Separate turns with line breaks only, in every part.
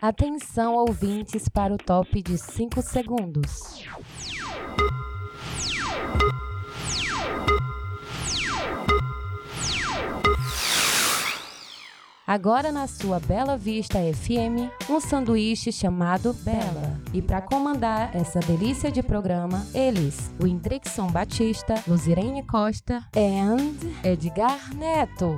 Atenção, ouvintes, para o top de 5 segundos. Agora na sua Bela Vista FM, um sanduíche chamado Bela. E para comandar essa delícia de programa, eles, o Indrixon Batista, Luzirene Costa e Edgar Neto.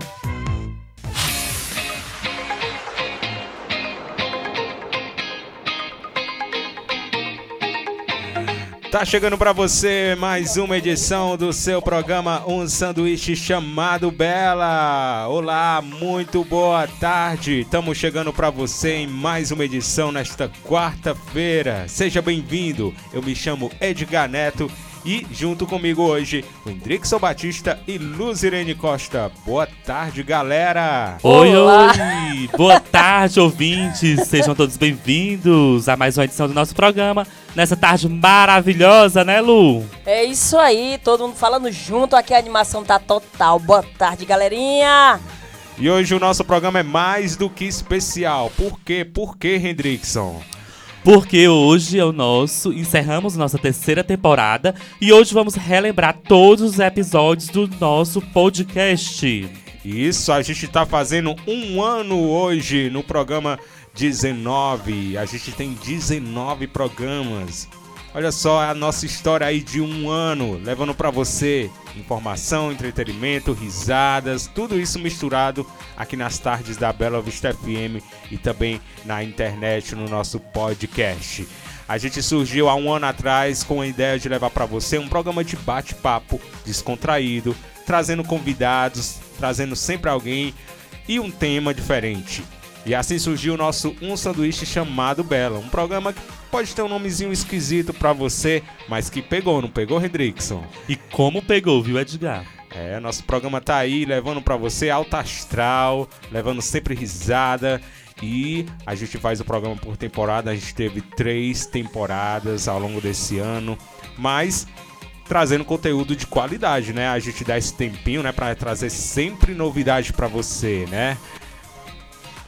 Tá chegando para você mais uma edição do seu programa Um Sanduíche Chamado Bela. Olá, muito boa tarde. Estamos chegando para você em mais uma edição nesta quarta-feira. Seja bem-vindo. Eu me chamo Edgar Neto e junto comigo hoje o Hendrickson Batista e Luzirene Costa. Boa tarde, galera.
Oi, oi! Boa tarde, ouvintes! Sejam todos bem-vindos a mais uma edição do nosso programa. Nessa tarde maravilhosa, né, Lu?
É isso aí, todo mundo falando junto, aqui a animação tá total. Boa tarde, galerinha!
E hoje o nosso programa é mais do que especial. Por quê? Por quê, Hendrickson?
Porque hoje é o nosso, encerramos nossa terceira temporada e hoje vamos relembrar todos os episódios do nosso podcast.
Isso, a gente tá fazendo um ano hoje no programa 19. A gente tem 19 programas. Olha só a nossa história aí de um ano, levando pra você informação, entretenimento, risadas, tudo isso misturado aqui nas tardes da Bela Vista FM e também na internet no nosso podcast. A gente surgiu há um ano atrás com a ideia de levar pra você um programa de bate-papo descontraído, trazendo convidados, trazendo sempre alguém e um tema diferente. E assim surgiu o nosso Um Sanduíche Chamado Bela, um programa que pode ter um nomezinho esquisito pra você, mas que pegou, não pegou, Hendrickson?
E como pegou, viu, Edgar?
É, nosso programa tá aí levando pra você alta astral, levando sempre risada. E a gente faz o programa por temporada, a gente teve três temporadas ao longo desse ano, mas trazendo conteúdo de qualidade, né? A gente dá esse tempinho, né, Pra trazer sempre novidade pra você, né?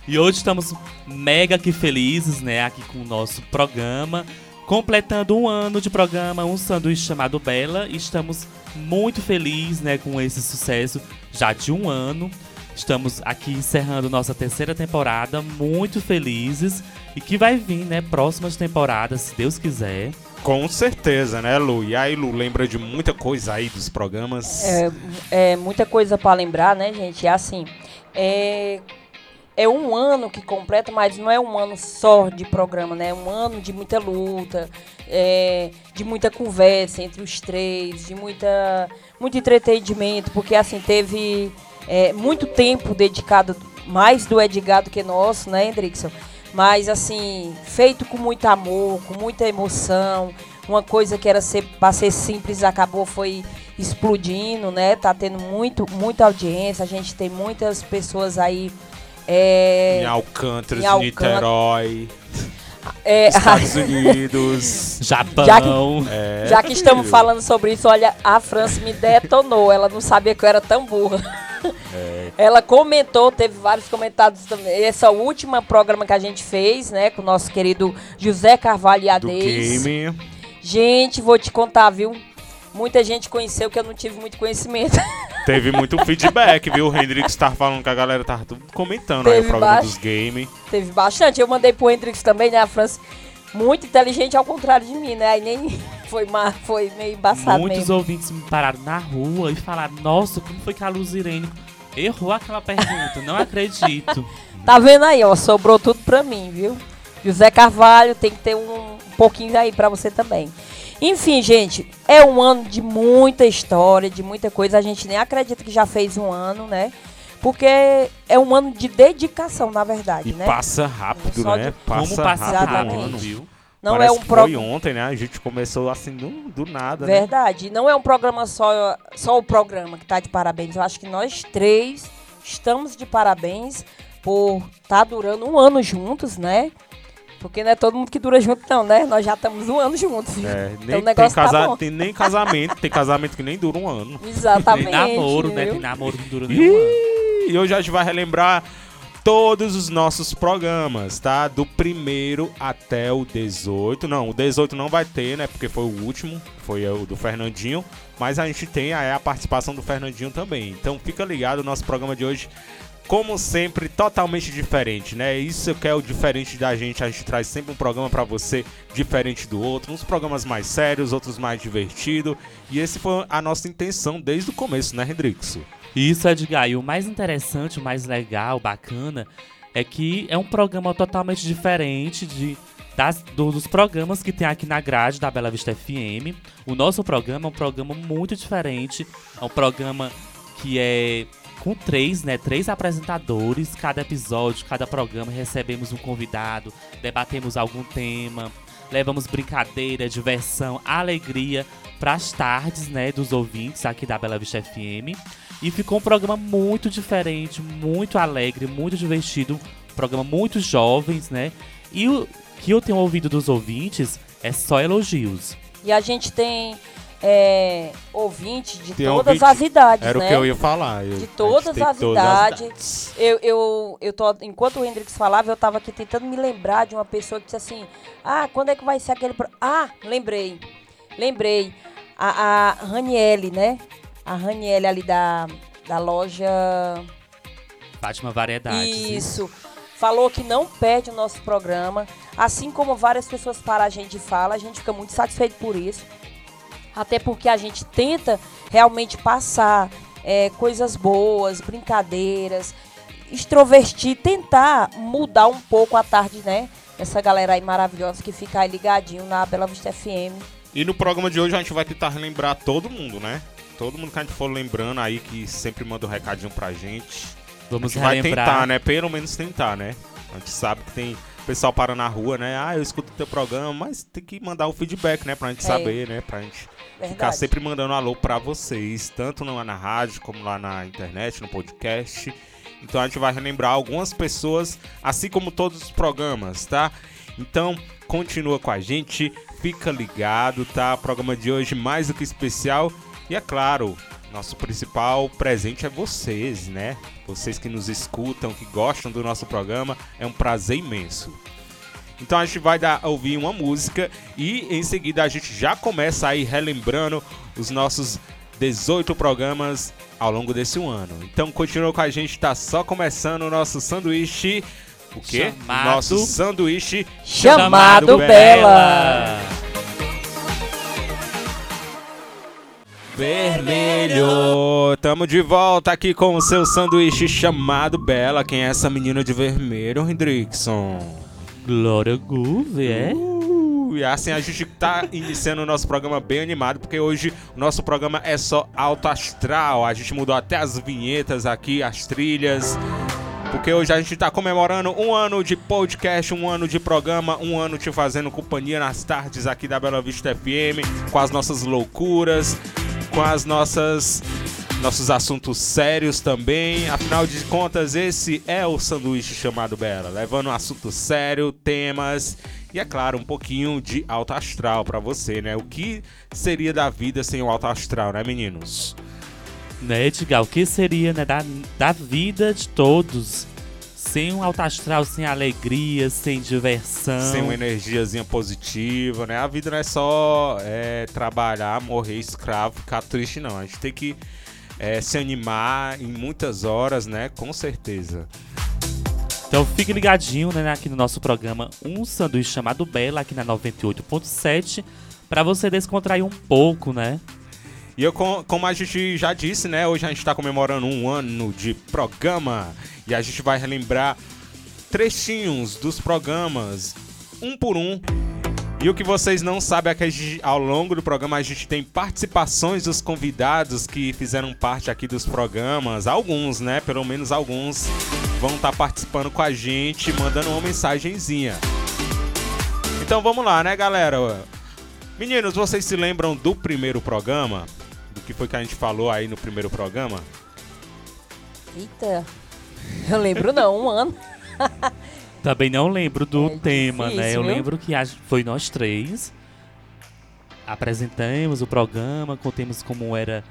E hoje estamos mega que felizes, né, aqui com o nosso programa, completando um ano de programa, um sanduíche chamado Bela, e estamos muito felizes, né, com esse sucesso já de um ano. Estamos aqui encerrando nossa terceira temporada, muito felizes, e que vai vir, né, próximas temporadas, se Deus quiser.
Com certeza, né, Lu? E aí, Lu, lembra de muita coisa aí dos programas?
É, é muita coisa pra lembrar, né, gente? É assim, é, é um ano que completa, mas não é um ano só de programa, né? É um ano de muita luta, é, de muita conversa entre os três, de muita, muito entretenimento, porque assim, teve é, muito tempo dedicado, mais do Edgar do que nosso, né, Hendrickson? Mas assim, feito com muito amor, com muita emoção, uma coisa que era ser, pra ser simples acabou foi explodindo, né? Tá tendo muito, muita audiência, a gente tem muitas pessoas aí. é,
Em Alcântara,
Em Alcântara.
Niterói,
é,
Estados Unidos.
Japão!
Já que-
É.
Já que estamos falando sobre isso, olha, a França me detonou. Ela não sabia que eu era tão burra.
É.
Ela comentou, teve vários comentários também. Essa última programa que a gente fez, né, com o nosso querido José Carvalho e
do
Adez.
game.
Gente, vou te contar, viu? Muita gente conheceu que eu não tive muito conhecimento.
Teve muito feedback, viu? O Hendrix tá falando que a galera tava tudo comentando aí o
Teve
programa
baixo.
dos game.
teve bastante. Eu mandei pro Hendrix também, né, a França. Muito inteligente, ao contrário de mim, né? Aí nem foi, má, foi meio embaçado
Muitos
mesmo.
ouvintes me pararam na rua e falaram: Nossa, como foi que a Luzirene errou aquela pergunta? Não acredito.
Tá vendo aí, ó, sobrou tudo pra mim, viu? José Carvalho tem que ter um pouquinho aí pra você também. Enfim, gente, é um ano de muita história, de muita coisa. A gente nem acredita que já fez um ano, né? Porque é um ano de dedicação, na verdade,
E
né?
passa rápido,
Só de-
né?
como passar
rápido,
rápido,
mano.
viu?
Não
Parece
é um
que
pro-
foi ontem, né? A gente começou assim do, do nada, né?
Verdade. Não é um programa só, só o programa que tá de parabéns. Eu acho que nós três estamos de parabéns por tá durando um ano juntos, né? Porque não é todo mundo que dura junto, não, né? Nós já estamos um ano juntos.
É,
Então
nem
o
tem,
negócio tá
casa-
bom.
tem nem casamento, tem casamento que nem dura um ano.
Exatamente.
Tem namoro, né?
viu?
Tem namoro que não dura um
Ih,
nenhum ano.
E hoje a gente vai relembrar todos os nossos programas, tá? Do primeiro até o 18. Não, o 18 não vai ter, né? Porque foi o último, foi o do Fernandinho. Mas a gente tem aí a participação do Fernandinho também. Então fica ligado, o nosso programa de hoje, como sempre, totalmente diferente, né? Isso que é o diferente da gente. A gente traz sempre um programa pra você diferente do outro. Uns programas mais sérios, outros mais divertidos. E esse foi a nossa intenção desde o começo, né, Hendrixo?
Isso, Edgar. E o mais interessante, o mais legal, bacana, é que é um programa totalmente diferente de, das, do- dos programas que tem aqui na grade da Bela Vista FM. O nosso programa é um programa muito diferente. É um programa que é com três, né? Três apresentadores. Cada episódio, cada programa, recebemos um convidado, debatemos algum tema, levamos brincadeira, diversão, alegria para as tardes, né, dos ouvintes aqui da Bela Vista FM. E ficou um programa muito diferente, muito alegre, muito divertido. Um programa muito jovens, né? E o que eu tenho ouvido dos ouvintes é só elogios.
E a gente tem é, ouvinte de
Tem
todas
ouvinte.
as idades,
Era
né?
o que eu ia falar. Eu-
De
a gente
todas
tem
as idades. Eu, eu, eu tô, enquanto o Hendrix falava, eu tava aqui tentando me lembrar de uma pessoa que disse assim: Ah, quando é que vai ser aquele. pro- Ah, lembrei. Lembrei. A, a Raniele, né? A Raniele ali da, da loja.
Fátima Variedades.
Isso. Falou que não perde o nosso programa. Assim como várias pessoas para a gente e fala, a gente fica muito satisfeito por isso. Até porque a gente tenta realmente passar é, coisas boas, brincadeiras, extrovertir, tentar mudar um pouco a tarde, né? Essa galera aí maravilhosa que fica aí ligadinho na Bela Vista FM.
E no programa de hoje a gente vai tentar lembrar todo mundo, né? Todo mundo que a gente for lembrando aí, que sempre manda um recadinho pra gente.
Vamos
a gente vai
relembrar.
tentar, né? Pelo menos tentar, né? A gente sabe que tem pessoal para na rua, né? Ah, eu escuto teu programa, mas tem que mandar o feedback, né? Pra gente
É.
saber, né? Pra gente ficar
Verdade.
sempre mandando alô pra vocês, tanto lá na rádio como lá na internet, no podcast. Então a gente vai relembrar algumas pessoas, assim como todos os programas, tá? Então continua com a gente, fica ligado, tá? O programa de hoje mais do que especial e é claro, nosso principal presente é vocês, né? Vocês que nos escutam, que gostam do nosso programa, é um prazer imenso. Então a gente vai dar, ouvir uma música e em seguida a gente já começa aí relembrando os nossos 18 programas ao longo desse um ano. Então continua com a gente, tá só começando o nosso sanduíche. O quê?
Chamado-
Nosso sanduíche
Chamado Bela.
Vermelho! Tamo de volta aqui com o seu sanduíche chamado Bela. Quem é essa menina de vermelho, Hendrickson?
Glória Groove, é?
Uh, e assim a gente tá iniciando o nosso programa bem animado, porque hoje o nosso programa é só alto astral. A gente mudou até as vinhetas aqui, as trilhas. Porque hoje a gente tá comemorando um ano de podcast, um ano de programa, um ano te fazendo companhia nas tardes aqui da Bela Vista FM, com as nossas loucuras, com as nossas nossos assuntos sérios também. Afinal de contas, esse é o sanduíche chamado Bela, levando um assunto sério, temas e é claro, um pouquinho de alto astral pra você, né? O que seria da vida sem o alto astral, né, meninos?
Né, Edgar? O que seria né, da, da vida de todos? Sem um alto astral, sem alegria, sem diversão.
Sem uma energiazinha positiva, né? A vida não é só é, trabalhar, morrer escravo, ficar triste, não. A gente tem que é, se animar em muitas horas, né? Com certeza.
Então fique ligadinho né, aqui no nosso programa Um Sanduíche Chamado Bela, aqui na 98.7, pra você descontrair um pouco, né?
E eu, com- como a gente já disse, né? Hoje a gente tá comemorando um ano de programa. E a gente vai relembrar trechinhos dos programas, um por um. E o que vocês não sabem é que a gente, ao longo do programa a gente tem participações dos convidados que fizeram parte aqui dos programas. Alguns, né? Pelo menos alguns vão estar participando com a gente, mandando uma mensagenzinha. Então vamos lá, né, galera? Meninos, vocês se lembram do primeiro programa? Do que foi que a gente falou aí no primeiro programa?
Eita. Eu lembro não, um ano.
Também não lembro do
É
tema, né?
difícil,
Eu
viu?
lembro que a- foi nós três. Apresentamos o programa, contemos como era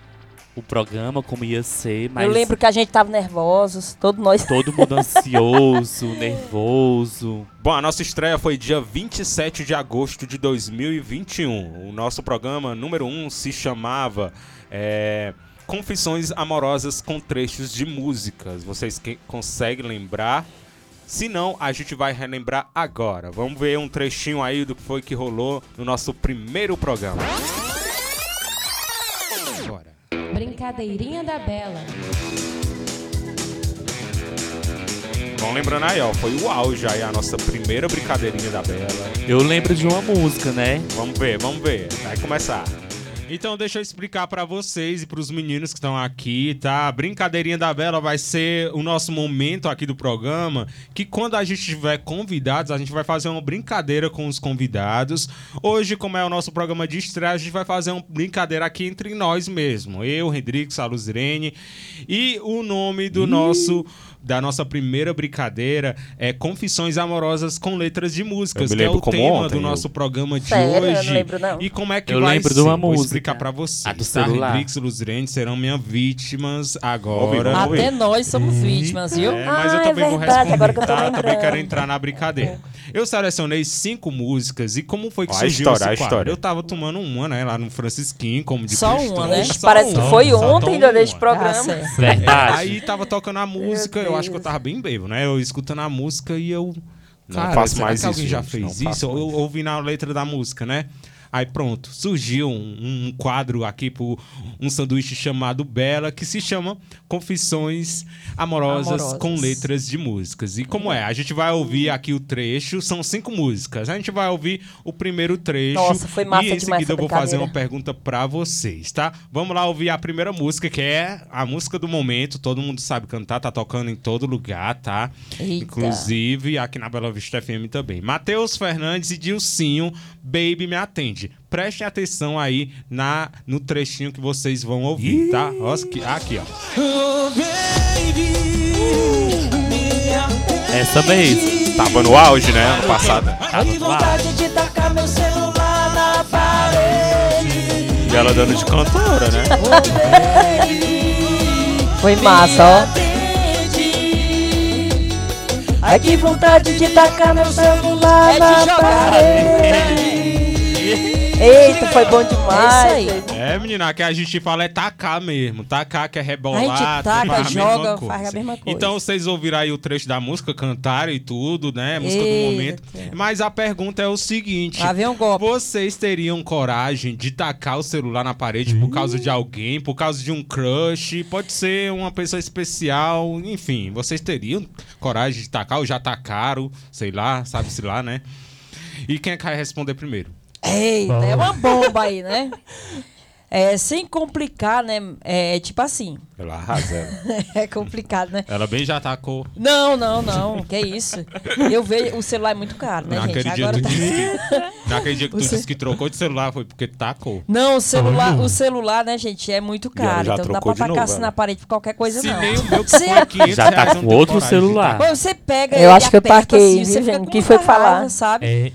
o programa, como ia ser, mas
Eu lembro que a gente tava nervosos, todos nós.
todo mundo ansioso, nervoso.
Bom, a nossa estreia foi dia 27 de agosto de 2021. O nosso programa número 1 um se chamava é, Confissões Amorosas com Trechos de Músicas. Vocês que conseguem lembrar? Se não, a gente vai relembrar agora. Vamos ver um trechinho aí do que foi que rolou no nosso primeiro programa. Bora.
Brincadeirinha da Bela.
Bom, lembrando aí, ó, foi o auge aí, a nossa primeira brincadeirinha da Bela.
Eu lembro de uma música, né?
Vamos ver, vamos ver. Vai começar. Então deixa eu explicar pra vocês e pros meninos que estão aqui, tá? A brincadeirinha da Bela vai ser o nosso momento aqui do programa, que quando a gente tiver convidados, a gente vai fazer uma brincadeira com os convidados. Hoje, como é o nosso programa de estreia, a gente vai fazer uma brincadeira aqui entre nós mesmo. Eu, Rodrigo, Saluzirene e o nome do nosso da nossa primeira brincadeira é Confissões Amorosas com Letras de Músicas,
Eu me
que é
lembro
o
como
tema
ontem,
do
eu-
nosso programa de
Sério, eu
hoje.
não lembro, não.
E como é que
Eu
vai
lembro
ser?
de uma
Vou
música.
explicar pra vocês.
A do
tá?
celular.
Rodrigues e Luzirene serão minhas vítimas
Ouvi,
agora.
vamos ouvir.
Até nós somos vítimas, viu?
É, mas eu
Ah, é
também vou
verdade,
responder,
agora que eu tô
tá? Também
lembrando.
quero entrar na brincadeira. Eu selecionei cinco músicas e como foi que
Ó, a
surgiu
história,
esse
a
quadro?
história.
Eu tava tomando uma, né, lá no Francisquinho, como tá de
Só uma,
costume.
né?
Só
Parece
uma,
que foi
só
ontem
toma
durante o
Tá
uma.
programa.
certo.
Verdade.
É, Aí tava tocando a música, eu acho que eu tava bem bêbado, né? Eu escutando a música e eu.
Não
Cara,
faço
será
mais
que alguém
isso,
já
gente, não
fez
faço
isso? Eu
mais.
ouvi na letra da música, né? Aí pronto, surgiu um, um quadro aqui pro um sanduíche chamado Bela, que se chama Confissões Amorosas,
Amorosas.
com Letras de Músicas. E como é? A gente vai
Hum.
ouvir aqui o trecho, são cinco músicas. A gente vai ouvir o primeiro trecho.
Nossa, foi massa
E em
demais
seguida
essa
eu vou fazer
brincadeira.
uma pergunta pra vocês, tá? Vamos lá ouvir a primeira música, que é a música do momento. Todo mundo sabe cantar, tá tocando em todo lugar, tá?
Eita.
Inclusive aqui na Bela Vista FM também. Matheus Fernandes e Dilcinho, Baby Me Atende. Prestem atenção aí na, no trechinho que vocês vão ouvir, tá? Ó, Aqui, aqui, ó.
Essa vez.
Tava no auge, né? Ano passado. E ela dando de cantora, né?
Foi massa, ó. Ai, que vontade de tacar meu celular
É de
na
jogar.
parede. Eita, foi bom demais.
É isso aí.
É, menina, que a gente fala é tacar mesmo. Tacar que é rebolar.
A gente
faz
taca,
a mesma
joga,
coisa.
faz a mesma coisa.
Então vocês ouviram aí o trecho da música, cantaram e tudo, né? Música do
Eita.
momento. Mas a pergunta é o seguinte:
Lá vem um golpe.
vocês teriam coragem de tacar o celular na parede por causa de alguém, por causa de um crush? Pode ser uma pessoa especial, enfim, vocês teriam coragem de tacar ou já tacaram, sei lá, sabe-se lá, né? E quem é que vai responder primeiro?
Eita, é uma bomba aí, né? É, sem complicar, né? É tipo assim.
Ela arrasa.
É complicado, né?
Ela bem já tacou.
Não, não, não. Que isso? Eu vejo. O celular é muito caro, né,
Naquele
gente?
dia,
Agora
tu
tá.
disse que, naquele dia que tu
Você-
disse que trocou de celular foi porque tacou.
Não, o celular, o celular, né, gente, é muito
ela
caro.
já
Então não dá
trocou
pra
de novo,
tacar assim
ela.
na parede por qualquer coisa,
Se
não.
nem o meu que
Você-
foi 500
Já tá
reais,
com
não tem
outro
coragem de
celular.
tacar.
Bom, você pega
Eu
ele,
acho que eu
aperta,
taquei,
assim,
viu,
você fica
gente?
com
Quem foi
muita raiva,
falar?
sabe?
É,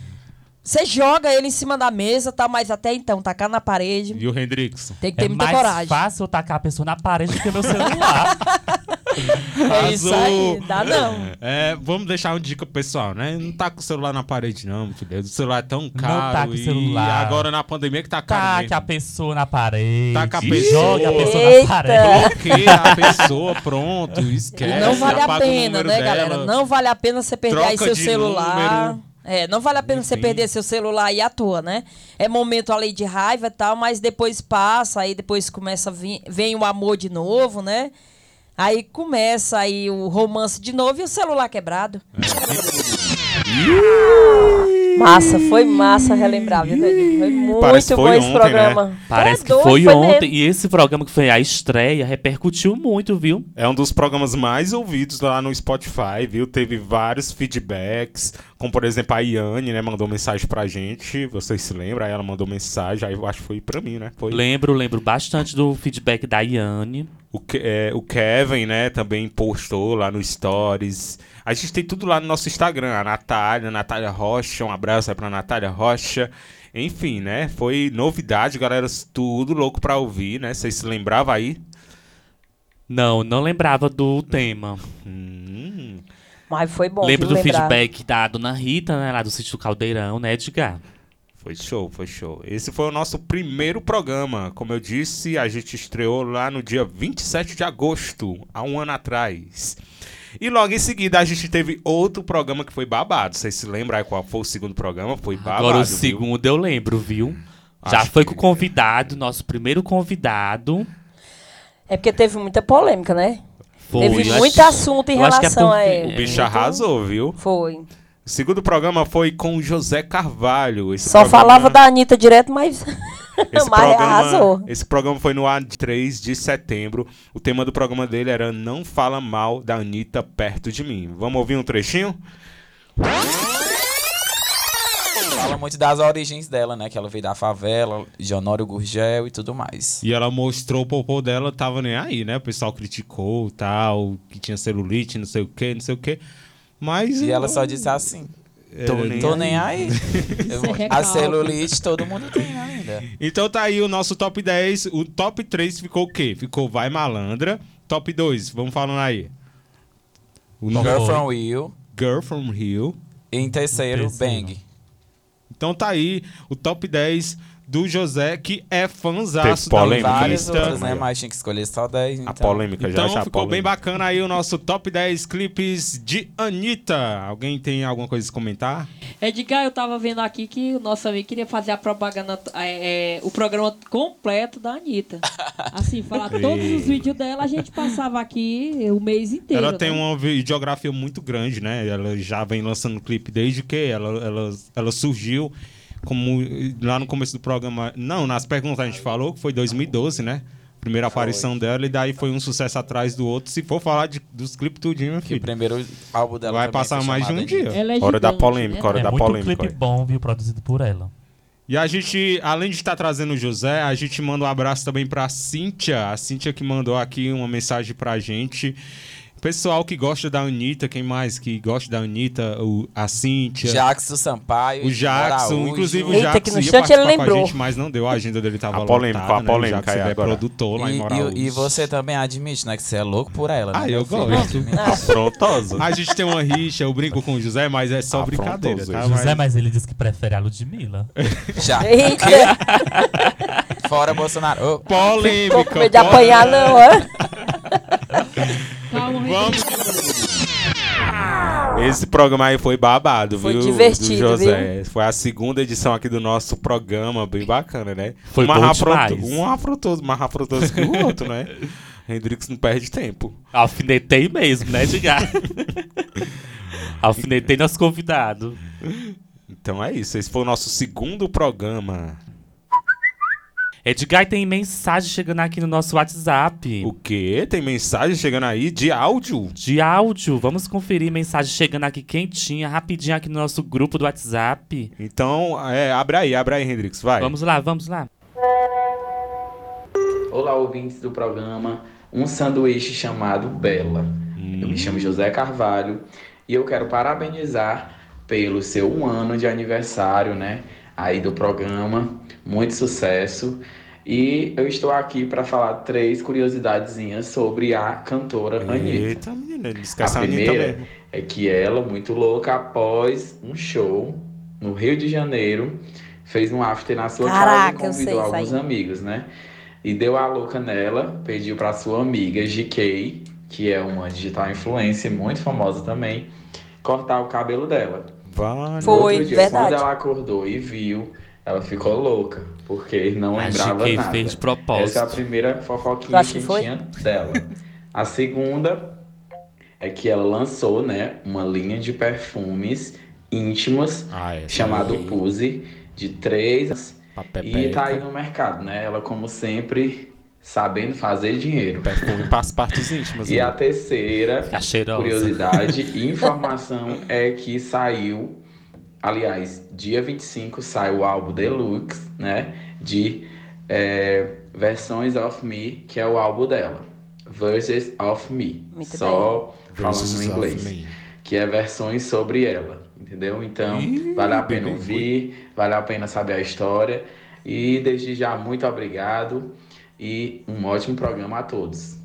Você joga ele em cima da mesa, tá? Mas até então, tacar na parede.
E o Hendrickson?
Tem que ter
é
muita
mais
coragem.
fácil eu tacar a pessoa na parede do que meu celular.
É isso aí,
Azul.
dá não.
É, vamos deixar uma dica pro pessoal, né? Não tá com o celular na parede, não, meu filho. O celular é tão caro.
tá com o
e
celular.
agora na pandemia que tá caro.
Taca a
Tá,
pessoa na parede.
Taca a
Joga a
pessoa.
pessoa na
Eita.
parede.
Bloqueia a pessoa, pronto, esquece.
E não vale a
É, apaga o
pena,
número
né,
dela.
galera? Não vale a pena você perder aí seu
Troca de
celular.
número.
É, não vale a pena você
Enfim.
perder seu celular aí à toa, né? É momento ali de raiva e tal, mas depois passa, aí depois começa a vir, vem o amor de novo, né? Aí começa aí o romance de novo e o celular quebrado.
Massa, foi massa relembrar, viu, Danilo? Foi muito
Parece que
bom
foi
esse
ontem, né?
programa.
Parece
É
que
doido,
foi ontem.
mesmo.
E esse programa que foi a estreia repercutiu muito, viu?
É um dos programas mais ouvidos lá no Spotify, viu? Teve vários feedbacks, como por exemplo a Iane, né? Mandou mensagem pra gente, vocês se lembram? Aí ela mandou mensagem, aí eu acho que foi pra mim, né? Foi.
Lembro, lembro bastante do feedback da Iane.
O, Ke- é, o Kevin, né, também postou lá no Stories. A gente tem tudo lá no nosso Instagram. A Natália, Natália Rocha, um abraço aí pra Natália Rocha. Enfim, né, foi novidade, galera, tudo louco pra ouvir, né? Vocês se lembravam aí?
Não, não lembrava do tema.
Hum.
Mas foi bom.
Lembro
viu,
do
lembrar.
feedback da Dona Rita, né? Lá do sítio do Caldeirão, né, Edgar?
Foi show, foi show. Esse foi o nosso primeiro programa. Como eu disse, a gente estreou lá no dia 27 de agosto, há um ano atrás. E logo em seguida a gente teve outro programa que foi babado. Vocês se lembram aí qual foi o segundo programa? Foi babado.
Agora o
Tá viu?
segundo eu lembro, viu? Já
Acho
foi
que-
com o convidado, nosso primeiro convidado.
É porque teve muita polêmica, né?
Foi,
teve
eu acho-
muito assunto em
eu acho que é
relação a
porque-
ele.
O bicho arrasou, viu?
Foi.
O segundo programa foi com o José Carvalho. Esse
Só
programa-
falava da Anitta direto, mas.
Esse
mas
programa,
arrasou.
esse programa foi no ar de 3 de setembro. O tema do programa dele era Não Fala Mal da Anitta Perto de Mim. Vamos ouvir um trechinho?
Fala muito das origens dela, né? Que ela veio da favela, de Honório Gurgel e tudo mais.
E ela mostrou o popô dela, tava nem aí, né? O pessoal criticou tal, que tinha celulite, não sei o que, não sei o que. Mas. é,
E ela só disse assim:
Tô
tô nem aí. Eu- a celulite todo mundo tem ainda.
Então tá aí o nosso top 10. O top 3 ficou o quê? Ficou Vai Malandra. Top 2, vamos falando aí. O nosso-
Girl from Will.
Girl from Hill.
E em terceiro,
terceiro.
Bang.
Então tá aí o top 10 do José, que é
Teve
fãzaço da
polêmica.
Várias
revista.
outras, né? Mas tinha que escolher só 10. Então.
A polêmica já
Então
já a
ficou bem
polêmica.
bacana aí o nosso top 10 clipes de Anitta. Alguém tem alguma coisa a comentar?
Edgar, eu tava vendo aqui que o nosso amigo queria fazer a propaganda, é, é, o programa completo da Anitta. Assim, falar todos os vídeos dela, a gente passava aqui o mês inteiro.
Ela tem
né?
uma videografia muito grande, né? Ela já vem lançando clipe desde que ela, ela, ela surgiu como lá no começo do programa. Não, nas perguntas a gente falou que foi 2012, né? Primeira aparição dela, e daí foi um sucesso atrás do outro. Se for falar de- dos clipes tudinho, meu
Que o
filho,
primeiro álbum dela
vai
também
passar
foi
mais de um
chamado
dia.
Ela é
Hora da
gigante,
polêmica,
né?
hora
é
da
muito
polêmica.
clipe bom, viu? Produzido por ela.
E a gente, além de estar trazendo o José, a gente manda um abraço também pra Cíntia. A Cíntia que mandou aqui uma mensagem pra gente. Pessoal que gosta da Anitta, quem mais que gosta da Anitta? O, a Cíntia.
Jackson Sampaio.
O Jackson,
Araújo.
inclusive o
Eita,
Jackson
que no
ia
instante ele
participar com a
lembrou.
gente, mas não deu, a agenda dele tava
A polêmica,
lotada,
a
né?
polêmica
O Jackson
aí
é
agora.
produtor lá em
E-
Moraes.
E, e você também admite, né? Que você é louco por ela, né?
Ah,
meu
eu
filho?
gosto.
Afrontoso.
A gente tem uma rixa, eu brinco com o José, mas é só
Afrontoso
brincadeira,
esse.
tá?
José,
Mas-
mas ele disse que prefere a Ludmilla.
Já.
um
é-
Eita,
Fora Bolsonaro. Ô,
tô
Polêmica.
com medo de apanhar, não, ó.
Calma,
Vamos.
Esse programa aí foi babado,
Foi
viu? do
divertido,
José. Foi a segunda edição aqui do nosso programa, bem bacana, né?
Foi
mais
bom
afronto-
demais.
Um afrontoso, mais afrontoso que o outro, né? Hendrix não perde tempo.
Alfinetei mesmo, né, Edgar? Alfinetei nosso convidado.
Então é isso, esse foi o nosso segundo programa.
Edgar, tem mensagem chegando aqui no nosso WhatsApp.
O quê? Tem mensagem chegando aí de áudio?
De áudio, vamos conferir mensagem chegando aqui quentinha, rapidinho aqui no nosso grupo do WhatsApp.
Então, é, abre aí, abre aí, Hendrix, vai.
Vamos lá, vamos lá.
Olá, ouvintes do programa Um Sanduíche Chamado Bela. Eu me chamo José Carvalho e eu quero parabenizar pelo seu um ano de aniversário, né? Aí do programa, muito sucesso. E eu estou aqui para falar três curiosidadezinhas sobre a cantora Anitta.
Eita, menina, ele esquece
A
a Anitta
primeira
mesmo.
é que ela, muito louca, após um show no Rio de Janeiro, fez um after na sua
Caraca,
casa
eu
e
sei
convidou
isso
alguns
aí.
amigos, né? E deu a louca nela, pediu pra sua amiga GK, que é uma digital influencer muito famosa também, cortar o cabelo dela.
Vale.
No
Foi,
outro dia,
verdade.
Quando ela acordou e viu, ela ficou louca, porque não
Acho
lembrava
que
nada.
fez de
Essa é a
propósito.
primeira
Tu
fofoquinha
acha que
que
foi?
tinha dela. A segunda é que ela lançou, né, uma linha de perfumes íntimos
Ah, é.
chamado Puse de três
Papé
e tá aí no mercado, né? Ela como sempre sabendo fazer dinheiro.
Perfume para as partes íntimas.
E
né?
a terceira
Tá cheirosa.
curiosidade e informação é que saiu, aliás, dia 25 sai o álbum Deluxe, né? De é, Versões of Me, que é o álbum dela. Verses of Me.
Muito
só
Versus
falando em
of
inglês.
me.
Que é versões sobre ela, entendeu? Então,
Ih,
vale a pena
bem,
ouvir, vale a pena saber a história. E desde já, muito obrigado e um ótimo programa a todos.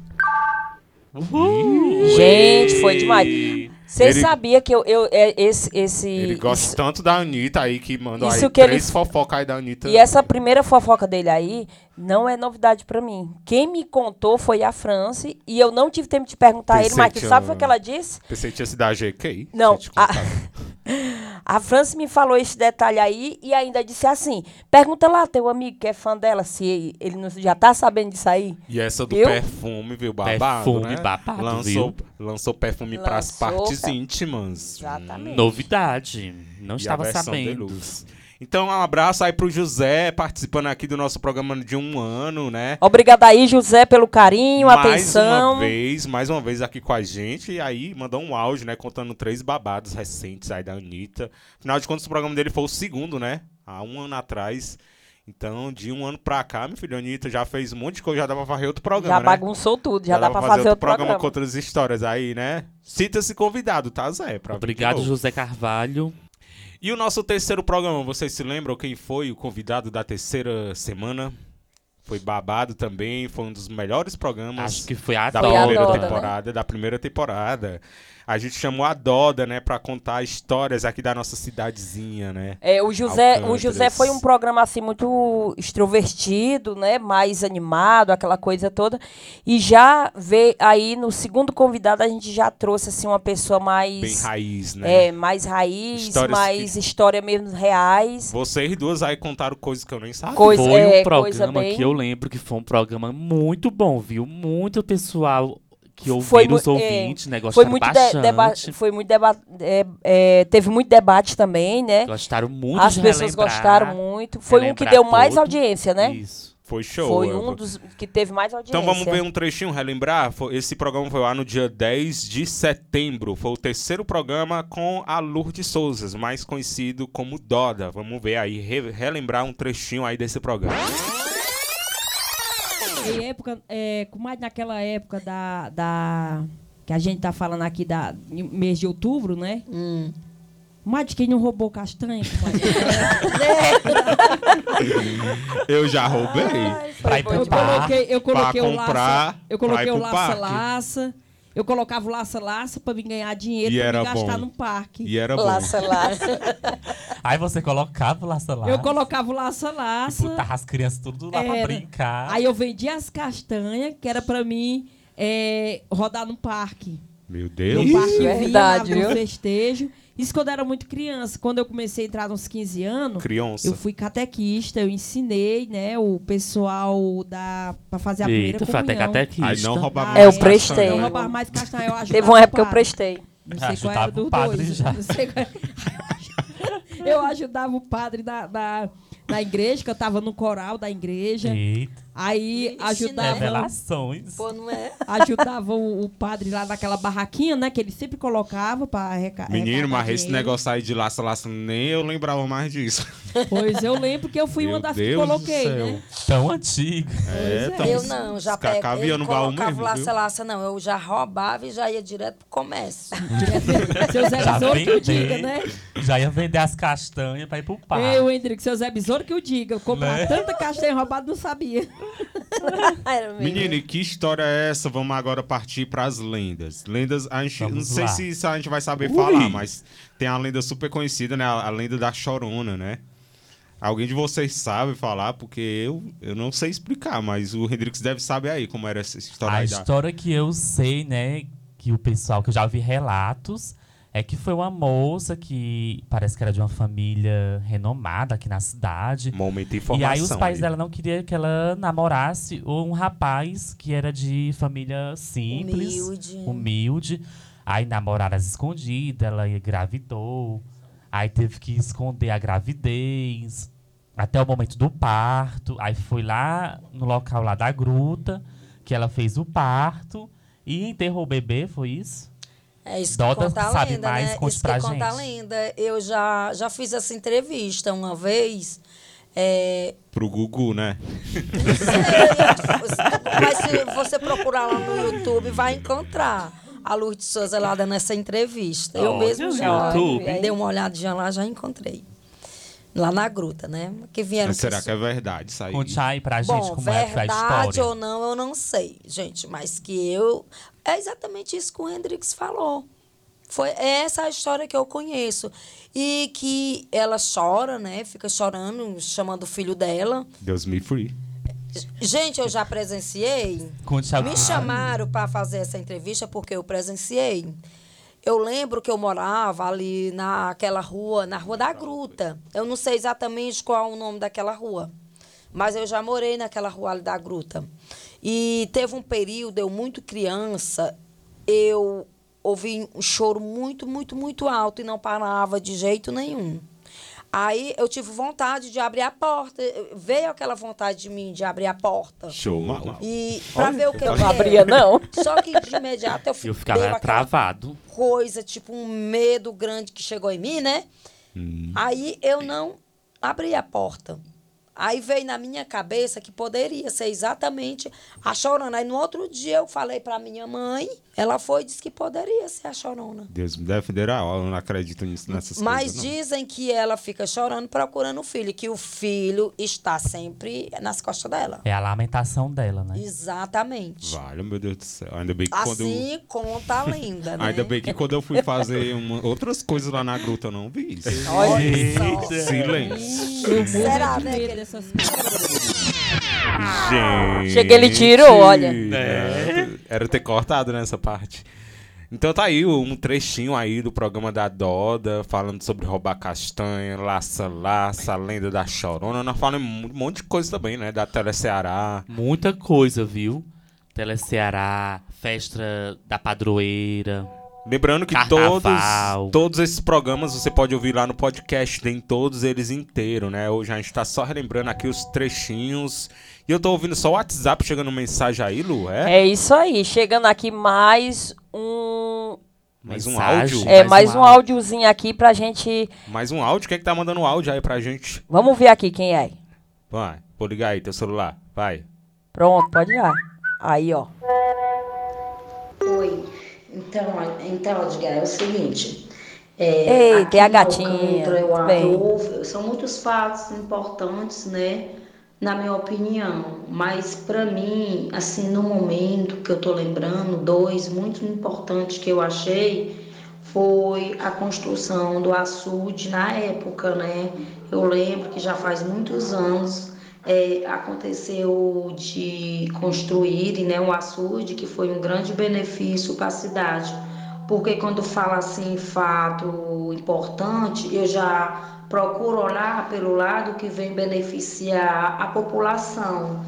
um
Uhul. Gente, foi demais. Você
Ele-
sabia que eu, eu é, esse, esse
Ele gosta tanto da Anitta aí que mandou
Isso
aí
que ele-
três fofocas aí da Anitta.
E essa primeira fofoca dele aí não é novidade pra mim. Quem me contou foi a France e eu não tive tempo de perguntar a Tá, ele,
Pensei
mas tu
que
sabe
eu-
o que ela disse?
Pensei que um tinha sido a GK.
Não, a, a France me falou esse detalhe aí e ainda disse assim: pergunta lá teu amigo que é fã dela se ele não- já tá sabendo disso aí.
E essa do
Viu?
perfume, viu? Babado,
Perfume
né?
babado,
lançou, lançou perfume pras
Lançou,
partes
cara.
íntimas.
Exatamente.
Novidade. Não
E
estava
a versão
sabendo.
deluxe. Então, um abraço aí pro José, participando aqui do nosso programa de um ano, né?
Obrigada aí, José, pelo carinho,
mais
atenção.
uma vez, mais uma vez aqui com a gente. E aí mandou um áudio, né? Contando três babados recentes aí da Anitta. Afinal de contas, o programa dele foi o segundo, né? Há um ano atrás. Então, de um ano pra cá, meu filho, a Anitta já fez um monte de coisa, já dá pra fazer outro programa,
já
né?
bagunçou tudo, já, dá pra fazer, outro programa.
com outras histórias aí, né? Cita-se convidado, tá, Zé? Pra vir de
Obrigado,
novo.
José Carvalho.
E o nosso terceiro programa, vocês se lembram quem foi o convidado da terceira semana? Foi babado também, foi um dos melhores programas.
Acho que foi a né?
da
Dora.
primeira
Foi a Doda,
temporada, da primeira temporada. A gente chamou a Doda, né, pra contar histórias aqui da nossa cidadezinha, né?
É, o José, o
Alcântaras.
José foi um programa assim muito extrovertido, né, mais animado, aquela coisa toda. E já veio aí no segundo convidado a gente já trouxe assim uma pessoa mais
Bem raiz, né?
é, mais raiz,
Histórias
mais história mesmo reais.
Vocês duas aí contaram coisas que eu nem sabia.
Coisa-
foi um
é, coisa
programa
bem-
que eu lembro que foi um programa muito bom, viu? Muito pessoal que ouviram
Foi mu-
os
é,
ouvintes, né?
Foi
Gostaram
muito, de-
bastante.
deba- foi muito deba- é, é, teve muito debate também, né?
Gostaram muito
As
de
pessoas
relembrar,
gostaram muito. Foi um que
relembrar
deu mais
tudo.
audiência, né?
Isso.
Foi show.
Foi
eu-
um dos que teve mais audiência.
Então vamos ver um trechinho, relembrar? Foi- Esse programa foi lá no dia 10 de setembro. Foi o terceiro programa com a Lourdes Souzas, mais conhecido como Doda. Vamos ver aí, re- relembrar um trechinho aí desse programa.
Em época, é, com mais naquela época da, da. Que a gente tá falando aqui da em mês de outubro, né?
Hum.
Mais de quem não roubou castanha,
Eu já roubei.
Pra ir
Eu
pro bar.
coloquei, eu coloquei
pra
o laça.
comprar,
eu coloquei
vai
o
pro parque.
laça-laça. Eu colocava o laça-laça pra me ganhar dinheiro
E
pra
era
me gastar
bom.
no parque.
E era bom.
Laça, laça.
Aí você colocava o laço lá.
Eu colocava o laça-laça.
Botava as crianças tudo lá pra
Era.
brincar.
Aí eu vendia as castanhas, que era pra mim é, rodar no parque.
Meu
No
Deus. é
parque
é verdade,
vinha,
viu?
no né, um festejo. Isso quando eu era muito criança. Quando eu comecei a entrar nos 15 anos,
Criança.
eu fui catequista, eu ensinei, né, o pessoal da pra fazer a
Eita, foi
primeira
até
comunhão.
catequista.
Aí não rouba
Ah,
mais.
eu
castanha,
prestei.
Não
né? Ah,
roubava mais castanha, eu ajudava
Teve uma
o
época que eu
padre.
prestei.
Não sei qual
Ajudava
era do
o padre
dois.
já.
Não sei qual era. Eu ajudava o padre da, da, da igreja, que eu tava no coral da igreja.
Eita,
Aí ajudava,
revelações.
não é?
ajudava o, o padre lá naquela barraquinha, né? Que ele sempre colocava pra arrecadar.
Menino, mas esse negócio aí de laça-laça, nem eu lembrava mais disso.
Pois eu lembro que eu fui
Meu
uma das
Deus
que
do
coloquei,
céu.
né?
Tão antigo.
É, então,
Eu não, já
os cacá
pego.
via
Eu
no
não
baú
colocava
mesmo, viu?
laça-laça, não. Eu já roubava e já ia direto pro comércio.
Seu Zé
Já
Besouro que eu
vendei.
diga, né?
Já ia vender as castanhas pra ir pro parque.
Eu, Hendrick, seu Zé Besouro que eu diga. Eu comprava tanta castanha roubada, não sabia.
Era mesmo.
Menino, e que história é essa? Vamos agora partir pras lendas. Lendas, a gente,
Vamos
não sei
lá.
se isso a gente vai saber falar, mas tem a lenda super conhecida, né? A, a lenda da Chorona, né? Alguém de vocês sabe falar, porque eu, eu não sei explicar, mas o Hendrix deve saber aí como era essa história
A
aí da...
história que eu sei, né, que o pessoal que eu já vi relatos, é que foi uma moça que parece que era de uma família renomada aqui na cidade.
Momento de
E
informação.
aí os pais
aí.
dela não queriam que ela namorasse um rapaz que era de família simples,
Humilde.
humilde. Aí namoraram às escondidas, ela engravidou. Aí teve que esconder a gravidez até o momento do parto. Aí foi lá no local lá da gruta que ela fez o parto e enterrou o bebê, foi isso?
É isso
Doda
que conta a
sabe
lenda,
mais,
né?
conte
isso
pra
que conta a
gente.
lenda. Eu já, já fiz essa entrevista uma vez. É,
Pro Gugu, né?
mas se você procurar lá no YouTube, vai encontrar a Lourdes Souza lá dando essa entrevista. Eu
Olha,
mesmo já
YouTube.
dei uma olhadinha lá, já encontrei. Lá na gruta, né? Que vieram.
Mas será que é verdade isso aí?
Conte aí pra gente
Bom,
como é que foi a
verdade
história.
ou não, eu não sei, gente. Mas que eu. É exatamente isso que o Hendrix falou. Foi é essa a história que eu conheço. E que ela chora, né? Fica chorando, chamando o filho dela.
Deus me free.
Gente, eu já presenciei.
Conte a-
Me chamaram para fazer essa entrevista porque eu presenciei. Eu lembro que eu morava ali naquela rua, na Rua da Gruta. Eu não sei exatamente qual é o nome daquela rua, mas eu já morei naquela rua ali da Gruta. E teve um período, eu muito criança, eu ouvi um choro muito, muito, muito alto e não parava de jeito nenhum. Aí eu tive vontade de abrir a porta. Veio aquela vontade de mim de abrir a porta.
Show, mal.
E pra
Olha,
ver o que
eu
eu
não
era.
abria, não.
Só que de imediato eu
Eu
fiquei
ficava travado.
coisa, tipo um medo grande que chegou em mim, né?
Hum.
Aí eu não abri a porta. Aí veio na minha cabeça que poderia ser exatamente a chorona. Aí no outro dia eu falei pra minha mãe, ela foi e disse que poderia ser a chorona.
Deus me defenderá. ó, Eu não acredito nisso, nessas
Mas
coisas.
dizem que ela fica chorando procurando o filho, que o filho está sempre nas costas dela.
É a lamentação dela, né?
Exatamente.
não. Vale, meu Deus do céu. Ainda bem que quando eu...
Assim conta a lenda, né?
Ainda bem que quando eu fui fazer uma- outras coisas lá na gruta, eu não vi isso.
Olha só.
Silêncio.
Será, né? que-
Gente.
Chega, ele tirou, olha.
É. Era ter cortado nessa parte. Então tá aí um trechinho aí do programa da Doda, falando sobre roubar castanha, laça laça, a lenda da chorona. Nós falamos um monte de coisa também, né? Da Tele Ceará.
Muita coisa, viu? Tele Ceará,
eh,
festa da padroeira.
Lembrando que
Carnaval.
todos, todos esses programas você pode ouvir lá no podcast, tem todos eles inteiros, né? Hoje a gente tá só relembrando aqui os trechinhos. E eu tô ouvindo só o WhatsApp chegando mensagem aí, Lu, é?
É isso aí. Chegando aqui mais um.
Mais um
Mensagem.
áudio?
É, mais, um áudiozinho aqui pra gente.
Mais um áudio? Quem é que tá mandando áudio aí pra gente?
Vamos ver aqui quem é.
Vai, vou ligar aí teu celular, vai.
Pronto, pode ir lá. Aí, ó.
Oi. Então, a- então Edgar, é o seguinte. é,
Ei, tem a
aqui no
gatinha,
Alcântara, eu
tudo bem.
abro- são muitos fatos importantes, né? Na minha opinião. Mas para mim, assim, no momento que eu tô lembrando, dois muito importantes que eu achei foi a construção do açude na época, né? Eu lembro que já faz muitos anos é, aconteceu de construir né, o açude, que foi um grande benefício para a cidade. Porque quando fala assim fato importante, eu já procuro olhar pelo lado que vem beneficiar a população.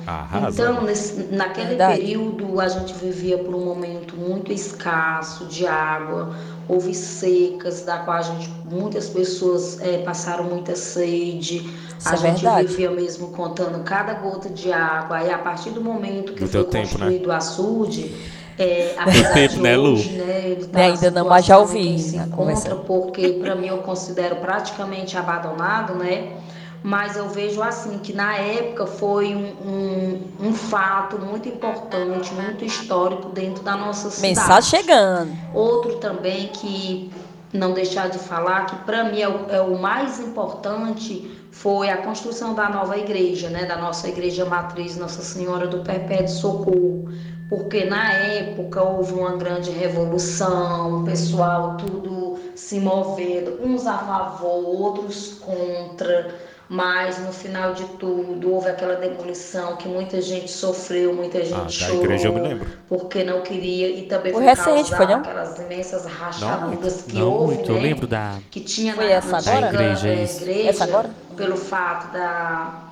Então, nesse- naquele
Verdade.
período, a gente vivia por um momento muito escasso de água, houve secas, da qual a gente, muitas pessoas eh, passaram muita sede.
Isso
a
é
gente
verdade.
vivia mesmo contando cada gota de água. Aí, a partir do momento que
Do
foi
teu tempo, né?
construído o açude, eh, apesar
tempo,
de
né, Lu?
hoje, né, ele tá
Né,
na
ainda não, mas já
situação
ouvi
que se
na
encontra,
conversa.
porque para mim eu considero praticamente abandonado, né? Mas eu vejo assim que na época foi um, um, um fato muito importante, muito histórico dentro da nossa cidade.
Mensagem chegando.
Outro também que não deixar de falar, que para mim é o, é o mais importante, foi a construção da nova igreja, né? Da nossa igreja matriz, Nossa Senhora do Perpétuo Socorro. Porque na época houve uma grande revolução, o pessoal tudo se movendo, uns a favor, outros contra. Mas no final de tudo houve aquela demolição que muita gente sofreu, muita gente
Ah, da
chorou
igreja eu me lembro.
porque não queria e também
Foi
por
recente,
causa
foi, não?
daquelas imensas
Não,
rachaduras
muito,
que
não
houve,
muito. Eu
né?
lembro da.
Que tinha
Foi
na
essa
antiga,
agora?
Da É, igreja,
eh,
isso.
igreja,
Essa agora?
pelo fato da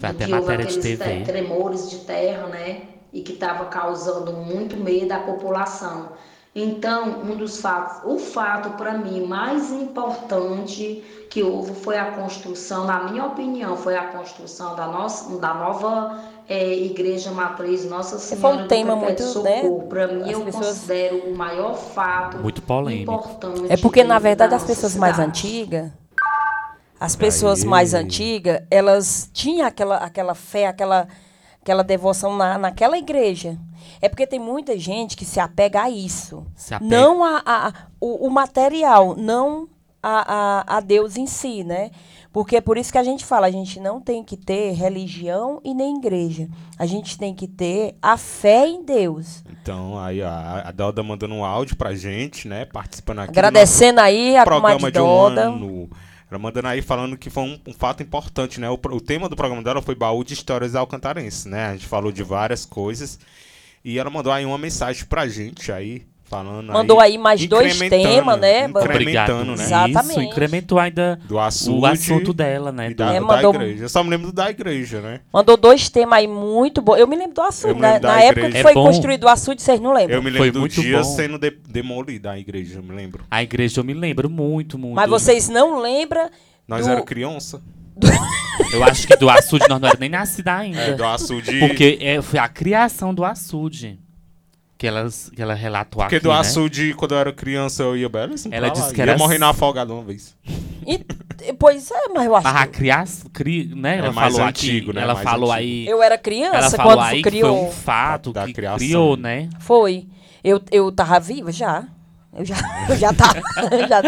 Foi até
que houve
matéria de
aqueles
TV.
te- tremores de terra, né? E que estava causando muito medo à população. Então, um dos fatos, o fato para mim mais importante que houve foi a construção, na minha opinião, foi a construção da nossa, da nova eh, igreja matriz Nossa
Foi um
Senhora do
tema
Perpétuo
muito, né?
Socorro. Para mim,
As
eu
pessoas-
considero o maior fato
Muito polêmico.
importante.
É porque, na
dentro
verdade,
da
as
nossa
pessoas mais
cidade.
antigas. As pessoas mais antigas, elas tinham aquela, aquela fé, aquela, aquela devoção na, naquela igreja. É porque tem muita gente que se apega a isso.
Se apega.
Não a, a- a- o, o material, não a, a, a Deus em si, né? Porque é por isso que a gente fala, a gente não tem que ter religião e nem igreja. A gente tem que ter a fé em Deus.
Então, aí ó, a Doda mandando um áudio pra gente, né? Participando aqui. do
Agradecendo
nosso
aí a
programa
comadre
de um
Doda.
ano. Ela mandando aí falando que foi um, um fato importante, né? O, pro- o tema do programa dela foi baú de histórias alcantarenses, né? A gente falou de várias coisas. E ela mandou aí uma mensagem pra gente aí, falando
Mandou aí mais dois
incrementando,
temas, né?
Incrementando, né?
Isso, incrementou ainda
do açude,
o assunto dela, né?
E da,
É,
da
mandou-
igreja. Eu só me lembro da igreja, né?
Mandou dois temas aí muito bons. Eu me lembro do
Eu
açude.
me
Na,
lembro da
na época que
igreja.
foi
É bom.
construído o açude, vocês não lembram.
Eu me lembro
Foi
do
muito
dia
bom.
sendo de- demolida a igreja, eu me lembro.
A igreja eu me lembro muito, muito.
Mas vocês não lembram
Nós
do...
era criança.
Eu acho que do açude nós não era nem nascida ainda.
É, do açude-
Porque é, foi a criação do açude. Que ela, que ela relatou
Porque
aqui,
do
né?
açude, quando eu era criança, eu ia belíssimo. pra
Ela
lá.
disse que
ia
era
morrer na
s-
afogada uma vez.
E- Pois é, mas eu acho
Mas a
que...
criação, cri, né?
É
Ela
mais
falou
antigo,
aqui,
né?
ela
Mais
falou
antigo.
aí...
Eu era criança
ela falou
quando
aí
criou.
que foi um fato
Da- da
que
criação.
criou, né?
Foi. Eu, eu tava viva já. Eu já, eu já tava. já...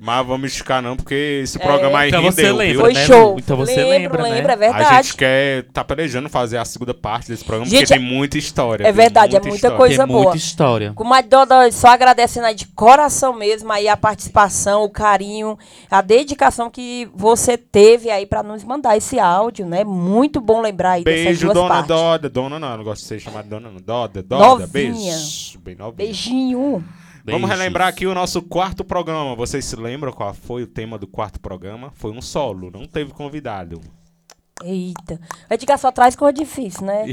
Mas vamos esticar não, porque esse programa aí
Então você
rendeu,
lembra,
viu?
É. Foi
né,
show.
Lu? Então você
lembro,
lembra, né?
lembro, é
A
verdade.
gente quer tá planejando fazer a segunda parte desse programa,
Gente,
porque tem muita história.
É
viu?
verdade, é muita
história.
coisa boa.
história.
Com mais Doda, só agradecendo aí de coração mesmo aí a participação, o carinho, a dedicação que você teve aí pra nos mandar esse áudio, né? Muito bom lembrar aí dessas
Beijo,
duas
dona
partes.
Doda. Dona não, eu não gosto de ser chamada dona não. Doda, Doda,
Novinha.
beijo. Bem novinha.
Beijinho.
Vamos
Beijos.
relembrar aqui o nosso quarto programa. Vocês se lembram qual foi o tema do quarto programa? Foi um solo, não teve convidado.
Eita. Edgar só traz coisa difícil, né?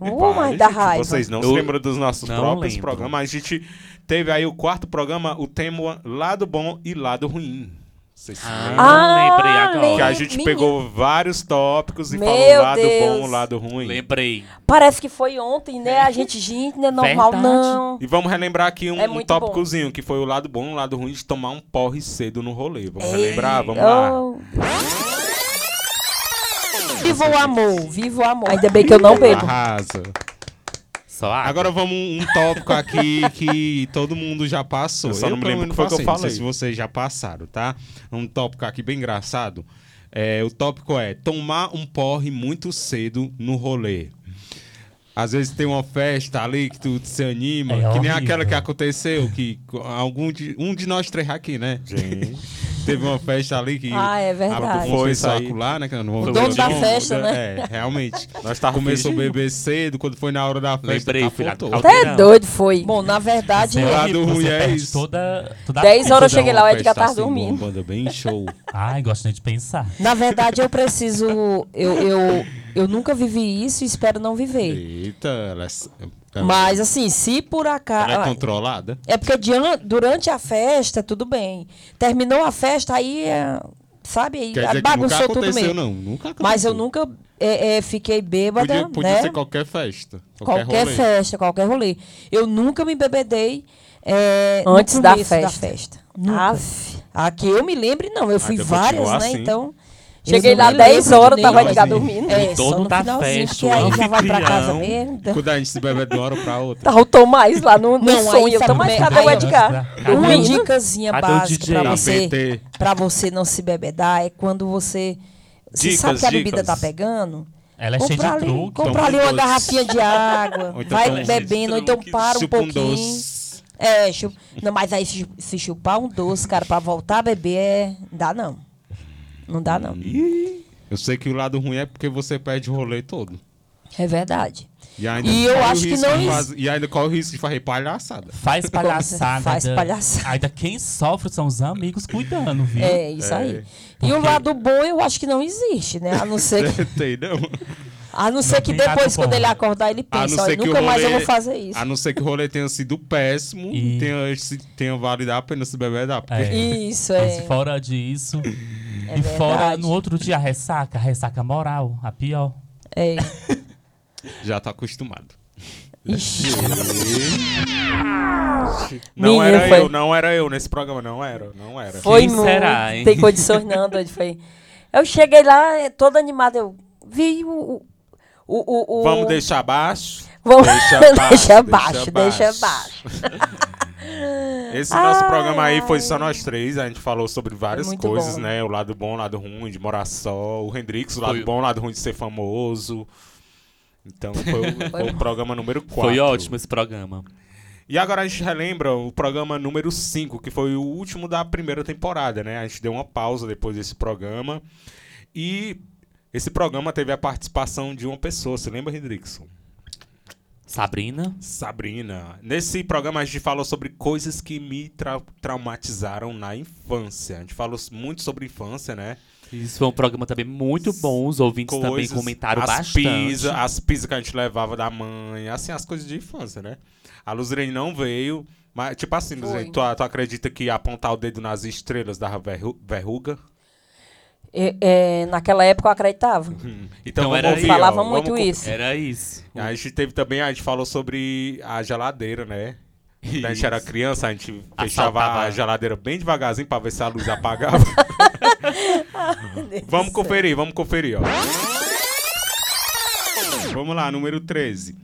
Uh,
Vale,
mas dá
gente,
raiva.
Vocês não
Eu
se lembram dos nossos
não
próprios
lembro.
programas. A gente teve aí o quarto programa, o tema lado bom e lado ruim. Vocês se
Ah,
lembram?
Ah,
lembrei agora.
Que a gente
menino.
pegou vários tópicos e
Meu
falou o lado
Deus.
bom, o lado ruim.
Lembrei.
Parece que foi ontem, né? A gente, gente, não é normal,
Verdade.
não.
E vamos relembrar aqui um,
É
um
muito
tópicozinho, que foi o lado bom, o lado ruim de tomar um porre cedo no rolê. Vamos
Ei,
relembrar? Vamos lá.
oh. Viva o amor, viva o amor. Ainda bem que eu não bebo.
Arrasa.
Só água.
Agora vamos um tópico aqui que todo mundo já passou.
Eu só não me
pelo
lembro
menos,
o que foi que eu
passei, não
falei.
sei se vocês já passaram, tá? Um tópico aqui bem engraçado. É, o tópico é tomar um porre muito cedo no rolê. Às vezes tem uma festa ali que tu se anima,
É
que nem
horrível.
aquela que aconteceu, que co- algum de, um de nós três aqui, né?
Gente.
Teve uma festa ali que
Ah, é
a
verdade.
foi
Isso aí.
sacular, né? que eu não vou
O
ver
dono da
nome,
festa, né?
É, realmente.
Nós tava
Começou a
fingindo.
beber cedo, quando foi na hora da festa, tá
Lembrei, filha,
capotou.
Tá
caldeirão.
Até doido foi.
Bom, na verdade,
Sei lá.
Você
do ruim é
perde
isso.
Toda, toda a
Dez
festa.
horas eu
Fazer
cheguei
uma
lá, o Ed já
festa
tava
assim, uma
dormindo.
banda bem show.
Ai, gosto nem de pensar.
na verdade eu preciso. Eu, eu, eu nunca vivi isso e espero não viver.
Eita, ela é, s- ela-
Mas assim, se por acaso.
ela é controlada.
É porque dian- durante a festa, tudo bem. Terminou a festa, aí, é, sabe, aí
Quer dizer que
bagunçou
nunca
tudo
aconteceu,
mesmo.
não. Nunca aconteceu.
Mas eu nunca é, é, fiquei bêbada,
Podia, podia
né?
ser qualquer festa. Qualquer,
qualquer
rolê.
festa, qualquer rolê. Eu nunca me bebedei é, no
Antes da
começo
festa.
Nunca.
Aff.
A que eu me lembre,
Ah,
não. Eu fui
então
várias,
continua
né?
assim.
Então.
Cheguei
eu
lá
não me lembro
10 horas,
nem-
tava
Mas
de
nem-
dormindo.
É, só
dono
no
tá
da
finalzinho,
festa,
porque
o
aí já vai pra casa
anfitrião.
mesmo.
Quando a gente se bebe é de uma hora pra outra.
Tava o Tomás lá no, no
Não, aí
sonho. Eu
sabe
Tomás,
como é?
cadê o
Aí, ó,
Edgar?
cadê
Uma
Dormindo.
dicasinha
Cadê o
básica
DJ?
pra
Tá,
você,
PT.
pra você não se bebedar é quando você. Você
Dicas,
sabe que a bebida
dicas.
tá pegando?
Ela é cheia
compra
de
ali,
truque.
compra
toma
ali
um
uma
doce.
garrafinha de água,
Ou então
vai
toma um
bebendo, ou então para um
Chupa
pouquinho.
doce.
É, chu- não, mas aí se, se chupar um doce, cara, pra voltar a beber, é... dá não. Não dá não.
Eu sei que o lado ruim é porque você perde o rolê todo.
É verdade.
E, ainda
E eu
corre o
acho que
risco
não
de
is-
faz- E ainda corre o risco de fazer palhaçada.
Faz palhaçada.
Faz
ainda-
palhaçada.
Ainda quem sofre são os amigos cuidando, viu?
É isso aí. E o lado bom eu acho que não existe, né? A não ser que,
Tem, não?
a não ser que
tem lado
depois, quando
bom.
ele acordar, ele
A
pensa,
não
olha,
ser que o
nunca
rolê,
mais eu vou fazer isso.
A não ser que o rolê tenha sido péssimo,
E-
tenha, se- tenha valido a pena se beber da porque
É.
Isso,
Mas
é.
fora disso.
É.
É
e
verdade.
fora, no outro dia, a ressaca, a ressaca moral, a pior.
é.
já tá acostumado.
Ixi.
Não
Menino,
era
foi-
eu, não era eu nesse programa, não era, não era.
Foi
Quem
muito.
será, hein?
Tem condições não, doido. Foi. Eu cheguei lá eh, toda animada. Eu vi o... o, o, o- o-
Vamos deixar abaixo.
Vamos-
deixa abaixo,
deixa abaixo,
deixa
deixa
abaixo.
abaixo.
Esse nosso programa aí foi só nós três. A gente falou sobre várias
muito
coisas,
bom.
né? O lado bom, o lado ruim de morar só. O Hendrix, o lado
Foi-
bom, o lado ruim de ser famoso. Então foi, o- foi o programa número 4.
Foi ótimo esse programa.
E agora a gente relembra o programa número 5, que foi o último da primeira temporada, né? A gente deu uma pausa depois desse programa. E esse programa teve a participação de uma pessoa, você lembra, Hendrickson?
Sabrina.
Sabrina. Nesse programa a gente falou sobre coisas que me tra- traumatizaram na infância. A gente falou muito sobre infância, né?
Isso foi um programa também muito bom. Os ouvintes também
coisas,
comentaram
as
bastante.
Pizza, as pizzas que a gente levava da mãe, assim, as coisas de infância, né? A Luzirene não veio, mas, tipo assim, Luzirene, tu, tu acredita que apontar o dedo nas estrelas dava verru- verruga?
É, é, naquela época eu acreditava.
Então,
era
vamos ouvir,
falava
ó, vamos
muito
ouvir.
isso.
Era isso.
A gente teve também, a gente falou sobre a geladeira, né? Quando a gente era criança, a gente fechava a
Assaltava.
geladeira bem devagarzinho pra ver se a luz apagava. vamos conferir, vamos conferir, ó. Vamos lá, número 13.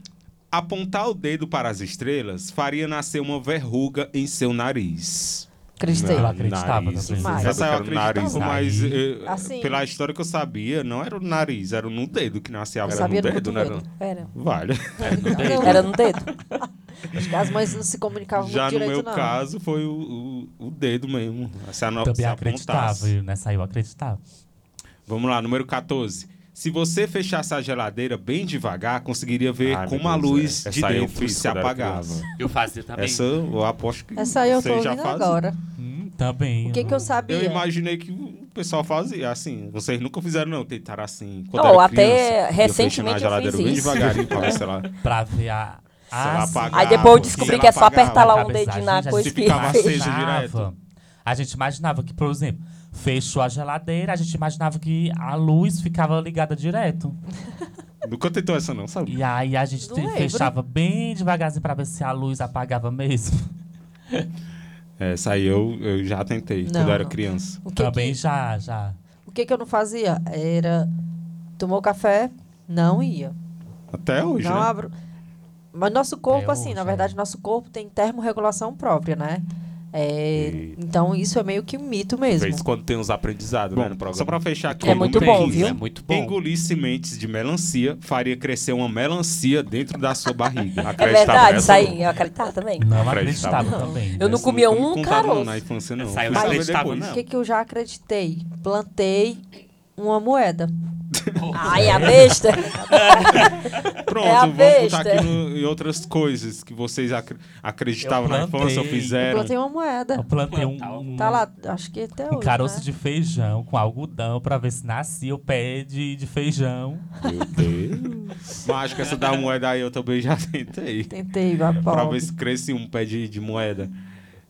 Apontar o dedo para as estrelas faria nascer uma verruga em seu nariz.
Acreditei.
Na-
Ela acreditava
nariz.
também. Demais.
Essa eu
Sabe que ela
acreditava,
acreditava.
mas
Nariz.
eh,
Assim.
pela história que eu sabia, não era no nariz, era no dedo que nascia a
Eu
verruga.
sabia
no
no
dedo,
cotovelo.
né?
Era.
Vale.
Era no dedo.
Acho que as mães não se comunicavam
Já
muito
no meu
direito, não.
caso foi o, o, o dedo mesmo. Se a no- se
Também acreditava, né?
apontasse.
eu, nessa aí eu acreditava.
Vamos lá, número 14. Se você fechasse a geladeira bem devagar, conseguiria ver
Ai,
como
meu
a
Deus,
luz
é.
de
Essa aí eu
dentro
fiz
se
quando era
apagava.
criança.
Eu fazia também.
Essa eu aposto que
Essa aí É eu
você
tô
já
ouvindo
fazia.
agora.
Também.
O que que eu sabia?
Eu imaginei que o pessoal fazia assim. Vocês nunca fizeram, não. Tentaram assim. Quando
Não,
era
até
criança, ia fechando
recentemente
a
eu
geladeira
fiz
bem
isso.
devagarinho pra ver se ela...
Pra ver a.
Ah,
ela
Ah, sim.
apagava, Aí depois eu descobri se ela que é só apagava. apertar lá um
Cabeça,
dedinho na
a gente
coisa
já
que-
ficava
Se
fica
imaginava.
direto.
A gente imaginava que, por exemplo, fechou a geladeira, a gente imaginava que a luz ficava ligada direto.
Nunca tentou essa, não, né? sabe?
E aí a gente
Não
te-
lembro.
fechava bem devagarzinho pra ver se a luz apagava mesmo.
Essa aí eu, eu já tentei
Não,
quando era
não.
criança.
O que
Também já, já.
O que que eu não fazia? Era. Tomou café? Não ia.
Até hoje,
não
né?
abro. Mas nosso corpo,
Até
assim,
hoje,
na verdade, nosso corpo tem termorregulação própria, né? É, então isso é meio que um mito
De
mesmo.
vez em quando tem uns aprendizados né, no programa. Só pra fechar aqui.
É muito
número
bom,
15.
viu?
É muito bom.
Engolir sementes de melancia faria crescer uma melancia dentro da sua barriga.
É verdade, isso aí. Eu acreditava também.
Não
Acreditava.
acreditava também.
Eu não
Essa
comia
nunca me
um
contaram,
caroço.
Não, na infância, não.
Essa eu
Fui saber
acreditava,
depois.
O né? que que eu já acreditei? Plantei uma moeda.
Ai, a besta.
Pronto,
É a
vamos botar
besta.
aqui no- em outras coisas que vocês acre- acreditavam na infância ou
Eu
fizeram.
plantei uma moeda.
Eu plantei um, um,
Tá lá, acho que até
um
hoje.
caroço
né?
de feijão com algodão pra ver se nascia o pé de, de feijão.
Meu Deus. Mas acho que essa da moeda aí eu também já tentei.
Tentei, mas
Pra
pobre.
ver se cresce um pé de, de moeda.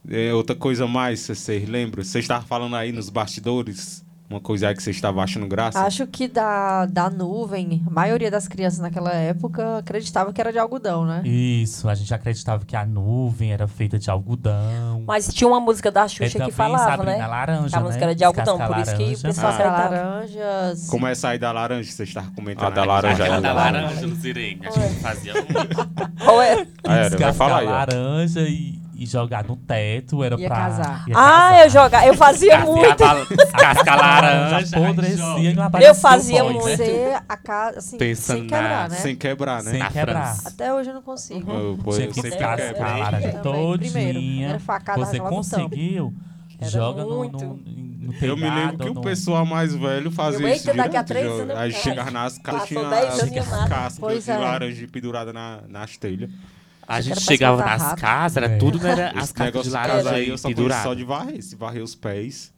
É, outra coisa mais, se vocês lembram? Vocês estavam falando aí nos bastidores, uma coisa aí que vocês estavam achando graça.
Acho que da, da nuvem, a maioria das crianças naquela época acreditava que era de algodão, né?
Isso, a gente acreditava que a nuvem era feita de algodão.
Mas tinha uma música da
É,
Xuxa
também
que falava,
Sabrina
né?
Laranja,
a
né?
música era de algodão, por isso que o
Descasca
pessoal
laranja.
saiu da-
Laranjas.
Como é essa aí da laranja, que vocês estavam comentando.
Ah,
A da
aí.
laranja,
Aquela
é
da
do
laranja, Luzirene. A gente fazia muito.
Qual era?
Ah, era, vai
Descascar
falar aí, ó.
laranja e, e jogar no teto era
Ia
pra...
casar.
ia
Ah, eu jogava, eu fazia muito.
Casca laranja,
joga.
apodrecia e
Eu
não aparecia
fazia
o boy,
muito.
né?
Ser a casa, assim,
Pensando
sem quebrar,
na-
né?
Sem quebrar, né?
Sem
Na
quebrar.
França.
Até hoje eu não consigo.
Eu, pô,
Tinha
eu
que
sempre
descascar
quebro.
a laranja
Também, primeiro.
todinha.
Primeira facada,
Você
rasgava o tampo.
conseguiu, joga no,
muito.
no, no
Eu me lembro que
telhado,
o
no-
pessoal mais velho fazia
Eu, eita,
isso direto.
daqui a três
já.
anos eu
aí
quero.
chegava nas casas,
Passou
tinha
dez anos e eu
as
nada.
cascas
Pois
de
é.
laranja pendurada na, nas telhas.
A gente
Era pra É.
chegava
espantar
nas
rato.
casas, era tudo, né, era
Esse
as casas de
negócio
laranja
aí,
aí,
eu só
pendurada.
conheço só de varrer. Se varrer os pés...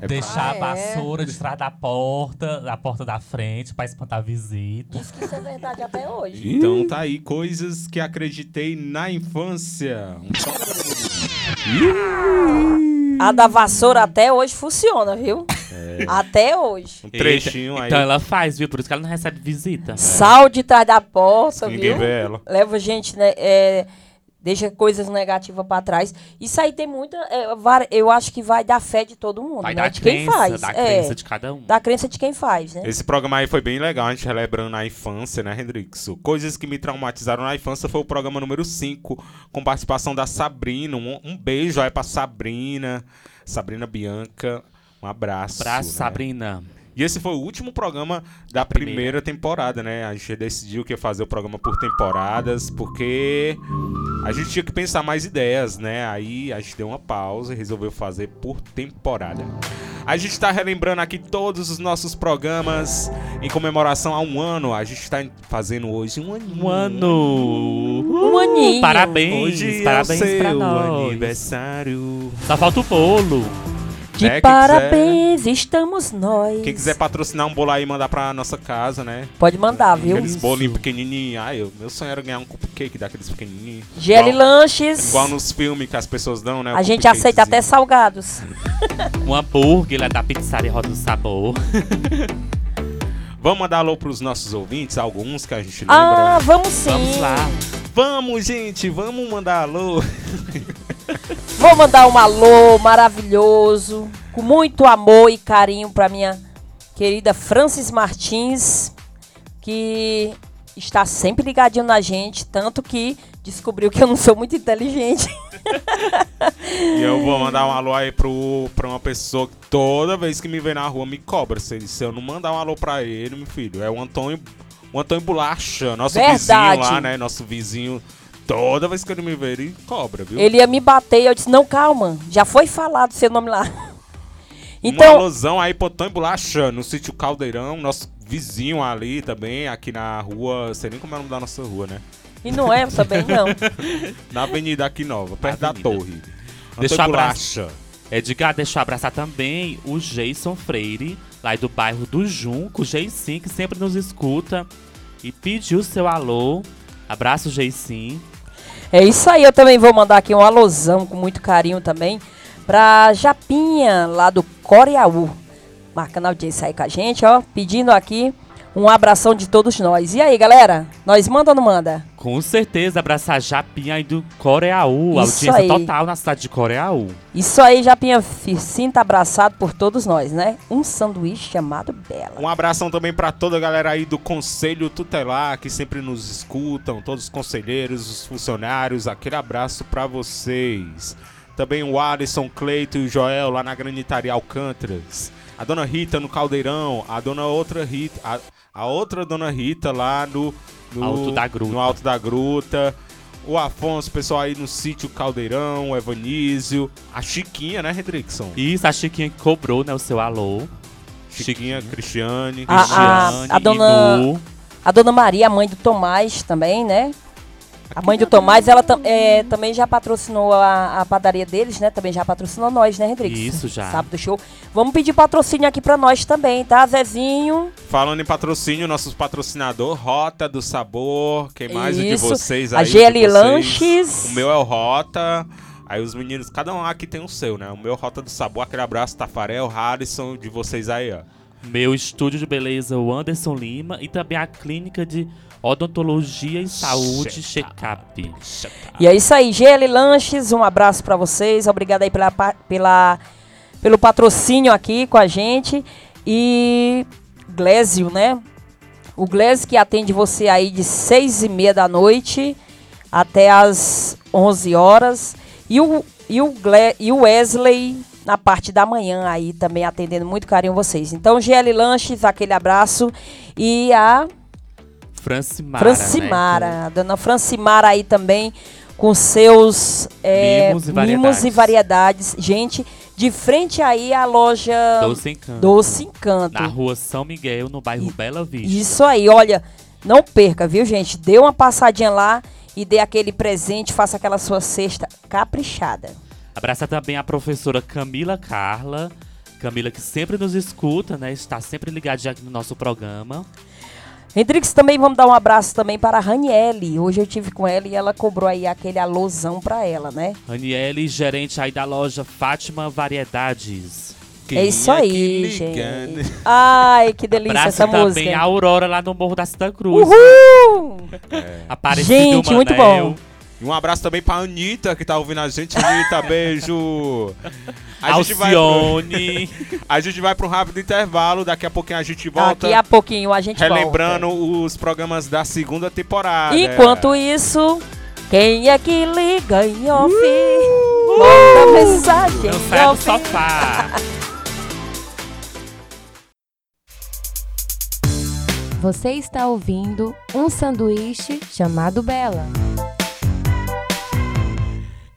é
Deixar a
pra-
vassoura de trás da porta, da porta da frente, pra espantar visitas.
Isso é verdade até hoje.
Então tá aí, coisas que acreditei na infância. Um
A da vassoura até hoje funciona, viu? Até hoje.
Eita,
trechinho aí.
Então ela faz, viu? Por isso que ela não recebe visita.
Sal de trás da porta,
Ninguém
viu?
vê ela.
Leva gente, né? é, Deixa coisas negativas pra trás. Isso aí tem muita. é, var- eu acho que vai dar fé de todo mundo.
Vai
né?
dar
de quem
crença,
faz.
da
é.
crença de cada um.
Da crença de quem faz, né?
Esse programa aí foi bem legal, a gente relembrando a infância, né, Hendrix? Coisas que me traumatizaram na infância foi o programa número 5, com participação da Sabrina. Um, um beijo aí pra Sabrina, Sabrina Bianca. Um abraço.
Abraço,
né?
Sabrina.
E esse foi o último programa da primeira. temporada, né? A gente decidiu que ia fazer o programa por temporadas, porque a gente tinha que pensar mais ideias, né? Aí a gente deu uma pausa e resolveu fazer por temporada. A gente tá relembrando aqui todos os nossos programas em comemoração a um ano. A gente tá fazendo hoje um aninho.
Um ano!
Um aninho.
Uh, Parabéns,
Hoje é
parabéns
o seu
pra nós.
aniversário.
Só falta o bolo.
De
É, quem
parabéns, estamos nós.
Quem quiser patrocinar um bolo aí e mandar pra nossa casa, né?
Pode mandar, viu?
Aqueles bolinhos pequenininhos. Ai, eu, meu sonho era ganhar um cupcake daqueles pequenininhos.
Gelly
Igual-
Lanches.
Igual nos filmes que as pessoas dão, né?
A gente aceita até salgados.
Um hambúrguer lá da pizzaria Roda do Sabor.
Vamos mandar alô pros nossos ouvintes, alguns que a gente lembra.
Ah, vamos sim.
Vamos lá. Vamos, gente, vamos mandar alô.
Vou mandar um alô maravilhoso, com muito amor e carinho para minha querida Francis Martins, que está sempre ligadinho na gente, tanto que descobriu que eu não sou muito inteligente.
E eu vou mandar um alô aí pro, pra uma pessoa que toda vez que me vê na rua me cobra. Se, se eu não mandar um alô pra ele, meu filho, é o Antônio, o Antônio Bolacha, nosso
Verdade.
vizinho lá, né? Nosso vizinho. Toda vez que ele me vê, ele cobra, viu?
Ele é- ia me bater e eu disse: "Não, calma, já foi falado seu nome lá".
Uma
Então,
alusão Um aí pro Antônio Bolacha, no sítio Caldeirão, nosso vizinho ali também, aqui na rua, sei nem como é o nome da nossa rua, né?
e não é também não.
Na Avenida Aqui Nova, perto da torre.
Deixa eu
Antônio
abraçar. Edgar, deixa eu abraçar também o Jason Freire, lá do bairro do Junco, Jason, que sempre nos escuta e pediu seu alô. Abraço, Jason.
É isso aí, eu também vou mandar aqui um alôzão com muito carinho também pra Japinha, lá do Coreaú. Marcando audiência aí com a gente, ó. Pedindo aqui um abração de todos nós. E aí, galera? Nós manda ou não manda?
Com certeza, abraçar Japinha aí do Coreaú,
Isso
audiência
aí.
total na cidade de Coreaú.
Isso aí, Japinha, se sinta abraçado por todos nós, né? Um sanduíche chamado Bela.
Um abração também pra toda a galera aí do Conselho Tutelar que sempre nos escutam, todos os conselheiros, os funcionários, aquele abraço pra vocês. Também o Alisson, Cleito e o Joel lá na Granitaria Alcântaras. A dona Rita no Caldeirão, a dona outra Rita, a, a outra dona Rita lá no, no
Alto da Gruta.
no Alto da Gruta. O Afonso, pessoal aí no sítio Caldeirão, o Evanísio, a Chiquinha, né, Redrickson?
Isso, a Chiquinha que cobrou, né, o seu alô.
Chiquinha, Cristiane,
A, a, a dona. A dona Maria, a mãe do Tomás também, né? A mãe do Tomás, ela tam- é, também já patrocinou a, a padaria deles, né? Também já patrocinou nós, né, Rodrigues?
Isso, já.
Sabe do show. Vamos pedir patrocínio aqui pra nós também, tá, Zezinho?
Falando em patrocínio, nossos patrocinador Rota do Sabor, quem mais o de
Isso,
vocês
a
aí?
GL
de vocês?
Lanches.
O meu é o Rota. Aí os meninos, cada um aqui tem o seu, né? O meu Rota do Sabor, aquele abraço, Tafarel, Harrison, de vocês aí, ó.
Meu estúdio de beleza, o Anderson Lima, e também a clínica de odontologia e saúde, check-up.
E é isso aí, GL Lanches, um abraço pra vocês. Obrigado aí pela, pa- pela, pelo patrocínio aqui com a gente. E Glésio, né? O Glésio que atende você aí de seis e meia da noite até as 11 horas. E o, e o, Gle- e o Wesley na parte da manhã aí também atendendo muito carinho vocês. Então, GL Lanches, aquele abraço. E a
Francimara. né,
Francimara, a dona Francimara aí também, com seus é,
Mimos e
mimos e variedades. Gente, de frente aí à loja
Doce Encanto.
Doce Encanto.
Na rua São Miguel, no bairro Bela Vista.
Isso aí, olha, não perca, viu, gente? Dê uma passadinha lá e dê aquele presente, faça aquela sua cesta caprichada.
Abraçar também a professora Camila Carla. Camila que sempre nos escuta, né? Está sempre ligadinha aqui no nosso programa.
Hendrix, também vamos dar um abraço também para a Raniele. Hoje eu tive com ela e ela cobrou aí aquele alôzão pra ela, né?
Aniele, gerente aí da loja Fátima Variedades.
é isso aí, gente. Ai, que delícia
Abraço
essa
também
música.
a Aurora lá no Morro da Santa Cruz.
Uhul!
É. Aparecido
Gente, muito bom.
E um abraço também pra Anitta, que tá ouvindo a gente. Anitta, beijo! Vai
Alcione.
pro... a gente vai pra um rápido intervalo. Daqui a pouquinho a gente volta.
Daqui a pouquinho a gente
Relembrando os programas da segunda temporada.
Enquanto isso, quem é que liga em off?
Uh!
Manda mensagem
Não
em
sai do
off.
sofá.
Você está ouvindo um sanduíche chamado Bela.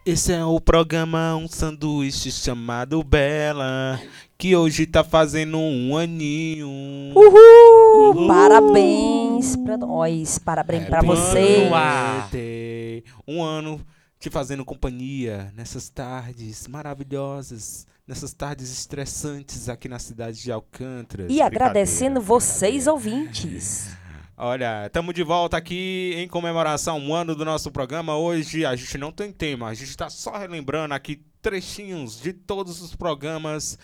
Esse é o programa Um Sanduíche chamado Bela, que hoje tá fazendo um aninho.
Uhul!
Uh!
Parabéns pra nós, parabéns
É,
pra
um
vocês.
você. Um ano te fazendo companhia nessas tardes maravilhosas, nessas tardes estressantes aqui na cidade de Alcântara.
E agradecendo vocês, ouvintes.
Olha, estamos de volta aqui em comemoração a um ano do nosso programa. Hoje a gente não tem tema, a gente está só relembrando aqui trechinhos de todos os programas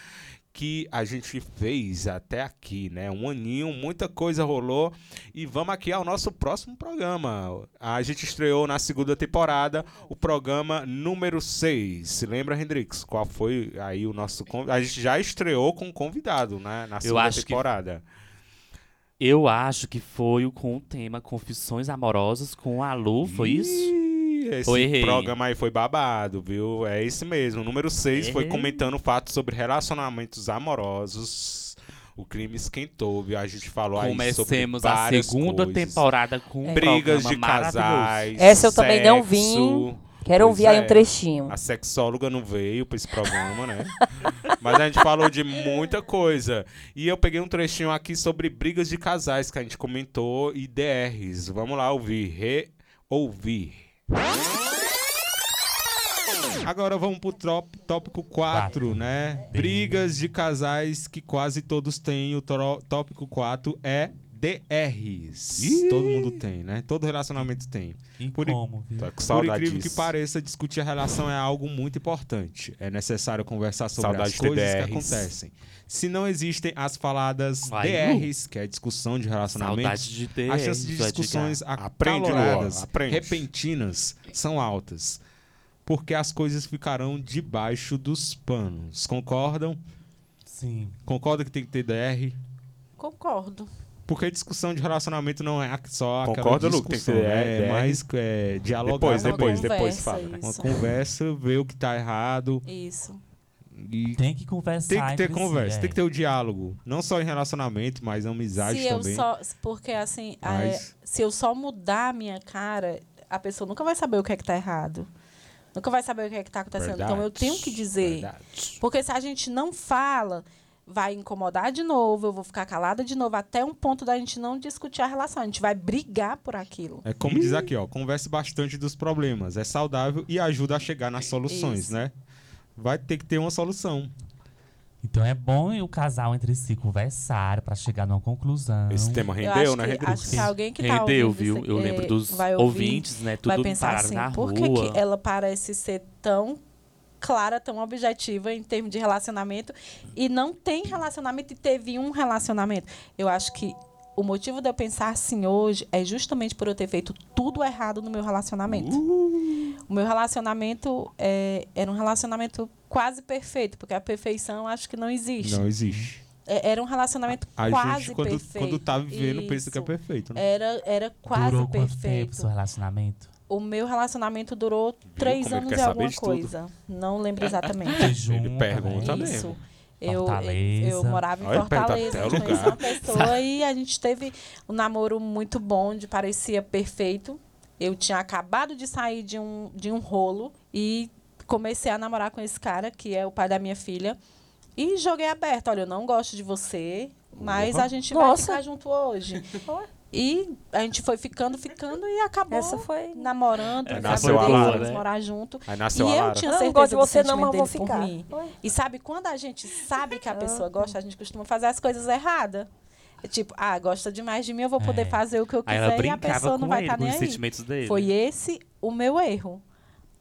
que a gente fez até aqui, né? Um aninho, muita coisa rolou e vamos aqui ao nosso próximo programa. A gente estreou na segunda temporada o programa número 6. Lembra, Hendrix, qual foi aí o nosso convidado? A gente já estreou com convidado, né, na segunda
acho que-
temporada.
Eu acho que foi o com o tema Confissões Amorosas com a Lu, foi isso?
Esse
Ou errei?
programa aí foi babado, viu? É isso mesmo. Número 6 foi
Errei.
comentando fatos sobre relacionamentos amorosos. O crime esquentou, viu? A gente falou aí sobre
Comecemos a
várias
segunda
coisas. É.
temporada com um
brigas
programa
de
maravilhoso. É.
casais.
Essa eu também não vi.
sexo. é. Ah,
Quero ouvir aí um trechinho.
A sexóloga não veio pra esse programa, né? Mas a gente falou de muita coisa. E eu peguei um trechinho aqui sobre brigas de casais que a gente comentou e DRs. Vamos lá ouvir, reouvir. Agora vamos pro trop- tópico 4, né? Brigas de casais que quase todos têm. O tro- tópico 4 é DRs. Todo mundo tem, né? Todo relacionamento tem. Por, Tá i-
Tô Tá com
por
saudade
incrível que
disso.
pareça, discutir a relação é algo muito importante. É necessário conversar sobre
Saudade
as coisas
TDRs.
que acontecem. Se não existem as faladas
Vai,
DRs, que é discussão de relacionamentos,
Saudade de
as chances de
DRs,
discussões
Edgar. Aprende, Luan,
acaloradas,
aprende.
repentinas, são altas. Porque as coisas ficarão debaixo dos panos. Concordam?
Sim.
Concordam que tem que ter DR?
Concordo.
Porque discussão de relacionamento não é ac- só aquela
Concorda, Lu, que tem que
discussão,
ter
né?
DR?
é mais é, dialogar.
Depois,
Uma
depois,
é.
conversa,
depois fala.
Uma
isso.
conversa, ver o que tá errado.
Isso.
E
tem que conversar
Tem que ter
entre si,
conversa,
é.
tem que ter o diálogo. Não só em relacionamento, mas em amizade
se
também.
eu só porque assim a-
Mas-
se eu só mudar a minha cara a pessoa nunca vai saber o que é que tá errado nunca vai saber o que é que tá acontecendo então eu
Verdade,
tenho que dizer porque se a gente não fala vai incomodar de novo eu vou ficar calada de novo até um ponto da gente não discutir a relação a gente vai brigar por aquilo
É como diz aqui, ó, converse bastante dos problemas. É saudável e ajuda a chegar nas soluções,
Isso.
né? Vai ter que ter uma solução.
Então é bom o casal entre si conversar pra chegar numa conclusão.
Esse tema
Eu acho que- acho que alguém que tá
Rendeu,
ouvindo
viu?
isso
Eu
aqui,
lembro
é,
dos
vai ouvir,
ouvintes, né?
vai
Tudo
pensar
pararam
assim,
na
por que
rua.
que ela parece ser tão clara, tão objetiva em termos de relacionamento e não tem relacionamento e teve um relacionamento? Eu acho que o motivo de eu pensar assim hoje é justamente por eu ter feito tudo errado no meu relacionamento.
Uh.
O meu relacionamento é, era um relacionamento quase perfeito, porque a perfeição acho que não existe.
Não existe.
É- Era um relacionamento
A
quase
gente, quando,
perfeito.
quando tá vivendo, pensa
Isso.
que é perfeito, né?
Era, era quase
Durou quanto tempo
perfeito.
seu relacionamento?
O meu relacionamento durou três
como ele
anos
quer
e
saber
alguma
de tudo?
coisa. Não lembro exatamente.
Ele junta,
pergunta
né?
mesmo.
Eu,
Fortaleza.
eu morava em
Olha, pergunta
Fortaleza,
até o
eu conheci uma
lugar.
pessoa e a gente teve um namoro muito bom, de parecia perfeito. Eu tinha acabado de sair de um, de um rolo e comecei a namorar com esse cara, que é o pai da minha filha. E joguei aberto, olha, eu não gosto de você, mas
Opa.
a gente
Nossa.
vai ficar junto hoje. E a gente foi ficando, ficando e acabou Essa foi... namorando.
Aí
acabou
nasceu a
dele,
Lara,
fomos
né?
morar junto.
Aí nasceu
e
a
eu
Lara.
tinha
Eu não
certeza
gosto de
do
você, não,
sentimento
mas
dele
vou
por
ficar. Ah.
mim. E sabe, quando a gente sabe que a pessoa gosta, a gente costuma fazer as coisas erradas. É Tipo, ah, gosta demais de mim, eu vou poder
É.
fazer o que eu
Aí ela
quiser e a
brincava
pessoa não
com
vai
ele,
tá estar
com
nem
os
aí.
sentimentos dele.
Foi esse o meu erro.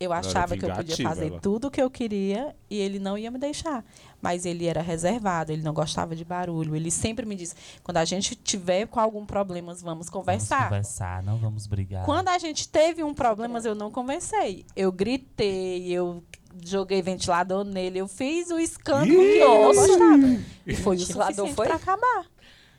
Eu
Ela
achava que eu podia
vingativa,
fazer
ela.
tudo o que eu queria e ele não ia me deixar. Mas ele era reservado, ele não gostava de barulho. Ele sempre me disse: quando a gente tiver com algum problema, vamos
Vamos
conversar.
conversar, não vamos brigar.
Quando a gente teve um problema, eu não conversei. Eu gritei, eu joguei ventilador nele, eu fiz o escândalo que eu não
Nossa!
gostava. E foi
Ventilador
o suficiente
foi?
para acabar.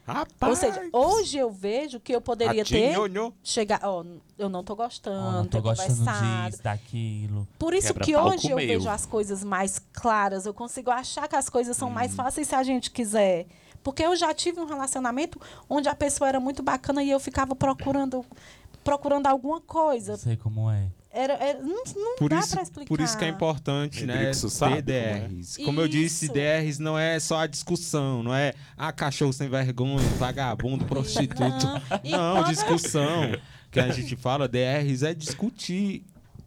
Rapaz!
Ou seja, hoje eu vejo que eu poderia ter
Atinhonho.
chegar, ó, eu não tô gostando,
Ó, não tô
ter
gostando
é conversado.
disso, daquilo.
Por isso que hoje eu vejo as coisas mais claras, eu consigo achar que as coisas são
Hum.
mais fáceis se a gente quiser. Porque eu já tive um relacionamento onde a pessoa era muito bacana e eu ficava procurando procurando alguma coisa.
Sei como é.
Era, era- não não
Por
dá
isso,
pra explicar.
por isso que é importante, né?
Hendrixo sabe
Ter DRs.
como é.
Como eu disse,
Isso.
DRs não é só a discussão, não é ah, cachorro sem vergonha, vagabundo, prostituto.
E
Não, é
quando-
discussão. Que a gente fala, DRs é discutir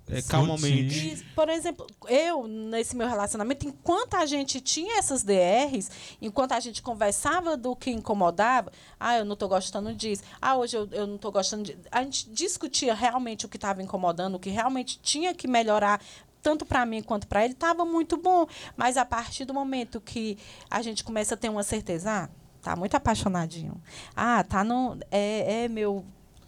é, calmamente.
E, por exemplo, eu, nesse meu relacionamento, enquanto a gente tinha essas DRs, enquanto a gente conversava do que incomodava, ah, eu não tô gostando disso, ah, hoje eu, eu não tô gostando de. A gente discutia realmente o que estava incomodando, o que realmente tinha que melhorar. Tanto para mim quanto para ele, estava muito bom. Mas a partir do momento que a gente começa a ter uma certeza, ah, tá muito apaixonadinho. Ah, tá no. É, é meu.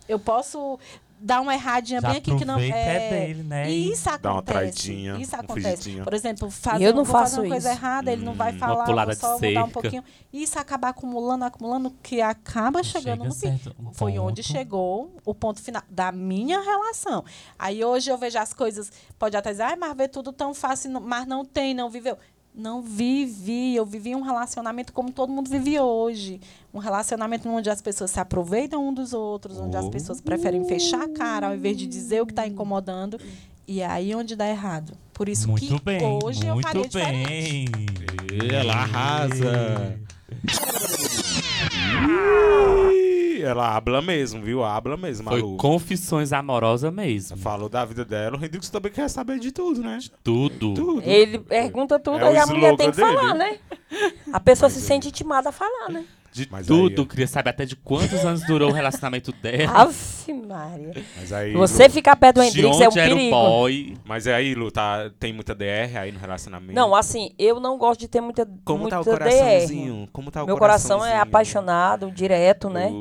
Eu posso dar uma erradinha
Já
bem aqui que não.
aproveita, é dele, né?
E isso acontece.
Dá uma traidinha,
Isso
um
acontece.
fugidinho.
Por exemplo, fazer,
Eu não
vou fazer
faço
uma coisa
isso.
errada, ele não vai
Hum, uma
falar,
pulada
vou só
de
mudar um
cerca.
pouquinho. E isso acaba acumulando, acumulando, que acaba chegando
Chega
no
certo um
fim. Foi onde
ponto.
chegou o ponto final da minha relação. Aí hoje eu vejo as coisas, pode até dizer, ai, mas vê tudo tão fácil, não- mas não tem, não viveu. Não vivi, eu vivi um relacionamento como todo mundo vive hoje. Um relacionamento onde as pessoas se aproveitam um dos outros, onde as pessoas preferem fechar a cara ao invés de dizer o que está incomodando. E é aí onde dá errado. Por isso
Muito
que
bem,
hoje eu faria
muito
diferente.
bem.
E ela arrasa.
Ih, Ela habla mesmo, viu? Habla mesmo,
Foi
Malu.
confissões amorosas mesmo.
Falou da vida dela. O Hendrix também quer saber de tudo, né?
Tudo.
Ele pergunta tudo,
É o
aí a mulher
slogan
tem que
dele.
falar, né? A pessoa se sente intimada a falar, né?
De
Mas
tudo. Queria saber até de quantos anos durou o relacionamento
Ah,
dela.
Ave Maria.
Mas aí,
Você ficar perto do
De
Hendrix é um
onde era o
perigo.
boy? Mas aí, Lu, tá, tem muita DR aí no relacionamento?
Não, assim, eu não gosto de ter muita
Como
muita
tá o
DR.
coraçãozinho? Como tá o
Meu coração é
coraçãozinho? Uh.
apaixonado, direto, né?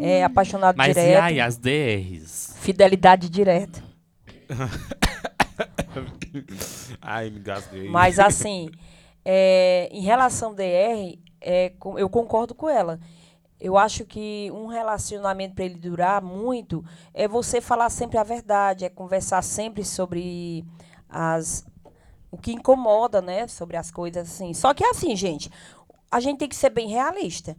É apaixonado
Mas
direto.
e aí, as DRs?
Fidelidade direta.
Ai, me gasguei.
Mas assim, é, em relação ao DR, é, com- eu concordo com ela. Eu acho que um relacionamento para ele durar muito é você falar sempre a verdade, é conversar sempre sobre as o que incomoda, né, sobre as coisas assim. Só que assim, gente, a gente tem que ser bem realista.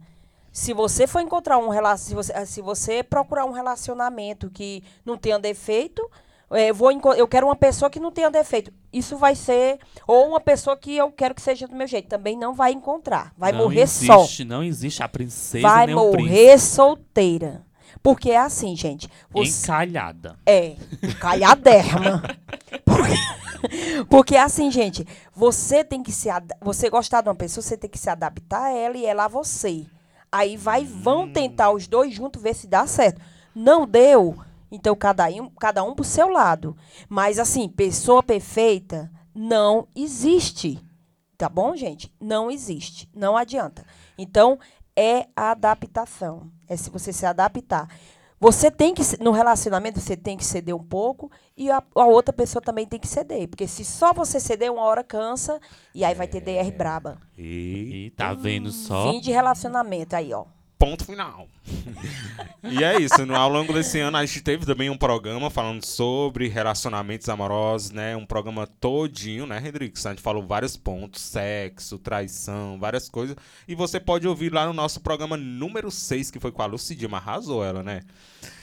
Se você for encontrar um relacionamento, se você, ah, se você procurar um relacionamento que não tenha defeito, eh, eu, vou enco- eu quero uma pessoa que não tenha defeito. Isso vai ser. Ou uma pessoa que eu quero que seja do meu jeito. Também não vai encontrar. Vai
Não
morrer
existe,
só.
Não existe a princesa
Vai
nem né, o
morrer
príncipe.
solteira. Porque é assim, gente. Você...
Encalhada.
É, calhaderma. Porque, porque assim, gente, você tem que se ad- você gostar de uma pessoa, você tem que se adaptar a ela e ela a você. Aí vai
Hum.
vão tentar os dois juntos ver se dá certo. Não deu, então cada um cada um pro seu lado. Mas assim, pessoa perfeita não existe. Tá bom, gente? Não existe. Não adianta. Então, é a adaptação. É se você se adaptar. Você tem que, se- no relacionamento, você tem que ceder um pouco e a, a outra pessoa também tem que ceder. Porque se só você ceder, uma hora cansa e aí vai ter DR braba.
E tá vendo só?
Fim de relacionamento aí, ó.
Ponto final. E é isso, no- ao longo desse ano a gente teve também um programa falando sobre relacionamentos amorosos, né? Um programa todinho, né, Hendrix? A gente falou vários pontos, sexo, traição, várias coisas. E você pode ouvir lá no nosso programa número 6, que foi com a Lucidima. Arrasou ela, né?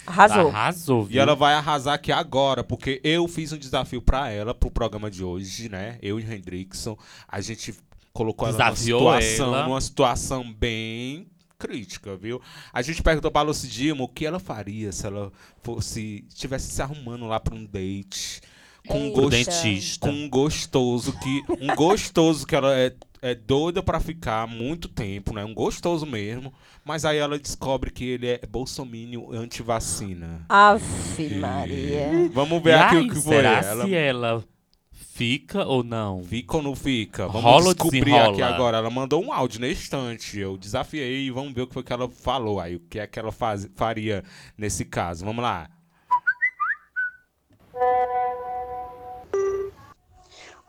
Arrasou.
Arrasou,
E ela vai arrasar aqui agora, porque eu fiz um desafio pra ela pro programa de hoje, né? Eu e o Hendrickson. A gente colocou
Desafiou
ela numa situação,
ela.
numa situação bem crítica, viu? A gente perguntou pra Lucy Dima o que ela faria se ela fosse estivesse se arrumando lá pra um date com um
Pro
gos-
dentista.
com um gostoso que um gostoso que ela é é doida pra ficar muito tempo, né? Um gostoso mesmo. Mas aí ela descobre que ele é bolsomínio antivacina.
Ave Maria.
E Vamos ver
E
aqui
aí,
o que foi.
será
Ela
se é? ela fica ou não?
Fica ou não fica? Vamos
Rola ou
descobrir
desenrola?
aqui agora. Ela mandou um áudio na instante. Eu desafiei e vamos ver o que foi que ela falou aí. O que é que ela faz- faria nesse caso. Vamos lá.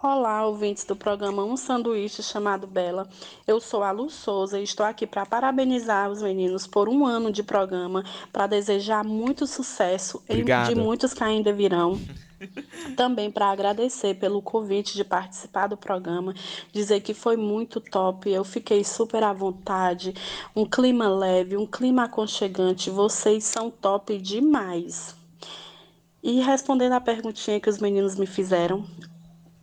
Olá, ouvintes do programa Um Sanduíche Chamado Bela. Eu sou a Lu Souza e estou aqui para parabenizar os meninos por um ano de programa, para desejar muito sucesso e
Obrigado.
de muitos que ainda virão. Também para agradecer pelo convite de participar do programa, dizer que foi muito top, eu fiquei super à vontade, um clima leve, um clima aconchegante, vocês são top demais. E respondendo à perguntinha que os meninos me fizeram,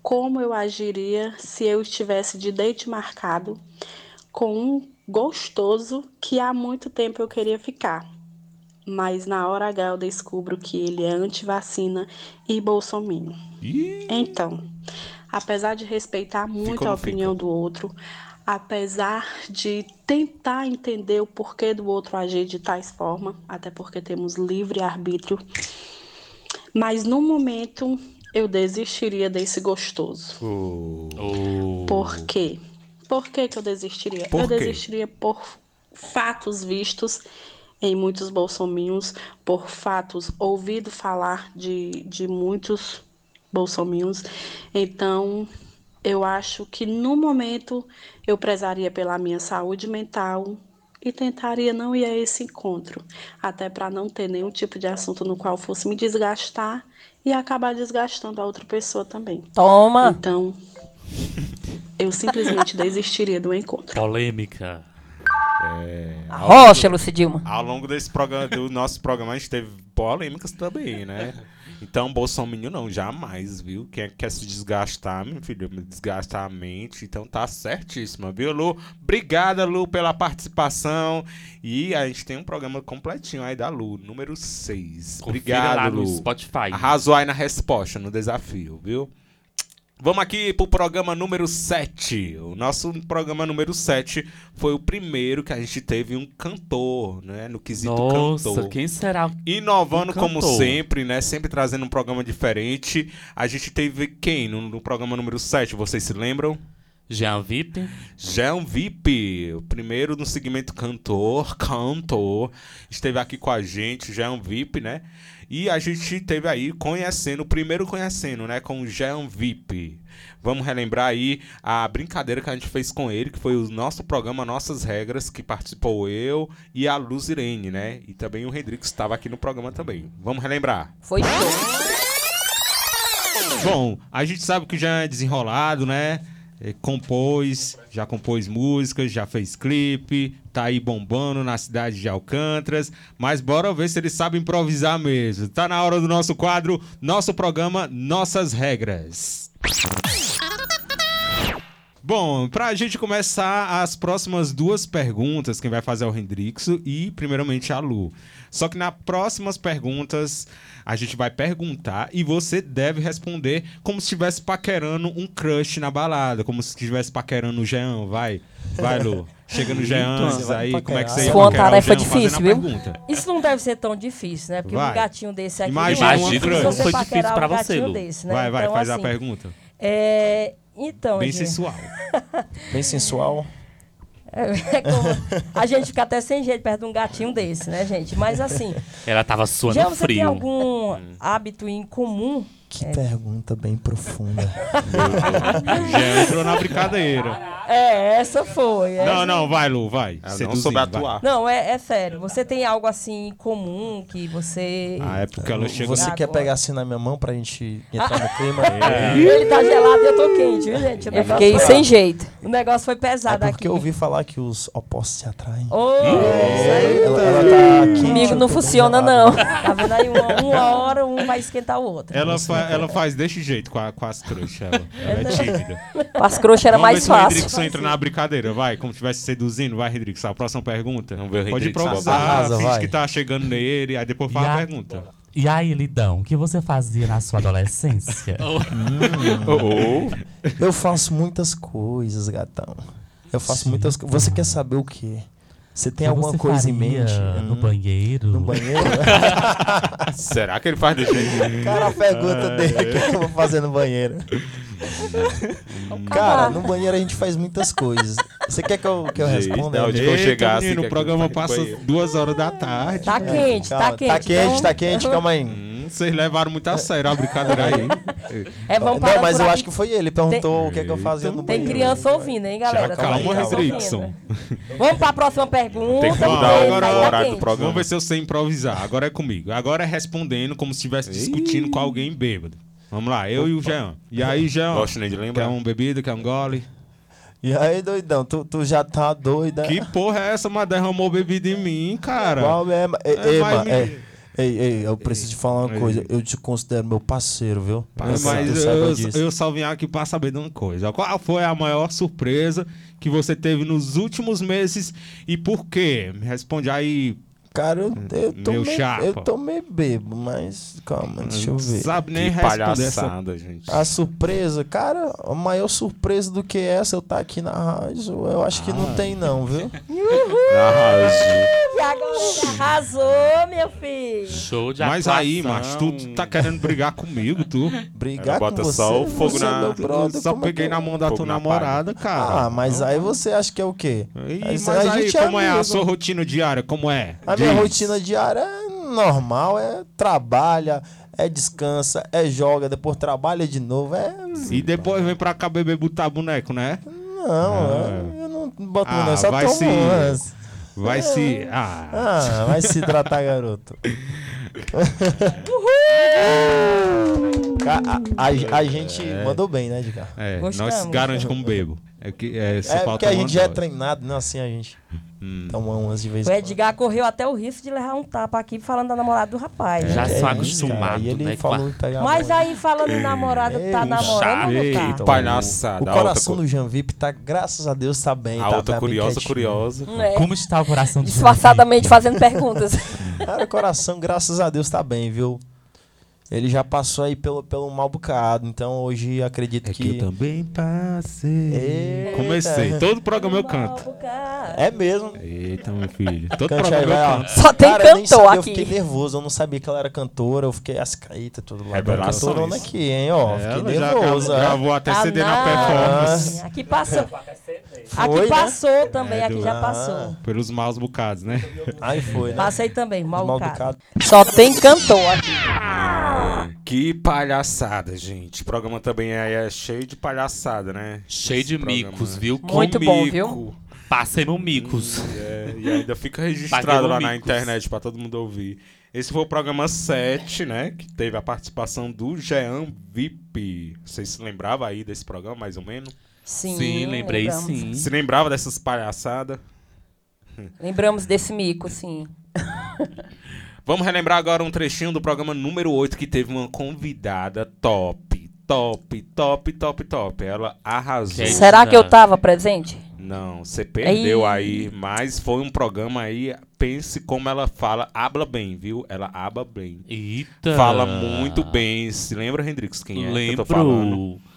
como eu agiria se eu estivesse de date marcado com um gostoso que há muito tempo eu queria ficar. Mas na hora H eu descubro que ele é antivacina e bolsominho. Então, apesar de respeitar muito
Fica ou
a
não fica?
opinião do outro, apesar de tentar entender o porquê do outro agir de tais forma, até porque temos livre arbítrio, mas no momento eu desistiria desse gostoso.
Oh.
Por quê? Por que, que eu desistiria?
Por
eu
quê?
desistiria por fatos vistos em muitos bolsominhos, por fatos ouvido falar de, de muitos bolsominhos. Então, eu acho que no momento eu prezaria pela minha saúde mental e tentaria não ir a esse encontro, até para não ter nenhum tipo de assunto no qual fosse me desgastar e acabar desgastando a outra pessoa também.
Toma!
Então, eu simplesmente desistiria do encontro.
Polêmica.
É, ao
Rocha,
longo-
Lucidilma.
Ao longo desse programa, do nosso programa, a gente teve polêmicas também, né? Então, Bolsonaro não, jamais, viu? Quem é que quer se desgastar, meu filho, desgastar a mente. Então, tá certíssima, viu, Lu? Obrigada, Lu, pela participação. E a gente tem um programa completinho aí da Lu, número 6. Obrigado,
lá no
Lu.
Spotify.
Arrasou aí na resposta, no desafio, viu? Vamos aqui pro programa número 7. O nosso programa número 7 foi o primeiro que a gente teve um cantor, né? No quesito
Nossa,
cantor.
quem será?
Inovando
um
como
cantor?
sempre, né? Sempre trazendo um programa diferente. A gente teve quem no, no programa número 7, vocês se lembram?
Jean Vip.
Jean Vip, o primeiro no segmento cantor, cantor, esteve aqui com a gente, Jean Vip, né? E a gente teve aí conhecendo, o primeiro conhecendo, né? Com o Jean Vip. Vamos relembrar aí a brincadeira que a gente fez com ele, que foi o nosso programa Nossas Regras, que participou eu e a Luz Irene, né? E também o Rodrigo estava aqui no programa também. Vamos relembrar.
Foi show.
Bom, a gente sabe que já é desenrolado, né? Eh, Compôs, já compôs músicas, já fez clipe, tá aí bombando na cidade de Alcântaras. Mas bora ver se ele sabe improvisar mesmo. Tá na hora do nosso quadro, nosso programa, nossas regras. Bom, pra gente começar as próximas duas perguntas, quem vai fazer é o Hendrixo e, primeiramente, a Lu. Só que nas próximas perguntas, a gente vai perguntar e você deve responder como se estivesse paquerando um crush na balada, como se estivesse paquerando o Jean, vai. Vai, Lu. Chega no Jean
Então,
aí,
vai
como é que
paquerar.
você
Isso
ia
foi uma
paquerar o
tarefa
Jean?
difícil,
Fazendo a
viu?
pergunta.
Isso não deve ser tão difícil, né? Porque um
Vai.
gatinho desse aqui
Imagina
não
uma
é difícil
cruz.
você
Foi
paquerar
difícil pra
um
você,
gatinho
Lu.
desse, né?
Vai, vai,
Então,
faz a
assim,
pergunta.
É... Então,
Bem
Edinho,
sensual.
Bem sensual.
é como- a gente fica até sem jeito perto de um gatinho desse, né, gente? Mas assim,
Ela tava suando
já você tem
frio.
algum hábito em comum?
Que
É,
pergunta bem profunda.
Jean entrou na é brincadeira.
É, essa foi. essa-
Não, não, vai, Lu, vai.
não
Seduzindo,
soube
vai.
atuar.
Não, é, é sério. Você tem algo assim em comum que você.
Ah, é
Você quer
Agora.
pegar assim na minha mão pra gente entrar no clima?
É.
Ele tá gelado e eu tô quente, viu, gente? O
Eu
negócio
fiquei
foi-
sem jeito.
O negócio foi
É
pesado
porque
aqui.
eu ouvi falar que os opostos se atraem.
Ô,
Ela, ela tá quente,
Comigo
eu
não
tô
funciona, não.
congelado.
Tá vendo aí? Uma, uma hora um vai esquentar o outro. né?
Ela, fa- ela faz deste jeito com, a- com as crush, ela. Ela é tímida.
Com as crush era
Vamos
mais
ver se o
fácil.
Hendrickson entra na brincadeira, vai. Como estivesse seduzindo, vai, Hendrix. A próxima pergunta. Vamos ver
o
Pode
Hendrickson
improvisar,
arrasa,
finge
vai.
que tá chegando nele, aí depois faz a pergunta.
E aí, Lidão, o que você fazia na sua adolescência?
Oh.
né? Eu faço muitas coisas, gatão. Eu faço muitas coisas. Você quer saber o quê? Você
O
tem
que
alguma
você
coisa em
faria
mente?
no
Hum,
banheiro?
No banheiro?
Será que ele faz desse jeito?
Cara, a pergunta
Ai,
dele, o
ai.
que, é que eu vou fazer no banheiro? Cara, no banheiro a gente faz muitas coisas. Você quer que eu, que eu
Gente,
responda?
não,
Onde
de
que eu
Eita,
chegar, assim,
menino,
que
o
aqui
programa
tá
passa
banheiro.
duas horas da tarde.
Tá
velho.
quente, tá Calma, tá quente, quente, então. tá quente, calma aí.
Hum, Vocês levaram muito a sério a brincadeira aí. hein?
É, vamos
Não,
parar
mas
por
eu
aqui.
acho que foi ele. Perguntou o que é que eu fazia no
Tem
banheiro.
criança ouvindo, hein, galera? Tem
Calma,
criança
Rodrickson.
ouvindo. Vamos pra próxima pergunta.
Tem que
porque
mudar
vai
agora
dar
o horário do
quente.
programa. Vamos ver se eu sei improvisar. Agora é comigo. Agora é respondendo como se estivesse discutindo com alguém bêbado. Vamos lá, eu e o Jean. E aí, Jean?
Gosto nem de lembrar.
Quer um bebido, quer um gole?
E aí, doidão, tu, tu já tá doida?
Que porra é essa, mas derramou bebida em mim, cara?
Qual é? ma- Ei,
É,
ei,
mas
ma-
me-
é. Ei, ei, eu preciso te falar uma
Ei.
coisa. Eu te considero meu parceiro, viu? Eu
Mas,
sei que tu
eu,
saiba
eu-
disso.
eu só vim aqui pra saber de uma coisa. Qual foi a maior surpresa que você teve nos últimos meses e por quê? Me responde aí.
Cara, eu, eu tô
Meu
meio-
chapa.
Eu tô meio bebo, mas calma, deixa eu ver.
Sabe nem Que responder essa- palhaçada, gente.
A surpresa, cara, a maior surpresa do que essa eu tá aqui na rádio, eu acho que
Ah.
não tem não, viu?
Ih, agora arrasou, meu filho.
Show de
Mas aí,
atuação.
macho, tu, tu tá querendo brigar comigo, tu?
Brigar Ela bota com só você? o fogo Você na- é meu brother,
só
como é
peguei
que-
na mão da
Fogo
tua
na
namorada, cara.
Ah, mas aí você acha que é o quê?
Ih,
Aí
mas
você-
aí, como é a
amigo.
sua rotina diária? Como é?
A minha
Diz.
rotina diária é normal, é trabalha, é descansa, é joga, depois trabalha de novo, é...
E depois vem pra cá beber botar boneco, né?
Não, eu não boto
Ah,
não, eu só
vai
tomo
se-
umas.
Vai se. Ah.
Ah, vai se hidratar, garoto. Ca- A, a- a gente
É.
mandou bem, né, Dica?
É, nós se garante como bebo. É que é, só
É
falta
porque a gente já é
vontade.
treinado, não assim a gente.
Hum.
Toma umas de vez
O
em quando.
Edgar correu até o risco de levar um tapa aqui falando da namorada do rapaz.
É,
né?
é isso, cara.
acostumado,
E ele
né, com
falou
a-
que tá
Mas aí, falando em namorado, tá namorando ou não tá?
palhaçada.
O
A outra
coração
co-
do Jean Vip tá, graças a Deus, tá bem.
A
tá,
outra
tá bem
curiosa,
quietinho.
curiosa.
É. Como
está o coração
do Disfarçadamente Jean Vip? fazendo perguntas.
Cara, o coração, graças a Deus, tá bem, viu? Ele já passou aí pelo, pelo mal bocado, então hoje acredito que.
É eu também passei.
Eita.
Comecei. Todo programa eu canto.
É mesmo.
Eita, meu filho. Todo
Cante aí,
programa
vai,
eu
ó.
canto.
Cara, eu nem sabia, Eu fiquei
aqui.
nervoso, eu não sabia que ela era cantora, eu fiquei as caídas, tudo lá.
Revelações.
Cantorona aqui, hein, ó.
Ela
fiquei
É, já
nervoso.
gravou-
ó.
gravou até CD na
Ah,
performance.
Aqui passou.
Foi,
aqui
né?
passou também,
É,
aqui
do-
já
Ah,
passou.
Pelos maus bocados, né?
Aí
é.
foi,
Passei também, mal,
Mal
cara.
educado.
Só tem cantor aqui.
Que palhaçada, gente. O programa também é, é cheio de palhaçada, né? é
Cheio de micos, viu?
Muito
Com
bom,
mico.
viu?
Passemos micos.
Hum, é, e ainda fica registrado
Paguemos
lá na
micos.
internet pra todo mundo ouvir. Esse foi o programa 7, né? Que teve a participação do Jean VIP. Vocês se lembravam aí desse programa, mais ou menos?
Sim, Sim, lembrei lembramos. sim.
Se lembrava dessas palhaçadas?
Lembramos desse mico, sim.
Vamos relembrar agora um trechinho do programa número 8 que teve uma convidada top, top, top, top, top. Ela arrasou.
Será que eu
né?
tava presente?
Não, você perdeu
Ei.
aí, mas foi um programa aí, pense como ela fala, habla bem, viu? Ela habla bem.
Eita.
Fala muito bem. Se lembra, Hendrix, quem é que eu tô falando?
Lembro. é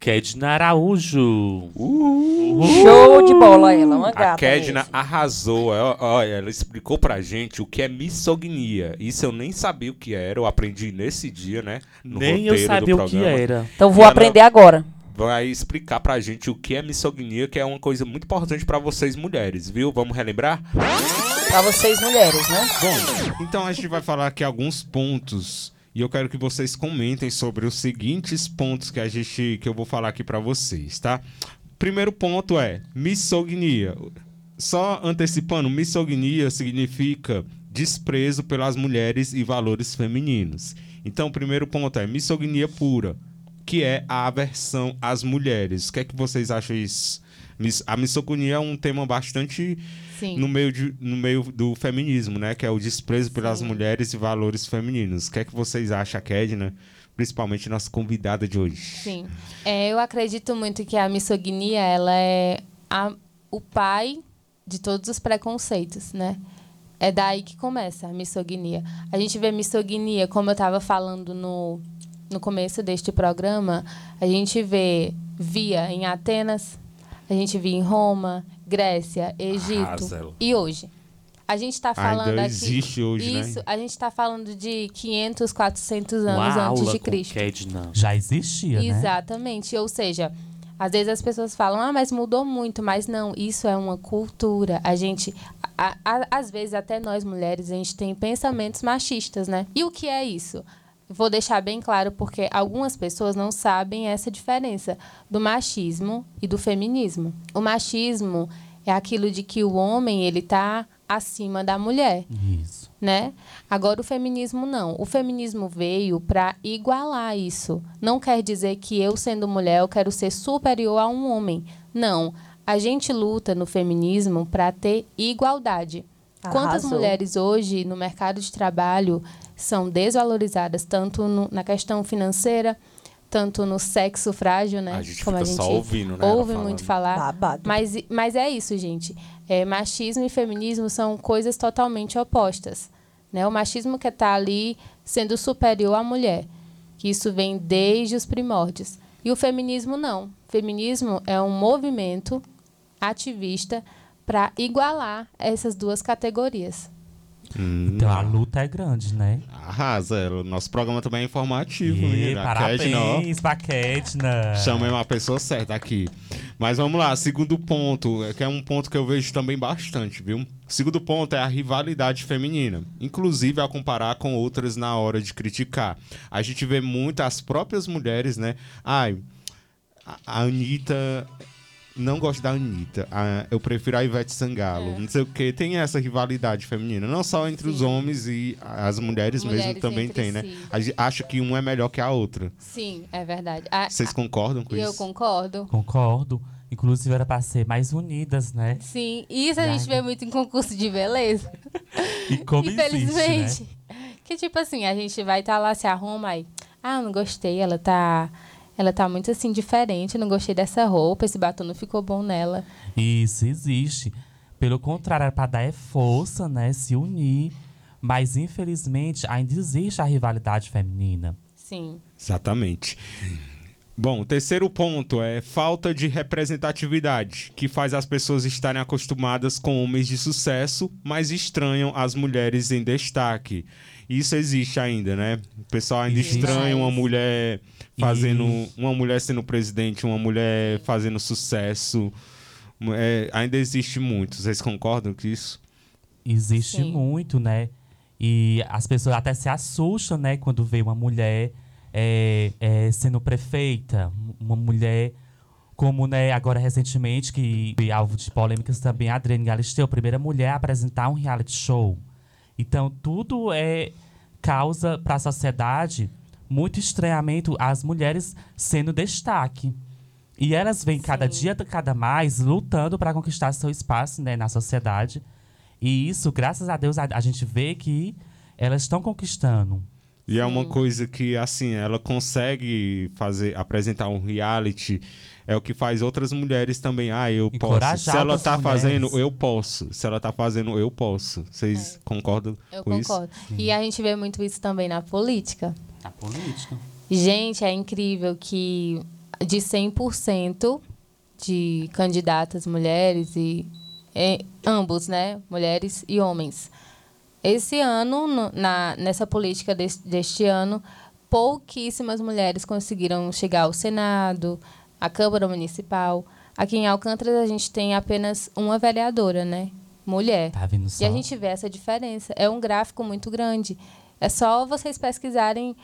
Kedna Araújo.
Show de bola ela, uma
Uh. A
gata.
Kedna arrasou. Ela, ó, ela explicou pra gente o que é misoginia. Isso eu nem sabia o que era. Eu aprendi nesse dia, né? No
Nem eu
roteiro do
sabia o que
programa.
era.
Então vou
Ela
aprender agora.
Vai explicar pra gente o que é misoginia, que é uma coisa muito importante pra vocês mulheres, viu? Vamos relembrar?
Pra vocês mulheres, né?
Bom, então a gente vai falar aqui alguns pontos e eu quero que vocês comentem sobre os seguintes pontos que a gente que eu vou falar aqui pra vocês, tá? Primeiro ponto é misoginia. Só antecipando, misoginia significa desprezo pelas mulheres e valores femininos. Então, o primeiro ponto é misoginia pura, que é a aversão às mulheres. O que é que vocês acham isso? Mis- A misoginia é um tema bastante
Sim.
no meio, de- no meio do feminismo, né? Que é o desprezo pelas mulheres e valores femininos. O que é que vocês acham, Kedna? Principalmente nossa convidada de hoje.
Sim. É, eu acredito muito que a misoginia ela é a- o pai de todos os preconceitos, né? É daí que começa a misoginia. A gente vê misoginia, como eu estava falando no, no começo deste programa, a gente vê, via em Atenas, a gente via em Roma, Grécia, Egito
Arrasou.
e hoje. A gente está
Ainda
falando aqui.
existe hoje, né?
Isso, a gente está falando de 500, 400
Uma
anos antes
aula
de
com
Cristo.
Kedna.
Já existia, né?
Exatamente. Ou seja, às vezes as pessoas falam, ah, mas mudou muito. Mas não, isso é uma cultura. A gente, a- a- às vezes, até nós mulheres, a gente tem pensamentos machistas, né? E o que é isso? Vou deixar bem claro porque algumas pessoas não sabem essa diferença do machismo e do feminismo. O machismo é aquilo de que o homem ele tá acima da mulher né? Agora o feminismo não. O feminismo veio para igualar isso. Não quer dizer que eu sendo mulher eu quero ser superior a um homem. Não. A gente luta no feminismo para ter igualdade. Quantas
Arrasou.
mulheres hoje no mercado de trabalho são desvalorizadas tanto no- na questão financeira, tanto no sexo frágil, né?
A gente fica só ouvindo, né, ela
ouve muito
falando.
falar. Mas, mas é isso, gente. É, machismo e feminismo são coisas totalmente opostas. Né? O machismo quer estar ali sendo superior à mulher, que isso vem desde os primórdios. E o feminismo não. Feminismo é um movimento ativista para igualar essas duas categorias.
Então a luta é grande, né?
Arrasa, ela- nosso programa também é informativo,
né?
E
menina. A Kedna, ó.
parabéns pra Ketna.
É.
Chamei uma pessoa certa aqui. Mas vamos lá, segundo ponto, é que é um ponto que eu vejo também bastante, viu? Segundo ponto é a rivalidade feminina, inclusive ao comparar com outras na hora de criticar. A gente vê muito as próprias mulheres, né? Ai, a- a Anitta. Não gosto da Anitta. a- eu prefiro a Ivete Sangalo.
É.
Não sei o quê. Tem essa rivalidade feminina. Não só entre os homens e as mulheres, mesmo
Mulheres
também
entre
tem, né?
si.
A gente acha que uma é melhor que a outra.
Sim, é verdade. A-
Vocês concordam com
e eu
isso?
concordo.
Concordo. Inclusive era pra ser mais unidas, né?
Sim, e isso a gente vê muito em concurso de beleza.
E como
Infelizmente.
existe, né?
Que tipo assim, a gente vai estar lá, se arruma aí. Ah, não gostei, ela tá. Ela tá muito assim, diferente, não gostei dessa roupa, esse batom não ficou bom nela.
Isso existe. Pelo contrário, era pra dar é força, né? Se unir. Mas infelizmente ainda existe a rivalidade feminina.
Sim.
Exatamente. Bom, o terceiro ponto é falta de representatividade, que faz as pessoas estarem acostumadas com homens de sucesso, mas estranham as mulheres em destaque. Isso existe ainda, né? O pessoal ainda
Existe.
estranha uma
Demais.
mulher fazendo, uma mulher sendo presidente, uma mulher fazendo sucesso. É, ainda existe muito. Vocês concordam com isso?
Existe
Sim.
muito, né? E as pessoas até se assustam, né? Quando vê uma mulher é, é, sendo prefeita, uma mulher como, né, agora recentemente, que foi alvo de polêmicas também, a Adriane Galisteu, a primeira mulher a apresentar um reality show. Então, tudo é causa para a sociedade muito estranhamento as mulheres sendo destaque. E elas vêm cada dia, cada mais, lutando para conquistar seu espaço né, na sociedade. E isso, graças a Deus, a, a gente vê que elas estão conquistando.
E é uma coisa que, assim, ela consegue fazer, apresentar um reality. É o que faz outras mulheres também. Ah, eu
Encorajar
posso. Se ela
outras
tá
mulheres.
fazendo, eu posso. Se ela tá fazendo, eu posso. Vocês concordam
É. Eu
com
concordo.
isso?
Uhum.
E a gente vê muito isso também na política.
Na política.
Gente, é incrível que de 100% de candidatas mulheres e é, ambos, né? Mulheres e homens. Esse ano, no- na, nessa política des- deste ano, pouquíssimas mulheres conseguiram chegar ao Senado, à Câmara Municipal. Aqui em Alcântara, a gente tem apenas uma vereadora, né? Mulher.
Tá vendo só?
E a gente vê essa diferença. É um gráfico muito grande. É só vocês pesquisarem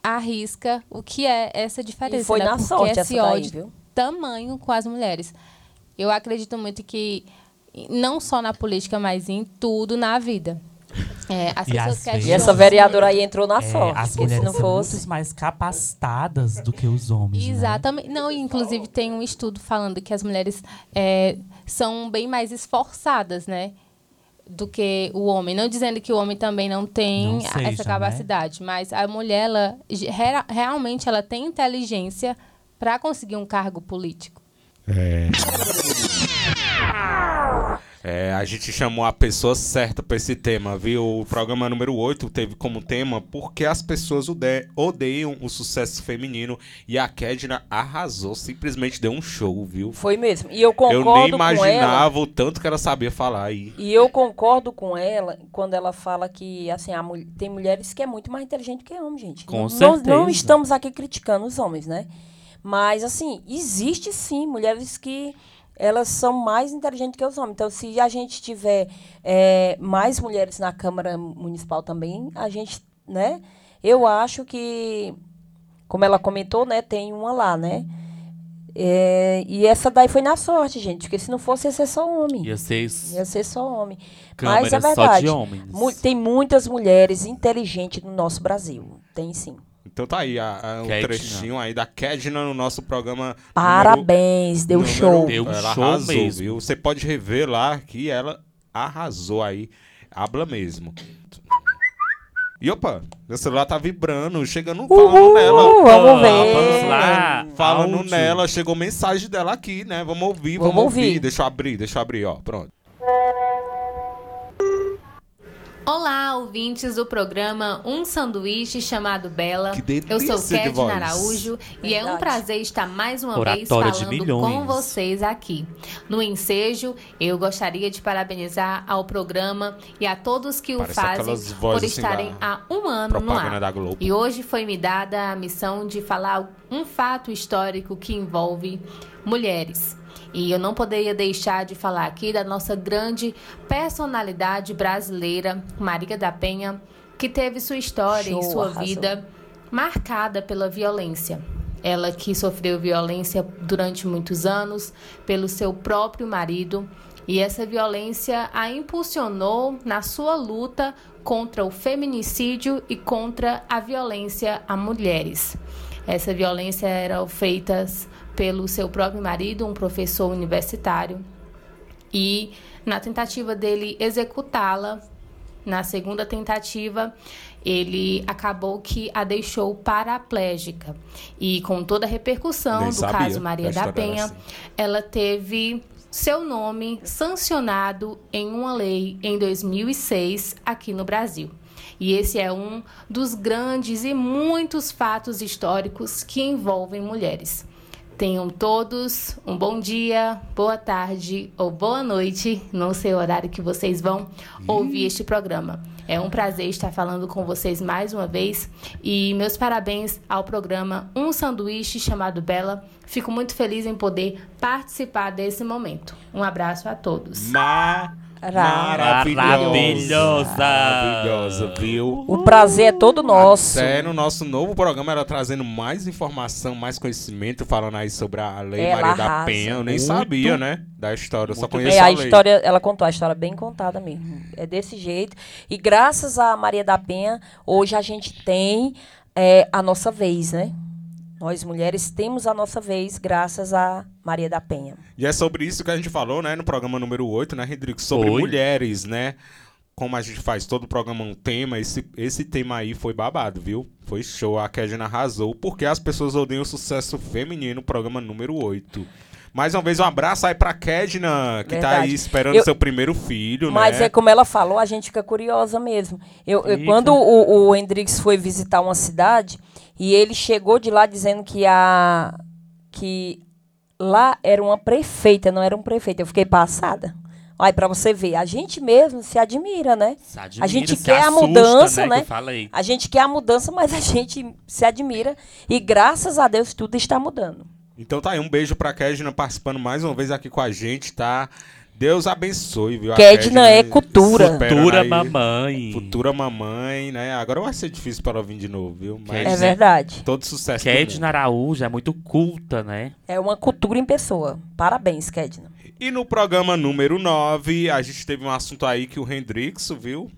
à risca o que é essa diferença.
E foi
né?
na
Porque
sorte
esse
essa daí,
ódio
viu?
tamanho com as mulheres. Eu acredito muito que não só na política, mas em tudo na vida. É, as
E
pessoas
às
querem
vezes-
E essa vereadora aí entrou na
É,
sorte,
As
porque se
mulheres
não
são
fosse...
muito mais capacitadas do que os homens. né?
Exatamente. Não, e inclusive tem um estudo falando que as mulheres é, são bem mais esforçadas, né? Do que o homem. Não dizendo que o homem também não tem
Não
a-
seja,
essa
né?
capacidade, mas a mulher, ela ge- rea- realmente ela tem inteligência para conseguir um cargo político.
É. É, a gente chamou a pessoa certa para esse tema, viu? O programa número 8 teve como tema Porque as pessoas ode- odeiam o sucesso feminino e a Kedna arrasou, simplesmente deu um show, viu?
Foi mesmo. E eu
Eu
concordo
nem
com ela.
imaginava o tanto que ela sabia falar aí.
E eu concordo com ela quando ela fala que assim, a mul- tem mulheres que é muito mais inteligente que homem, gente.
Com
não,
certeza.
não estamos aqui criticando os homens, né? Mas assim, existe sim mulheres que elas são mais inteligentes que os homens. Então, se a gente tiver eh, mais mulheres na Câmara Municipal também, a gente, né? Eu acho que, como ela comentou, né, tem uma lá, né? Eh, e essa daí foi na sorte, gente, porque se não fosse ia ser só homem.
Ia ser isso.
Ia ser só homem.
Câmara
Mas é
só de
verdade.
homens.
mu- tem muitas mulheres inteligentes no nosso Brasil. Tem sim.
Então tá aí a, a- o
Kedna.
trechinho aí da Kedna no nosso programa.
Parabéns, deu
número-
show.
número-
Deu
ela
show
arrasou,
mesmo.
viu? Você pode rever lá que ela arrasou aí. Habla mesmo. E opa, meu celular tá vibrando, chegando falando nela.
vamos ver.
Vamos
lá,
Falando
áudio.
nela, chegou mensagem dela aqui, né? Vamos ouvir, vamos,
Vamos
ouvir.
ouvir.
Deixa eu abrir, deixa eu abrir, ó. Pronto.
Olá, ouvintes do programa Um Sanduíche Chamado Bela.
delícia
Eu sou
de voz.
Kedna Araújo e é um prazer estar mais uma vez
Oratória de
falando
milhões.
com vocês aqui. No ensejo, eu gostaria de parabenizar ao programa e a todos que o
Parece aquelas
fazem por
vozes assim
estarem
da
há um ano no
propaganda
ar.
da Globo.
E hoje foi me dada a missão de falar um fato histórico que envolve mulheres. E eu não poderia deixar de falar aqui da nossa grande personalidade brasileira, Marília da Penha, que teve sua história e
Show,
sua
arrasou.
vida marcada pela violência. Ela que sofreu violência durante muitos anos pelo seu próprio marido, e essa violência a impulsionou na sua luta contra o feminicídio e contra a violência a mulheres. Essa violência era feita pelo seu próprio marido, um professor universitário, e na tentativa dele executá-la, na segunda tentativa, ele acabou que a deixou paraplégica. E com toda a repercussão
Nem
do
sabia
caso Maria
da
da
história assim.
Penha,
dessa.
ela teve seu nome sancionado em uma lei em 2006 aqui no Brasil. E esse é um dos grandes e muitos fatos históricos que envolvem mulheres. Tenham todos um bom dia, boa tarde ou boa noite, não sei o horário que vocês vão ouvir este programa. É um prazer estar falando com vocês mais uma vez e meus parabéns ao programa Um Sanduíche chamado Bela. Fico muito feliz em poder participar desse momento. Um abraço a todos.
Ma
Maravilhosa.
Maravilhosa, viu?
O prazer é todo nosso.
É, no nosso novo programa, ela trazendo mais informação, mais conhecimento, falando aí sobre a Lei
Ela
Maria da
arrasa.
Penha. Eu nem
Muito.
sabia, né? Da história, eu só conheço
É,
a,
a
lei.
história, ela contou a história bem contada mesmo. É desse jeito. E graças a Maria da Penha, hoje a gente tem é, a nossa vez, né? Nós mulheres temos a nossa vez graças a Maria da Penha.
E é sobre isso que a gente falou, né, no programa número 8, né, Rodrigo? Sobre
Foi.
mulheres, né? Como a gente faz todo o programa um tema, esse, esse tema aí foi babado, viu? Foi show, a Kedna arrasou, porque as pessoas odeiam o sucesso feminino, programa número 8. Mais uma vez, um abraço aí pra Kedna, que tá aí
Verdade.
esperando
Eu-
seu primeiro filho,
Mas
né?
é como ela falou, a gente fica curiosa mesmo. Eu, eu-
Fica.
quando o, o Hendrix foi visitar uma cidade e ele chegou de lá dizendo que a que lá era uma prefeita, não era um prefeito. Eu fiquei passada. Aí para você ver, a gente mesmo se admira, né?
admira,
a gente
se
quer a
assusta,
mudança,
né, que
né?
eu falei.
A gente quer a mudança, mas a gente se admira e graças a Deus tudo está mudando.
Então tá aí, um beijo pra Kedna participando mais uma vez aqui com a gente, tá? Deus abençoe, viu? A
Kedna é cultura.
superando
Futura
aí-
mamãe.
Futura mamãe, né? Agora vai ser difícil pra ela vir de novo, viu? né,
É verdade.
Todo sucesso. do
Kedna Araújo é muito culta, né?
É uma cultura em pessoa. Parabéns, Kedna.
mundo. E no programa número 9, a gente teve um assunto aí que o Hendrix, viu?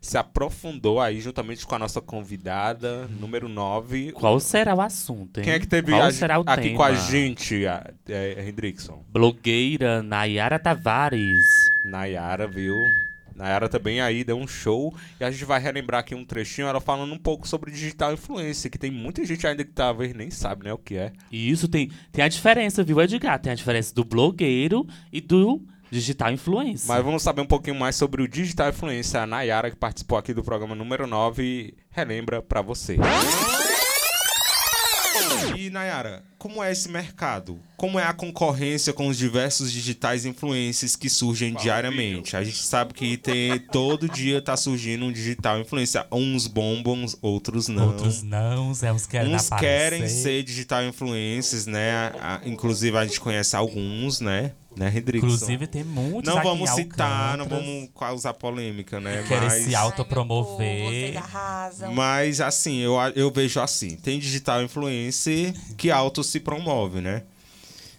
Se aprofundou aí juntamente com a nossa convidada, número 9.
Qual será o assunto, hein?
Quem é que teve
Qual
a-
será o
aqui com a
tema?
gente, a, é, Hendrickson?
Blogueira Nayara Tavares.
Nayara, viu? Nayara também aí deu um show. E a gente vai relembrar aqui um trechinho, ela falando um pouco sobre digital influencer, que tem muita gente ainda que talvez nem sabe, né, o que é.
E isso tem, tem a diferença, viu, Edgar? Tem a diferença do blogueiro e do
Digital influência.
Mas vamos saber um pouquinho mais sobre o Digital Influência. A Nayara, que participou aqui do programa número 9, relembra pra você.
E Nayara, como é esse mercado? Como é a concorrência com os diversos digitais influencers que surgem diariamente? A gente sabe que tem todo dia tá surgindo um digital influencer, uns bombam, outros não.
Outros não, é uns querem
Uns
aparecer.
querem ser digital influencers, né? A- a- inclusive a gente conhece alguns, né? Né, Rodrigo?
Inclusive, tem muitos
Não
aqui em
vamos
é
citar, não
Alcântara.
vamos causar polêmica, né?
Querem se
Mas-
autopromover.
mas assim, eu, a- eu vejo assim: tem digital influencer que auto se promove, né?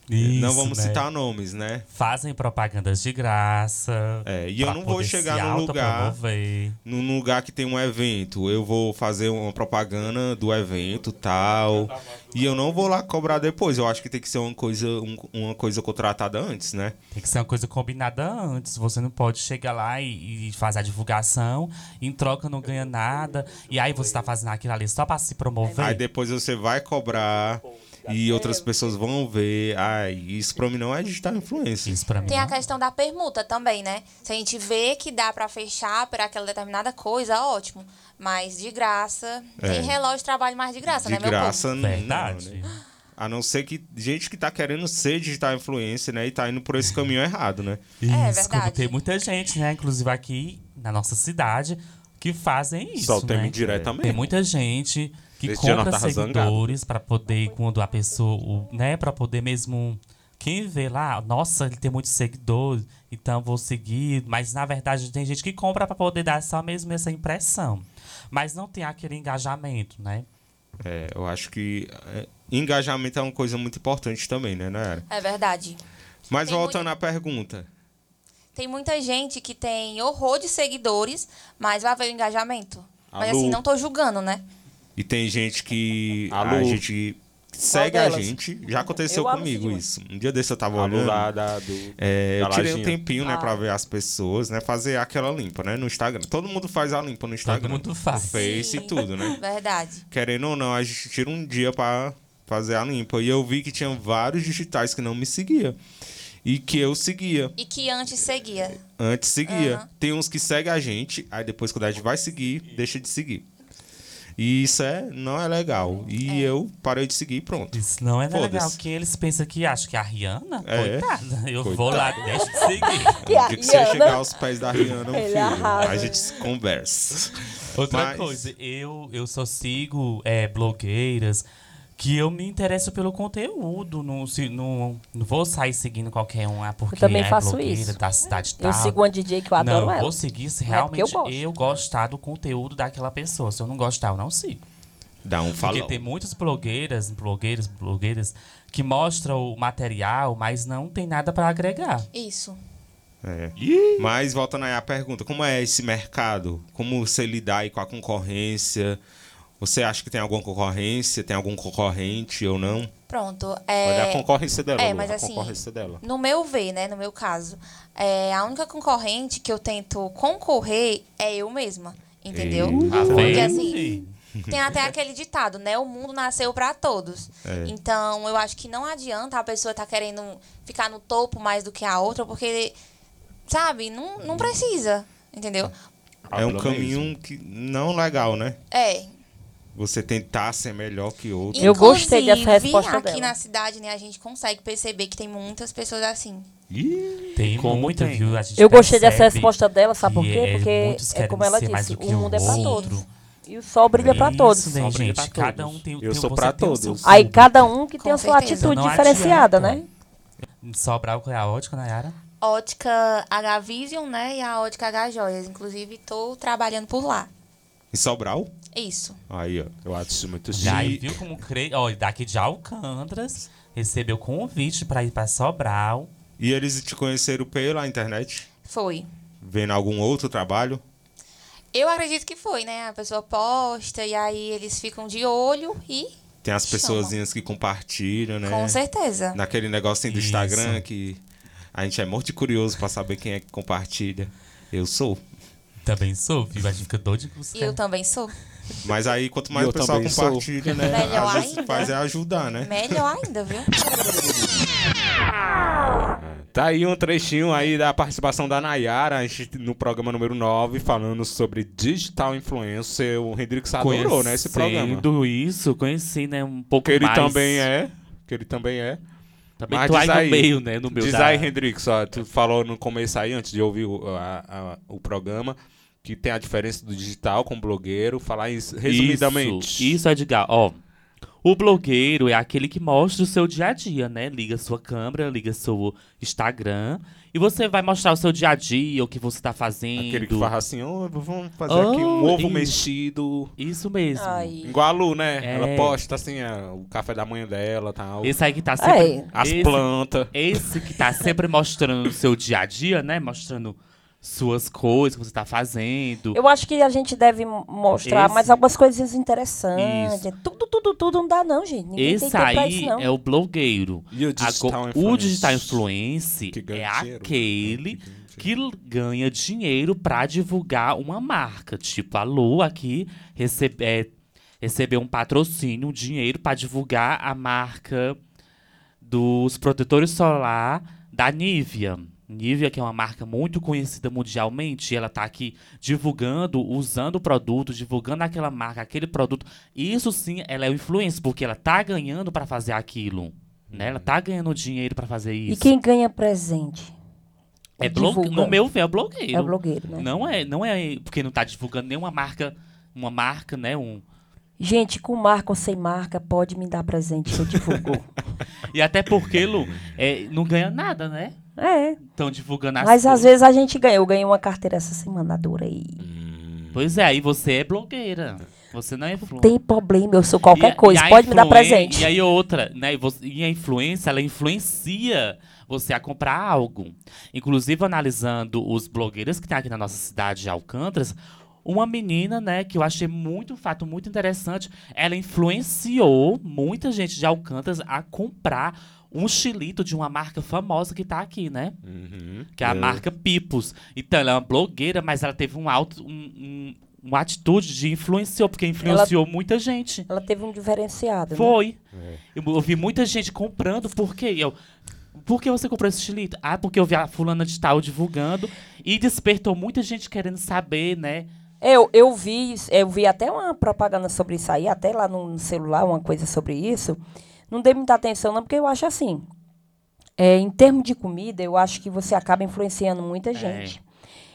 Isso,
não vamos
né?
citar nomes, né?
Fazem propagandas de graça.
É, e eu
pra
não vou
poder se
chegar num lugar,
autopromover.
num lugar que tem um evento. Eu vou fazer uma propaganda do evento tal. E eu não vou lá cobrar depois. Eu acho que tem que ser uma coisa, um- uma coisa contratada antes, né?
Tem que ser uma coisa combinada antes. Você não pode chegar lá e, e fazer a divulgação, em troca não ganha nada. E aí você tá fazendo aquilo ali só pra se promover.
Aí depois você vai cobrar e outras pessoas vão ver. Ai, isso pra mim não é digital influencer.
Isso pra
Tem a questão da permuta também, né? Se a gente vê que dá pra fechar por aquela determinada coisa, ótimo. Mas de graça.
É.
Tem relógio de trabalho mais de graça,
De
é
né, meu
graça,
povo?
não. Verdade. A não ser que gente que tá querendo ser digital influencer, né? E tá indo por esse caminho errado, né?
Isso, como tem muita gente, né? Inclusive aqui na nossa cidade, que fazem isso.
Só tem
né?
indireta mesmo.
Tem muita gente que
Esse dia nós
compra
tava
seguidores pra poder, quando a pessoa, o- né? Pra poder mesmo. Quem vê lá, nossa, ele tem muitos seguidores, então vou seguir. Mas na verdade tem gente que compra pra poder dar só mesmo essa impressão. Mas não tem aquele engajamento, né?
É, eu acho que é, engajamento é uma coisa muito importante também, né, Nayara?
É verdade.
Mas
Tem
voltando à pergunta.
Tem muita gente que tem horror de seguidores, mas vai ver o engajamento. Mas
Alô?
assim, não tô julgando, né?
E tem gente que.
Alô?
A gente segue a
delas?
gente. Já aconteceu
Eu amo
comigo
esse
isso. Um dia desse eu tava
Alô,
olhando.
lá da- do-
é,
da
eu tirei um
lajinha.
tempinho, né,
Ah.
pra ver as pessoas, né? Fazer aquela limpa, né? No Instagram. Todo mundo faz a limpa no Instagram.
mundo faz.
No Face e tudo, né?
Verdade.
querendo ou não, a gente tira um dia pra fazer a limpa. E eu vi que tinha vários digitais que não me seguia. E que eu seguia.
E que antes seguia.
Antes seguia.
Aham.
Tem uns que seguem a gente, aí depois quando a gente vai seguir, deixa de seguir. E isso é, não é legal. E eu parei de seguir e pronto.
Isso não é
Foda-se.
legal que eles pensam que acham que a Rihanna,
É.
coitada, eu
Coitada.
vou lá, deixa de seguir.
Que a que você chegar aos pés da Rihanna, meu
Ele
filho,
arrasa.
a gente se conversa.
Outra
Mas-
coisa, eu, eu só sigo é, blogueiras que eu me interesso pelo conteúdo. Não, se- não, não vou sair seguindo qualquer um, ah, porque
também
é
faço
blogueira
isso.
da cidade
Eu
tal.
sigo uma DJ que eu adoro
não,
ela.
vou seguir se
Não é porque
realmente
eu
eu, gostar do conteúdo daquela pessoa. Se eu não gostar, eu não sigo.
Dá um
Porque
falou.
tem muitas blogueiras, blogueiros, blogueiras que mostram o material, mas não tem nada pra agregar.
Isso.
É. Mas voltando aí à pergunta, como é esse mercado? Como você lidar aí com a concorrência? Você acha que tem alguma concorrência? Tem algum concorrente ou não?
Pronto. É...
Olha a concorrência dela,
É,
Lu,
mas
a
assim,
concorrência dela.
No meu ver, né? No meu caso, é, a única concorrente que eu tento concorrer é eu mesma. Entendeu?
Tá
Porque
vendo?
assim, tem até aquele ditado, né? O mundo nasceu pra todos.
É.
Então, eu acho que não adianta a pessoa tá querendo ficar no topo mais do que a outra, porque, sabe, não, não precisa.
é
Entendeu?
um
Ah, pelo
caminho que não legal, né?
É,
Você tentar ser melhor que outro.
Inclusive, aqui na cidade, né, a gente consegue perceber que tem muitas pessoas assim.
Tem
Como
muita,
tem?
viu? A gente
Eu gostei dessa
percebe
resposta dela, sabe por
que
quê?
é-
Porque
muitos
é
querem
como ela
ser mais
disse,
do
o
que
mundo é pra
outro.
todos. E o sol brilha pra
Isso,
todos.
né, gente? Cada um tem, o-
Eu
tem,
sou
você
pra
tem o
todos.
seu
Aí
público.
cada um que tem a sua
certeza.
atitude
Não é
diferenciada,
adianta.
né?
Sobrar o que é a ótica, Nayara?
Ótica H Vision, né, e a Ótica H Joias. Inclusive, tô trabalhando por lá. É
Em Sobral?
Isso.
Aí, ó.
Eu acho isso muito
Já aí,
chique.
viu como creio? Olha, daqui de Alcântras, recebeu convite pra ir pra Sobral.
E eles te conheceram pela internet?
Foi.
Vendo algum outro trabalho?
Eu acredito que foi, né? A pessoa posta e aí eles ficam de olho e
Tem as pessoazinhas que compartilham, né?
Com certeza.
Naquele negocinho do Instagram que a gente é muito curioso pra saber quem é que compartilha. Eu sou.
Também sou, viu? A gente fica doido com
e eu também sou.
Mas aí, quanto
E
mais
eu
o pessoal
também sou.
compartilha, né?
Melhor
às vezes
ainda.
faz é ajudar, né?
Melhor ainda, viu?
Tá aí um trechinho aí da participação da Nayara a gente, no programa número 9, falando sobre digital influencer. O Hendrix adorou, né, esse programa.
Conhecendo isso, conheci, né, um pouco
Que ele
mais.
também é. Que ele também é.
Também tô aí no meio, né, no meu
Diz
da-
aí, Hendrix, ó, tu falou no começo aí, antes de ouvir o, a- a- o programa, que tem a diferença do digital com o blogueiro. Falar isso resumidamente.
Isso, isso Edgar. Ó, o blogueiro é aquele que mostra o seu dia a dia, né? Liga sua câmera, liga seu Instagram e você vai mostrar o seu dia a dia, o que você tá fazendo.
Aquele que fala assim, "Ô, vamos fazer aqui um
Oh,
ovo mexido.
Isso mesmo.
Ai. Igual a Lu, né?
É.
Ela posta assim, ah, o café da manhã dela e tal.
Esse aí que tá sempre.
As
Esse-
plantas.
Esse que tá sempre mostrando o seu dia a dia, né? Mostrando suas coisas que você tá fazendo.
Eu acho que a gente deve mostrar
Esse-
mais algumas coisinhas interessantes.
Isso.
Tudo, tudo, tudo não dá, não, gente. Ninguém
Esse
tem tempo pra isso,
aí
não.
é o blogueiro.
digital
Agora, o
influencer?
digital influencer é aquele que l- ganha dinheiro pra divulgar uma marca. Tipo, a Lu aqui recebe, é, recebeu um patrocínio, um dinheiro pra divulgar a marca dos protetores solar da Nivea. Nivea, que é uma marca muito conhecida mundialmente, e ela tá aqui divulgando, usando o produto, divulgando aquela marca, aquele produto. Isso sim, ela é o influencer, porque ela tá ganhando para fazer aquilo. Né? Ela tá ganhando dinheiro para fazer isso.
E quem ganha presente?
É blogue...
divulga?
No meu ver, é blogueiro.
É blogueiro, né?
Não é, não é porque não tá divulgando nenhuma marca, uma marca, né? Um...
Gente, com marca ou sem marca, pode me dar presente que eu divulgo.
E até porque, Lu, é, não ganha nada, né?
É.
Estão divulgando assim. as
Mas às
coisas.
vezes a gente ganha. Eu ganhei uma carteira essa semana, adorei.
Pois é, aí você é blogueira. Você não é influencer.
Tem problema, eu sou qualquer
a-
coisa,
a
pode me dar
influen-
presente.
E aí outra, né? E, você- e a influência, ela influencia você a comprar algo. Inclusive, analisando os blogueiros que tem aqui na nossa cidade de Alcântara, uma menina, né, que eu achei muito um fato muito interessante, ela influenciou muita gente de Alcântara a comprar um xilito de uma marca famosa que tá aqui, né? Que é a
Eu-
marca Pipos. Então, ela é uma blogueira, mas ela teve um alto. um- um- uma atitude de influenciou, porque influenciou muita gente.
Ela teve um diferenciado. né?
Foi. Eu ouvi muita gente comprando, por quê? E Eu, por que você comprou esse estilito? Ah, porque eu vi a fulana de tal divulgando e despertou muita gente querendo saber, né?
Eu, eu vi, eu vi até uma propaganda sobre isso aí, até lá no celular, uma coisa sobre isso. Não dei muita atenção, não, porque eu acho assim. É, em termos de comida, eu acho que você acaba influenciando muita gente.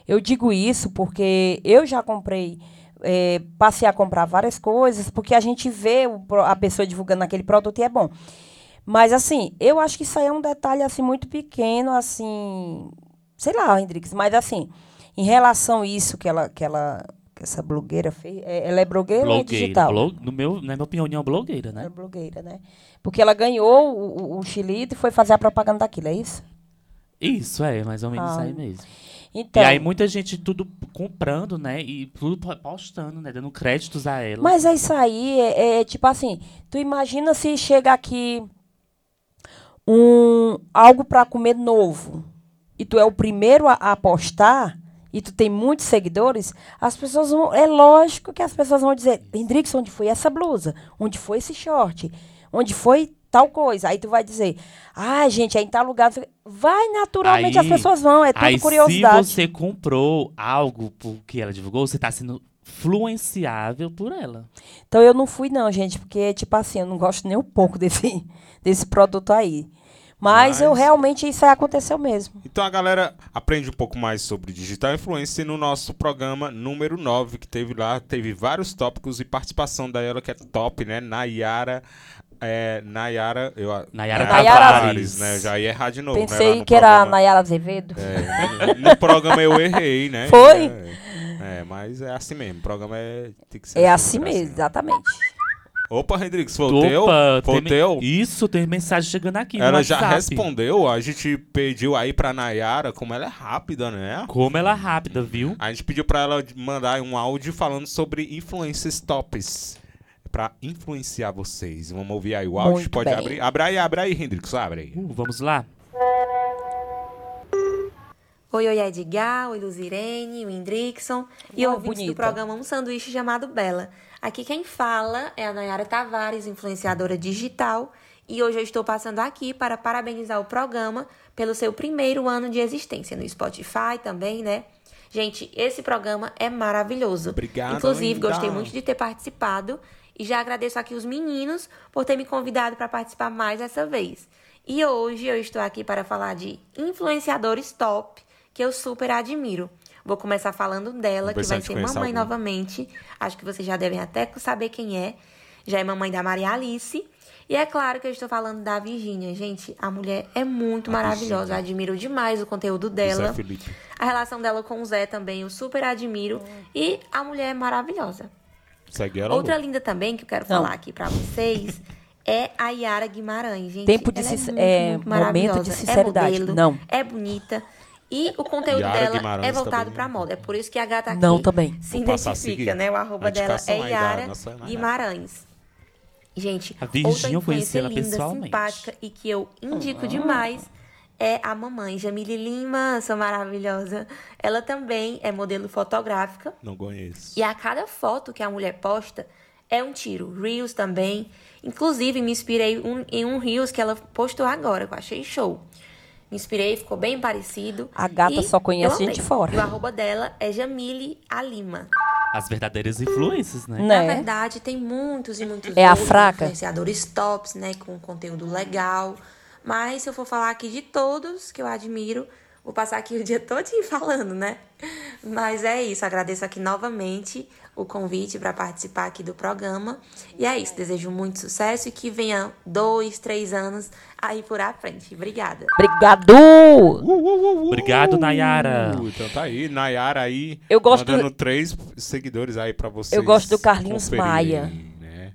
Eu digo isso porque eu já comprei, é, passei a comprar várias coisas, porque a gente vê o pro- a pessoa divulgando aquele produto e é bom. Mas assim, eu acho que isso aí é um detalhe assim muito pequeno, assim, sei lá, Hendrix, mas assim, em relação a isso que ela que ela que essa blogueira fez, é- ela é blogueira ou é digital?
blog- no meu, na minha opinião, é blogueira, né?
É blogueira, né? Porque ela ganhou o, o, o xilito e foi fazer a propaganda daquilo, é isso?
Isso, é, mais ou menos
Ah.
aí mesmo.
Então-
e aí muita gente tudo comprando, né? E tudo po- postando, né? Dando créditos a ela.
Mas é isso aí, é, é tipo assim, tu imagina se chega aqui um algo para comer novo e tu é o primeiro a, a postar e tu tem muitos seguidores, as pessoas vão, é lógico que as pessoas vão dizer, Hendrix, onde foi essa blusa? Onde foi esse short? Onde foi tal coisa? Aí tu vai dizer, ah, gente, aí em tal lugar, não sei o quê." vai naturalmente
Aí-
as pessoas vão, é
aí,
tudo curiosidade.
Se você comprou algo porque ela divulgou, você tá sendo influenciável por ela.
Então eu não fui não, gente, porque tipo assim, eu não gosto nem um pouco desse desse produto aí. Mas, eu
Mas-
realmente isso aí aconteceu mesmo.
Então a galera aprende um pouco mais sobre digital influencer no nosso programa número 9, que teve lá, teve vários tópicos e participação da ela que é top, né? Nayara. É, Nayara. Eu,
Nayara
Tavares.
né? Eu já ia errar de novo. né, lá
Pensei
no
que era a
programa.
Nayara Azevedo.
É, no, no programa eu errei, né?
Foi?
É, é, mas é assim mesmo. O programa é, tem que ser
É assim
né?
mesmo, exatamente.
Opa, Hendrix, volteu?
Opa, tem me-
volteu?
Isso, tem mensagem chegando aqui. no
Ela já
WhatsApp.
respondeu, a gente pediu aí pra Nayara, como ela é rápida, né?
Como ela é rápida, viu?
A gente pediu pra ela mandar um áudio falando sobre influencers tops. Pra influenciar vocês. Vamos ouvir aí o áudio?
Muito
Pode
bem.
abrir? Abre aí, abre aí, Hendrix, abre aí.
Uh, vamos lá.
Oi, oi, Edgar, oi, Luzirene, o Indrickson e
Uau,
ouvintes
bonita.
do programa Um Sanduíche Chamado Bela. Aqui quem fala é a Nayara Tavares, influenciadora digital E hoje eu estou passando aqui para parabenizar o programa pelo seu primeiro ano de existência no Spotify também, né? Gente, esse programa é maravilhoso.
Obrigado.
Inclusive,
linda.
gostei muito de ter participado e já agradeço aqui os meninos por ter me convidado para participar mais essa vez. E hoje eu estou aqui para falar de influenciadores top que eu super admiro. Vou começar falando dela,
Vou
que
precisar
vai
de
ser
conhecer
mamãe
alguma.
novamente. Acho que vocês já devem até saber quem é. Já é mamãe da Maria Alice. E é claro que eu estou falando da Virgínia. Gente, a mulher é muito
A
maravilhosa.
Virgínia.
Admiro demais o conteúdo
Zé
dela.
Felipe.
A relação dela com o Zé também, eu super admiro. E a mulher é maravilhosa.
Segue ela.
Outra
Lu.
linda também que eu quero
Não.
falar aqui pra vocês é a Yara Guimarães, gente.
Tempo de
Ela
sincer-
é,
é,
muito,
momento
muito
de
maravilhosa.
sinceridade.
É modelo,
Não.
é bonita. E o conteúdo
Yara
dela
Guimarães
é voltado
também.
pra moda. É por isso que a gata aqui
Não, também.
se
Vou passar a
identifica,
seguir.
né? O arroba
A
dela
indicação
é
aí da
Yara
nossa Yara.
Guimarães. Gente,
A Virgínia,
outra
eu conheci
influencer
ela
linda,
pessoalmente.
simpática e que eu indico
Ah.
demais é a mamãe Jamile Lima, sua maravilhosa. Ela também é modelo fotográfica.
Não conheço.
E a cada foto que a mulher posta é um tiro. Reels também. Inclusive, me inspirei um- em um Reels que ela postou agora, que eu achei show. Me inspirei, ficou bem parecido.
A gata
E
só conhece
eu amei.
gente fora.
E o arroba dela é Jamile A Lima.
As verdadeiras influências, né?
Na verdade, tem muitos e muitos
É a
outros
fraca.
influenciadores tops, né? Com conteúdo legal. Mas se eu for falar aqui de todos que eu admiro, vou passar aqui o dia todinho falando, né? Mas é isso, agradeço aqui novamente o convite para participar aqui do programa. E é isso, desejo muito sucesso e que venha dois, três anos aí por à frente. Obrigada.
Obrigado!
Obrigado, Nayara.
Uh, então tá aí, Nayara aí.
Eu gosto do-
Mandando três seguidores aí pra vocês.
Eu gosto do Carlinhos
conferirem. né?
Maia.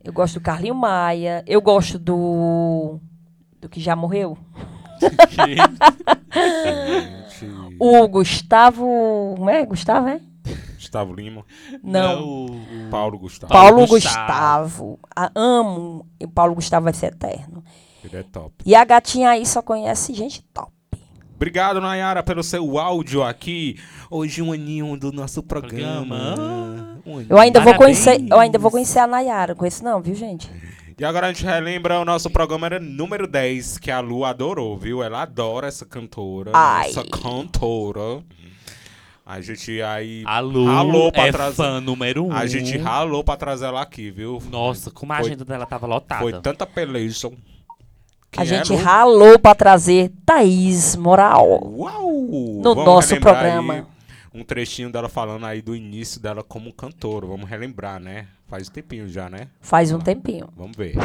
Eu gosto do Carlinhos Maia. Eu gosto do. Do que já morreu. o Gustavo. Como é? Gustavo, é?
Gustavo Lima. É
Não.
Não. Paulo Gustavo.
Paulo Gustavo. A- amo. E o Paulo Gustavo vai ser eterno.
Ele é top.
E a gatinha aí só conhece gente top.
Obrigado, Nayara, pelo seu áudio aqui. Hoje um aninho do nosso programa. Um aninho.
Eu ainda, vou conhecer, eu ainda vou conhecer a Nayara. Com isso não, viu, gente?
E agora a gente relembra, o nosso programa era número 10, que a Lu adorou, viu? Ela adora essa cantora,
Ai.
essa cantora. A gente aí
A Lu é fã número um.
A gente ralou pra trazer ela aqui, viu?
Nossa, como a
Foi-
agenda dela tava lotada.
Foi tanta peleja.
a
Quem é,
gente
Lu?
ralou pra trazer Thaís Moral. No
Vamos
nosso
relembrar
programa.
aí Um trechinho dela falando aí do início dela como cantora. Vamos relembrar, né? Faz um tempinho já, né?
Faz um tempinho.
Vamos ver.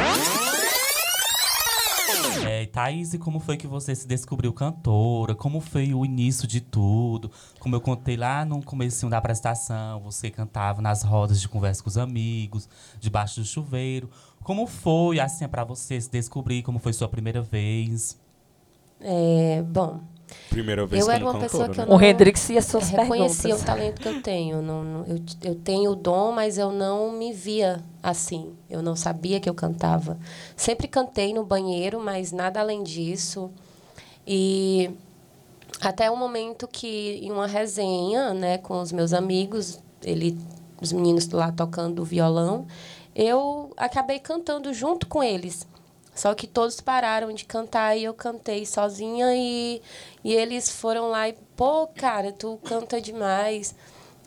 É, Thaís, e como foi que você se descobriu cantora? Como foi o início de tudo? Como eu contei lá no comecinho da apresentação, você cantava nas rodas de conversa com os amigos, debaixo do chuveiro. Como foi, assim, pra você se descobrir? Como foi sua primeira vez?
É, bom,
Primeira vez
eu
como
era uma
cantora,
pessoa que
né?
eu não
O Hendrix e as suas
reconhecia
perguntas.
o talento que eu tenho. Não, não- eu, eu tenho o dom, mas eu não me via assim. Eu não sabia que eu cantava. Sempre cantei no banheiro, mas nada além disso. E até o momento que em uma resenha, né, com os meus amigos, ele, os meninos lá tocando violão, eu acabei cantando junto com eles. Só que todos pararam de cantar e eu cantei sozinha e, e eles foram lá e, pô, cara, tu canta demais.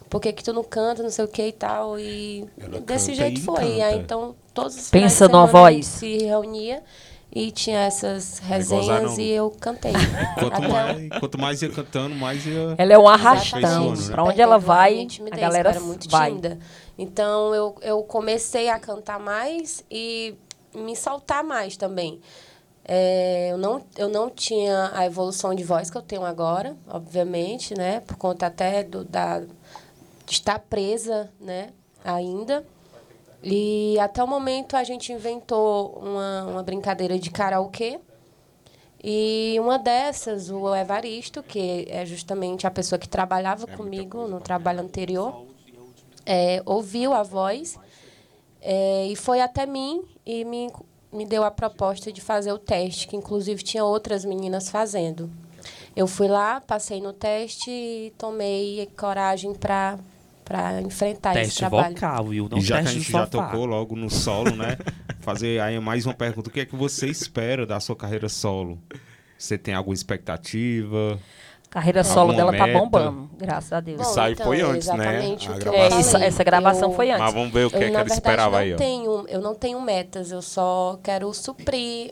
Por que, que tu não canta, não sei o que e tal? E desse
canta
jeito
e
foi. E aí,
canta.
então, todos
Pensa
os finais de
numa
semana a gente
voz.
se reunia e tinha
É
essas
É gozar, não.
resenhas e eu cantei.
Quanto
Até
mais, quanto mais ia cantando, mais ia.
Ela é um arrastão.
Impressionando, né?
Pra onde ela
perdeu a minha
vai, a
timidez, que eu
galera
era muito
vai.
tímida. Então eu, eu comecei a cantar mais e me soltar mais também. É, eu, não, eu não tinha a evolução de voz que eu tenho agora, obviamente, né? Por conta até do, da, de estar presa, né? Ainda. E até o momento a gente inventou uma, uma brincadeira de karaokê. E uma dessas, o Evaristo, que é justamente a pessoa que trabalhava comigo no trabalho anterior, é, ouviu a voz é, e foi até mim e me, me deu a proposta de fazer o teste, que inclusive tinha outras meninas fazendo. Eu fui lá, passei no teste e tomei coragem para para
tá
enfrentar esse
Teste
trabalho.
vocal, Will. Não
e já que a
teste
gente
no
já
sofá.
tocou logo no solo, né? Fazer aí mais uma pergunta. O que é que você espera da sua carreira solo? Você tem alguma expectativa?
Carreira solo
Alguma
dela tá
meta?
bombando, graças a Deus.
Isso aí foi
então,
antes, né?
exatamente
A
o que eu
gravação.
É, isso- essa gravação foi antes.
Mas vamos ver o que
eu,
é que
na
ela
verdade,
esperava
não
aí, ó.
Tenho, eu não tenho metas, eu só quero suprir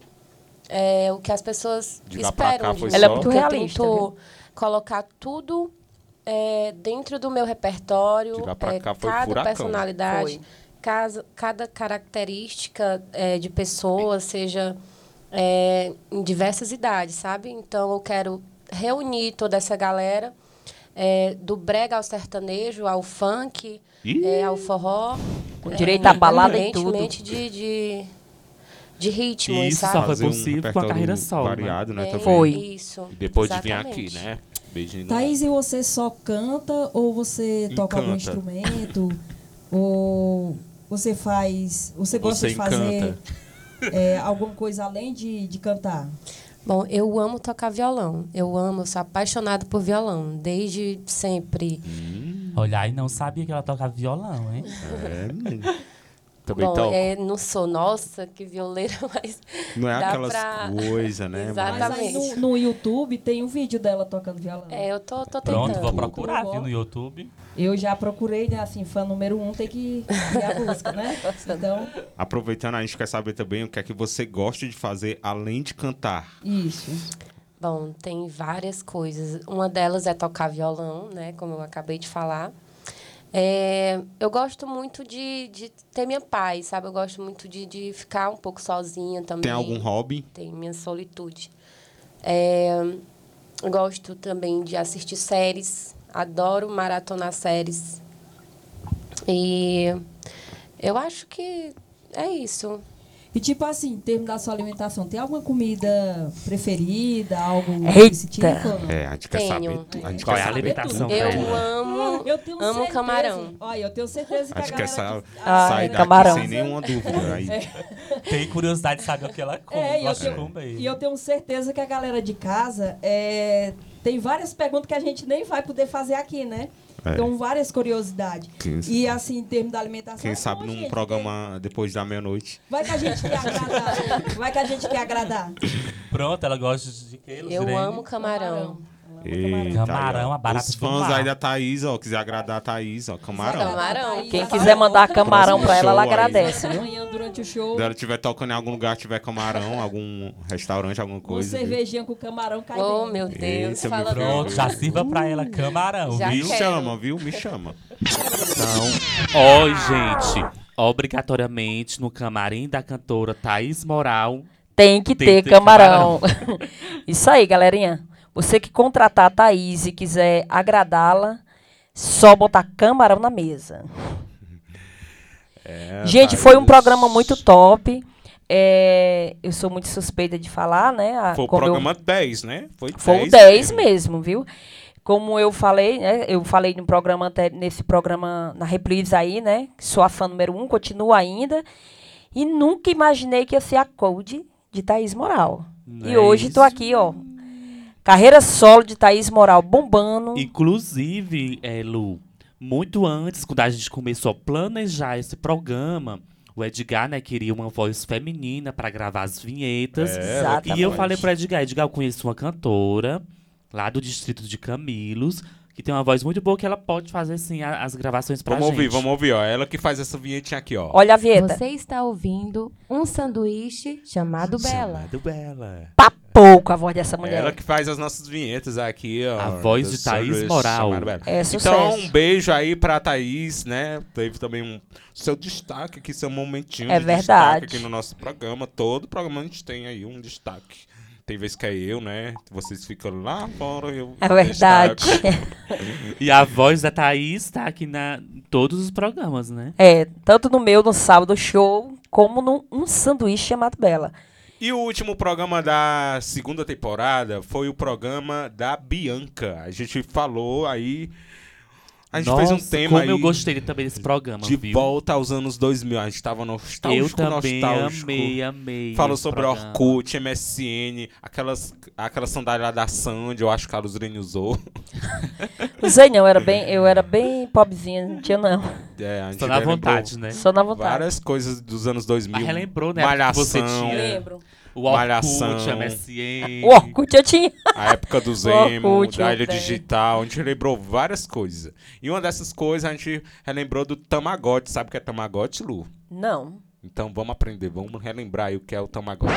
é, o que as pessoas
De lá pra
esperam.
cá
de
foi
mim.
Ela é só- muito
Eu
realista,
tento colocar tudo é, dentro do meu repertório,
De lá pra
é,
cá foi
cada
furacão.
personalidade,
Foi.
casa- cada característica é, de pessoa, seja é, em diversas idades, sabe? Então eu quero reunir toda essa galera. é, do brega ao sertanejo, ao funk,
Ih!
é, ao forró. é, né,
Com direito à balada e tudo.
independentemente De, de, de ritmos,
isso
sabe?
só foi possível com a carreira solo.
né?
um Variado, né?
É,
também.
Foi. isso,
E depois de vir
exatamente.
aqui,
É.
né? Beijinho. no-
Thaís, e você só canta ou você toca algum
Encanta.
instrumento? ou você faz. Você gosta
Você
de fazer
é,
alguma coisa além de, de cantar?
Bom, eu amo tocar violão. Eu amo, eu sou apaixonada por violão, desde sempre.
Olha, aí não sabia que ela tocava violão, hein? É, menina.
Bom,
então,
é, não sou, nossa, que violeira, mas.
Não é
dá
aquelas
pra...
coisas, né?
Exatamente.
Mas-
Mas aí no, no YouTube tem um vídeo dela tocando violão.
É, eu tô, tô
Pronto,
tentando.
vou procurar, viu, no YouTube.
Eu já procurei, né? Assim, fã número um tem que ir à busca, né? Então,
Aproveitando, a gente quer saber também o que é que você gosta de fazer além de cantar.
isso.
Bom, tem várias coisas. Uma delas é tocar violão, né? Como eu acabei de falar. É, eu gosto muito de, de ter minha paz, sabe? Eu gosto muito de, de ficar um pouco sozinha também.
Tem algum hobby?
Tem minha solitude. É, eu gosto também de assistir séries. Adoro maratonar séries. E eu acho que é isso.
E tipo assim, em termos da sua alimentação, tem alguma comida preferida, algo desse tipo?
Eita.
É, a gente quer saber
Tenho.
tudo. A gente
Qual
quer
é a
saber
alimentação
tudo. né?
Eu amo,
eu tenho
amo
certeza.
camarão.
Olha, eu tenho certeza que
A gente
a
quer sa
galera que-
sair
Ai,
daqui sem nenhuma dúvida. Aí,
Tem curiosidade de saber o que ela come,
É, e eu,
gosta de
tenho,
comer.
e eu tenho certeza que a galera de casa é, tem várias perguntas que a gente nem vai poder fazer aqui, né?
É.
Então, várias curiosidades.
Quem-
E assim, em termos da alimentação.
quem sabe num programa depois da meia-noite.
Vai que a gente quer agradar. Vai que a gente quer agradar.
Pronto, ela gosta de que?
Eu
Luzirene?
amo camarão.
Eita,
Camarão,
aí, ó.
a barata
Os
do
fãs
mar.
aí da Thaís, ó, quiser agradar a Thaís, ó, camarão.
Camarão.
Quem quiser mandar camarão pra ela, ela agradece, viu?
Amanhã, durante o show,
Se ela estiver tocando em algum lugar, tiver camarão, algum restaurante, alguma
uma
coisa. viu?
cervejinha com camarão cai
Oh,
dentro.
meu
é
Deus.
Eita, meu
fala
Deus.
não.
Pronto, já
é
sirva pra ela camarão,
Já
viu?
Me chama, viu? Me chama.
Então, ó, gente, obrigatoriamente no camarim da cantora Thaís Moral.
Tem que ter camarão. Isso aí, galerinha. Você que contratar a Thaís e quiser agradá-la, só botar camarão na mesa.
É,
Gente,
Thaís.
foi um programa muito top. É, eu sou muito suspeita de falar, né? A-
Foi o
como eu-
programa 10, né?
foi o 10 mesmo, viu? Como eu falei, né? Eu falei no programa ante- nesse programa na Reprise aí, né? que Sou a fã número um, continuo ainda. E nunca imaginei que ia ser a Code de Thaís Moral.
Não
e
é
hoje tô aqui, ó. Carreira solo de Thaís Moral bombando.
Inclusive, é, Lu, muito antes, quando a gente começou a planejar esse programa, o Edgar, né, queria uma voz feminina pra gravar as vinhetas.
É, Exatamente.
E eu falei pro Edgar, Edgar, eu conheço uma cantora lá do distrito de Camilos, que tem uma voz muito boa que ela pode fazer, sim, a- as gravações pra
Vamos
gente.
ouvir, vamos ouvir, ó. Ela que faz essa vinhetinha aqui, ó.
Você está ouvindo um sanduíche chamado Bela.
Chamado
é.
Bela.
Pouco a voz dessa mulher.
Ela que faz as nossas vinhetas aqui, ó.
A voz
do
de Thaís
Sandro
Moral.
Chamaro.
É
Então,
sucesso.
um beijo aí pra Thaís, né? Teve também um seu destaque aqui, seu momentinho
É
de
verdade.
destaque aqui no nosso programa. Todo programa a gente tem aí um destaque. Tem vezes que é eu, né? Vocês ficam lá fora. Eu
É verdade.
destaco.
E a voz da Thaís tá aqui na, em todos os programas, né?
É, tanto no meu, no sábado show, como num um sanduíche chamado Bela.
E o último programa da segunda temporada foi o programa da Bianca. A gente falou aí A gente
Nossa,
fez um tema
como
aí.
eu gostei também desse programa,
De
viu?
volta aos anos 2000. A gente tava nostálgico,
Eu também
nostálgico.
amei, amei
Falou
esse
sobre
programa.
Orkut, MSN, aquelas, aquela sandália lá da Sandy, eu acho que a Luzrine usou.
Usei não, era bem, eu era bem pobrezinha, não tinha não.
É, a gente
Só na
relembrou
vontade, né?
Só na vontade.
Várias coisas dos anos 2000.
Mas relembrou, né, a época que
Malhação.
você tinha. Lembro. O Orkut, a MSN.
O Orkut eu tinha.
A época do
O
Zemo,
Orkut,
da
eu
Ilha
tenho.
Digital, a gente lembrou várias coisas. E uma dessas coisas a gente relembrou do Tamagotchi. Sabe o que é Tamagotchi, Lu?
Não.
Então vamos aprender, vamos relembrar aí o que é o Tamagotchi.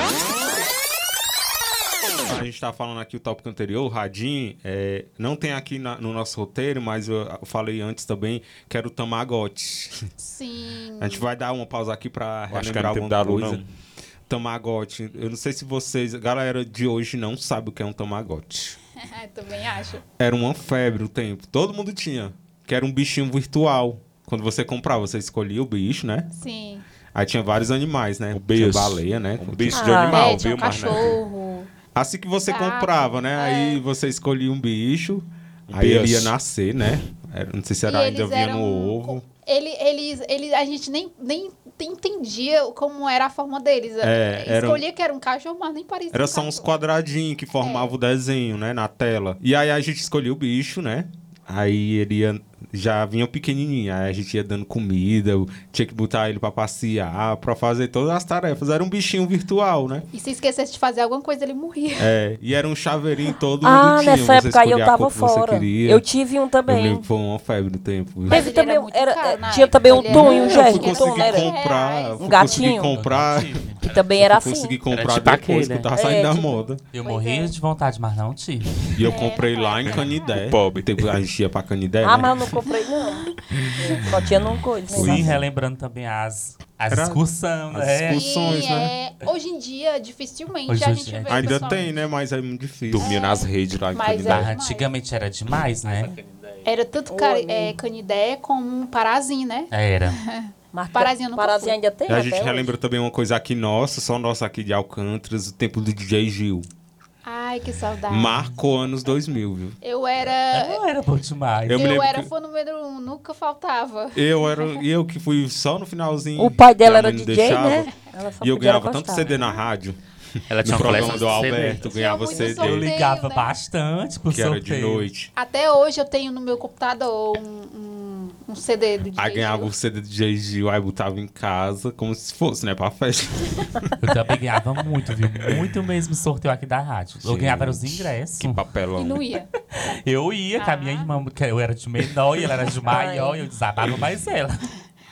A gente tá falando aqui o tópico anterior, o Radin, é, não tem aqui na- no nosso roteiro, mas eu, eu falei antes também que era o Tamagotchi.
Sim.
A gente vai dar uma pausa aqui pra
Eu acho que
relembrar
era no tempo
alguma
da Lu,
coisa.
não.
Tamagotchi, eu não sei se vocês, galera de hoje não sabe o que é um Tamagotchi.
Também acho.
Era uma febre o tempo. Todo mundo tinha. Que era um bichinho virtual. Quando você comprava, você escolhia o bicho, né?
Sim.
Aí tinha vários animais, né? O bicho. Tinha baleia, né? O bicho
Ah, é, tinha um cachorro.
Assim que
Tá.
você
Gato.
comprava, né?
Ah.
Aí você escolhia um bicho. aí
bicho.
ele ia nascer, né? Era- Não sei se era
E
ainda
eles
vinha no
eram
ovo.
Ele, eles, ele, a gente nem, nem entendia como era a forma deles.
É, era um-
Escolhia que era um cachorro, mas nem parecia.
Era
um
só uns quadradinhos que
É.
formavam o desenho, né? Na tela. E aí a gente escolhia o bicho, né? Aí ele ia, já vinha pequenininho. Aí a gente ia dando comida, eu tinha que botar ele pra passear, pra fazer todas as tarefas. Era um bichinho virtual, né?
E se esquecesse de fazer alguma coisa, ele morria.
É, e era um chaveirinho todo
Ah,
mundo tinha.
nessa
você
época aí eu
escolhia a
tava
cor que você
fora.
queria.
Eu tive um também.
Eu lembro que foi uma febre do tempo.
Teve
Eu
também, era, tinha também um Tom e um Jerry, que Tom
consegui
era
comprar, eu
um
consegui
gatinho,
comprar.
que também era assim.
consegui
Era
comprar
tipo
depois,
aquele,
que eu
né?
tava
É,
saindo da
tipo-
moda.
Eu
é.
morria de vontade, mas não tive.
E eu comprei lá em Canidé. Pobre. Teve- A gente ia pra Canidé,
Ah,
né?
mas eu não comprei não. Eu Só tinha num coisa. né?
Sim, relembrando também as, as
Era-
excursões.
as
né?
excursões,
E é, hoje em dia, dificilmente
Hoje
a
em
é, gente
dia.
vê.
Ainda
pessoalmente.
tem, né? Mas é muito difícil. Dormia nas redes lá
em Mas Canidé. é demais.
antigamente era demais, né?
Era tanto cari- é, canidé como parazim, né?
É, Era.
Parazinho não
Parazinho ainda tem
a gente relembra também uma coisa aqui nossa, só nossa aqui de Alcântaras, o tempo do DJ Gil.
Ai, que saudade.
Marcou anos 2000, viu?
Eu era.
Eu era bom demais.
Eu
Eu,
me lembro
era
que-
fã número um, nunca faltava.
Eu era eu que fui só no finalzinho.
O pai dela
que a mãe
era
não
DJ, né? Ela só
E eu
podia
ganhava
gostar.
tanto CD na rádio.
Ela
no
tinha uma
programa
coleção
do
de
Alberto,
CD.
ganhava
Tinha
CD.
muito Eu ligava né? bastante pro
Que era de
sorteio.
noite.
Até hoje eu tenho no meu computador um, um, um CD do
Aí
DJ.
ganhava o CD do DJ Gil, aí botava em casa, como se fosse, né? Pra festa.
Eu também ganhava muito, viu? Muito mesmo sorteio aqui da rádio. eu
Gente,
ganhava os ingressos.
que papelão.
E não ia.
Eu ia, que a minha irmã, que eu era de menor e ela era de maior, e eu desabava mais ela.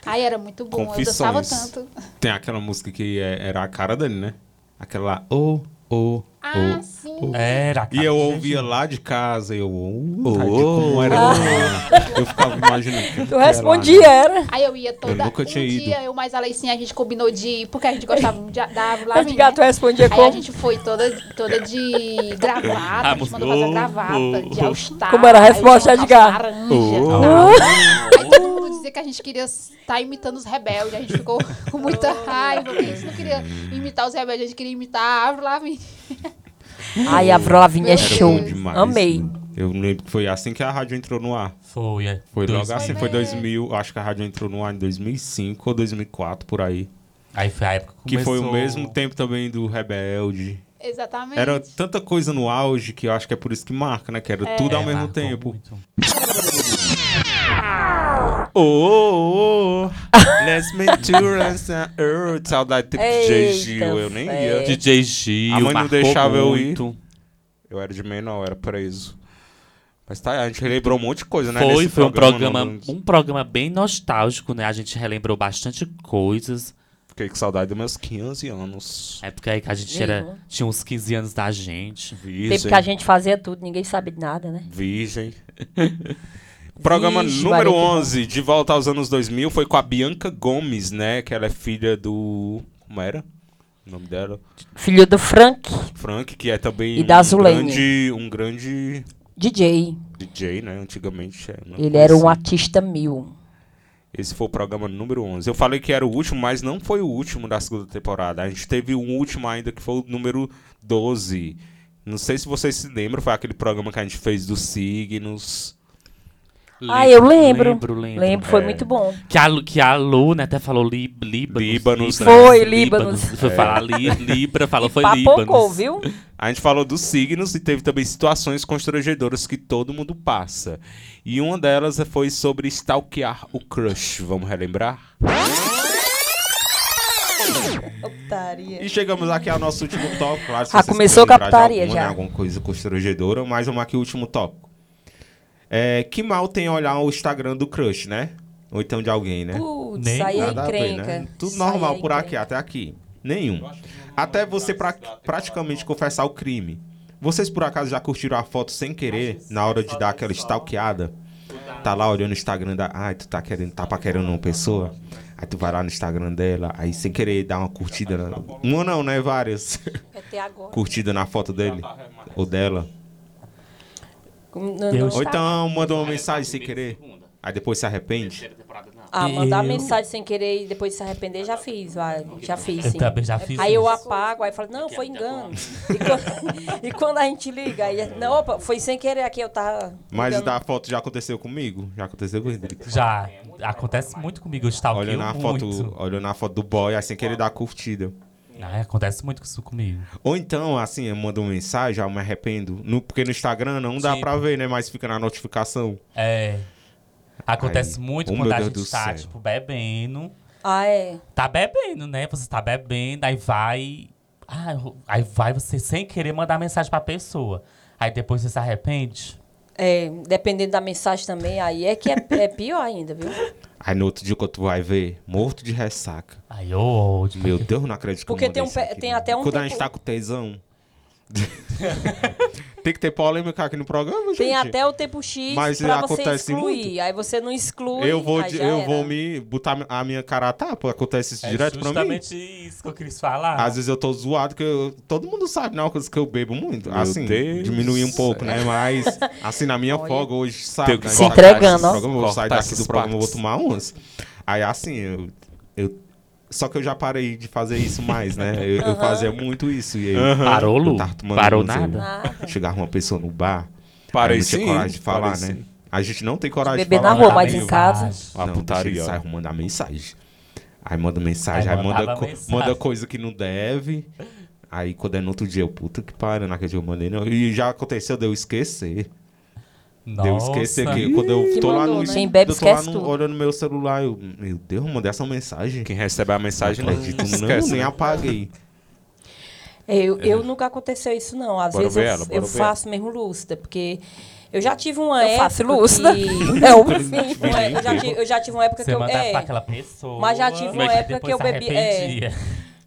Ai, era muito bom, eu dançava
Confissões.
tanto.
Tem aquela música que é- era a cara dele, né? Aquela lá, ô, ô,
Ah,
ô,
sim.
ô.
Era a
E
cara
eu
do
ouvia lá de casa, eu, ô, oh, como era
Ah.
bom. Eu ficava imaginando. o que que
Tu
era lá,
respondia,
né?
era.
Aí eu ia toda.
Eu nunca tinha
um
ido.
dia eu mais a Leicinha, a gente combinou de ir, porque a gente gostava muito de- da Avril Lavigne.
Obrigado, tu respondia
né? Aí
como?
a gente foi toda, toda de gravata, a gente mandou fazer a gravata, de all-star.
Como era a
aí
resposta,
eu tinha uma
Edgar?
calça laranja.
Oh.
Aí todo mundo dizia que a gente queria estar imitando os rebeldes, a gente ficou com muita raiva, porque a gente não queria imitar os rebeldes, a gente queria imitar a Avril Lavigne.
Ai, a Avril Lavigne é
Era
show.
bom demais,
Amei.
né? Eu lembro que foi assim que a rádio entrou no ar.
Foi, é.
Foi logo
2000.
assim, foi 2000. Acho que a rádio entrou no ar em 2005 ou 2004, por aí.
Aí foi a época
que foi o
começou-
mesmo tempo também do Rebelde.
Exatamente.
Era tanta coisa no auge que eu acho que é por isso que marca, né? Que era
É.
tudo ao
É,
mesmo
marcou
tempo. Oh, oh, oh. Let's make two let's- oh, Saudade do tempo de DJ Gil, eu nem ia.
fé. DJ Gil,
A mãe não
marcou
deixava eu ir.
muito.
Eu era de menor, eu era preso. Mas tá, a gente lembrou um monte de coisa, né?
Foi,
nesse
foi um programa,
não-
um programa bem nostálgico, né? A gente relembrou bastante coisas.
Fiquei com saudade dos meus 15 anos.
É porque aí que a gente
Nenhum.
era, tinha uns 15 anos da gente.
Tempo que a gente fazia tudo, ninguém sabe de nada, né?
Virgem. Programa
Vixe,
número
Maria, que bom.
11, de volta aos anos 2000, foi com a Bianca Gomes, né? Que ela é filha do. Como era? O nome dela?
Filho do Frank.
Frank, que é também
E da
um,
Azulene.
grande, um grande
DJ.
DJ, né? Antigamente. é, uma
Ele
coisa
era um
assim.
artista mil.
Esse foi o programa número 11. Eu falei que era o último, mas não foi o último da segunda temporada. A gente teve um último ainda que foi o número 12. Não sei se vocês se lembram, foi aquele programa que a gente fez dos signos.
Ah, eu lembro.
Lembro, lembro.
Lembro,
É.
foi muito bom.
Que a, Lu- que a Lu, né, até falou li, Líbanos. Líbanos.
né?
Foi, Líbanos.
Foi
É.
falar li, Libra, falou foi
papocou,
Líbanos.
viu?
A gente falou dos signos e teve também situações constrangedoras que todo mundo passa. E uma delas foi sobre stalkear o crush. Vamos relembrar?
Otaria.
E chegamos aqui ao nosso último tópico. Claro, se
assim, Ah,
vocês
começou
quiserem
a
lembrar de
captaria
alguma, né,
já.
Alguma coisa constrangedora, mas vamos aqui o último tópico. É, que mal tem olhar o Instagram do crush, né? Ou então de alguém, né?
Putz, Nem- aí é
Nada a ver,
encrenca.
né? Tudo
Isso aí
normal
é
por aqui, até aqui. Nenhum. Até você pra- praticamente confessar o crime. Vocês por acaso já curtiram a foto sem querer na hora de dar aquela stalkeada? Tá lá olhando o Instagram da. Ai, tu tá querendo, tá paquerando uma pessoa? Aí tu vai lá no Instagram dela, aí sem querer dá uma curtida. Na... Uma não, né? Várias.
Até agora.
curtida na foto dele. Ou dela.
Não- não
Ou
está-
então manda uma mensagem sem querer. Aí depois se arrepende.
Ah, mandar
Eu-
mensagem sem querer e depois se arrepender, já fiz, vai, já fiz,
Eu
sim.
também já fiz
Aí eu
isso.
apago, aí falo, não, foi engano. E quando, e quando a gente liga, aí, é, não, opa, foi sem querer aqui, eu tava...
Mas
ligando.
da foto já aconteceu comigo? Já aconteceu com o Rodrigo?
Já. Acontece muito comigo, eu stalkeio
Olhando a
muito.
foto, olhando a foto do boy, assim que ele dá a curtida.
Ah, acontece muito isso comigo.
Ou então, assim, eu mando uma mensagem, ah, eu me arrependo. No, porque no Instagram não dá pra ver, né? Mas fica na notificação.
É. Acontece
Aí,
muito
oh,
quando
meu
a
Deus
gente
do
tá,
céu.
tipo, bebendo.
Ah, é.
Tá bebendo, né? Você tá bebendo, aí vai. Ah, eu- aí vai você sem querer mandar mensagem pra pessoa. Aí depois você se arrepende.
É, dependendo da mensagem também, aí é que é, é pior ainda, viu?
Aí no outro dia que tu vai ver, morto de ressaca.
Ai, ódio.
Meu Deus, não acredito que
Porque
eu mandei
tem, um,
isso
pe-
aqui.
tem até um...
Quando a
tempo-
gente tá com tesão. tem que ter polêmica aqui no programa, gente.
Tem até o tempo X
Mas
pra você
acontece
excluir.
muito.
Aí você não exclui.
Eu vou,
aí
de-
já
eu
era.
vou me botar a minha cara a tapa. Acontece isso
É
direto pra mim.
justamente isso que eu quis falar.
Às vezes eu tô zoado, que eu- todo mundo sabe, né? Uma coisa que eu bebo muito.
Meu
assim,
Deus.
diminui um pouco, né? Mas, assim, na minha
Olha.
folga hoje, sabe?
Tem que
né?
se
Eu saio daqui
entregando,
do
ó.
programa, Eu vou
Cortar
sair daqui do
essas
programa, eu vou
partes.
tomar umas. Aí, assim, eu, eu- Só que eu já parei de fazer isso mais, né? Eu, eu
Aham.
fazia muito isso. E aí,
Aham. Parou,
eu
Lu?
tava tomando
Parou
umas, eu-
nada?
Chegava uma pessoa no bar,
Parei
aí não tinha
sim,
coragem de falar,
parei
né?
sim.
A gente não tem coragem
Beber
de falar.
na rua,
nada
mas em
mesmo.
casa.
Uma
Não, deixa ele
putaria.
sair mandar mensagem. Aí manda mensagem,
Aí
aí, manda,
mandava
co-
mensagem.
manda coisa que não deve. Aí quando é no outro dia, eu, puta que pariu, naquele dia eu mandei. Não. E já aconteceu de eu esquecer. De eu esquecer
Nossa.
que quando eu
Que
tô lá
mandou,
no
né? Quem bebe
eu tô lá
esquece
no-
tudo.
olhando meu celular, eu, meu Deus, eu mandei essa mensagem. Quem recebe a mensagem não acredito, não,
esquece,
nem
né?
apaguei.
Eu, eu nunca aconteceu isso, não. Às
Bora
vezes
ver
eu,
ela, bora
eu
ver.
faço mesmo lúcida, porque eu já tive uma
Eu
época.
faço lúcida.
que-
É, eu-
Uma época- eu, já tive, eu já tive uma época
Você
que eu.
manda
É,
pra aquela pessoa,
mas já tive uma
mas
época que
depois
eu
se
bebia. é,
arrependia.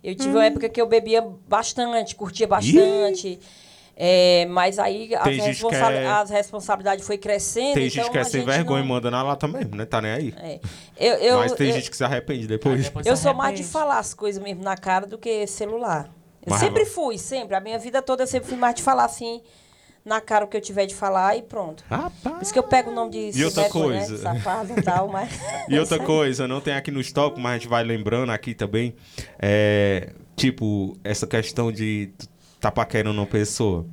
eu
Hum.
tive uma época que eu bebia bastante, curtia bastante. é, mas aí as,
Tem gente
responsa
que é-
as responsabilidades foi crescendo.
Tem
então
gente que é
a
sem
gente
vergonha e manda na lata mesmo, né? Tá nem aí.
É. Eu- eu-
Mas tem
eu-
gente que se arrepende
Ah,
depois.
Eu sou mais de falar as coisas mesmo na cara do que celular. Eu
Mas-
sempre fui, sempre. A minha vida toda eu sempre fui mais de falar assim, na cara o que eu tiver de falar e pronto.
Por
isso que eu pego o nome de
E outra
cinéfilo, né,
coisa.
safado e tal, mas.
E outra coisa, não tem aqui nos tópicos, mas a gente vai lembrando aqui também. É, tipo, essa questão de tu tá paquerando uma pessoa.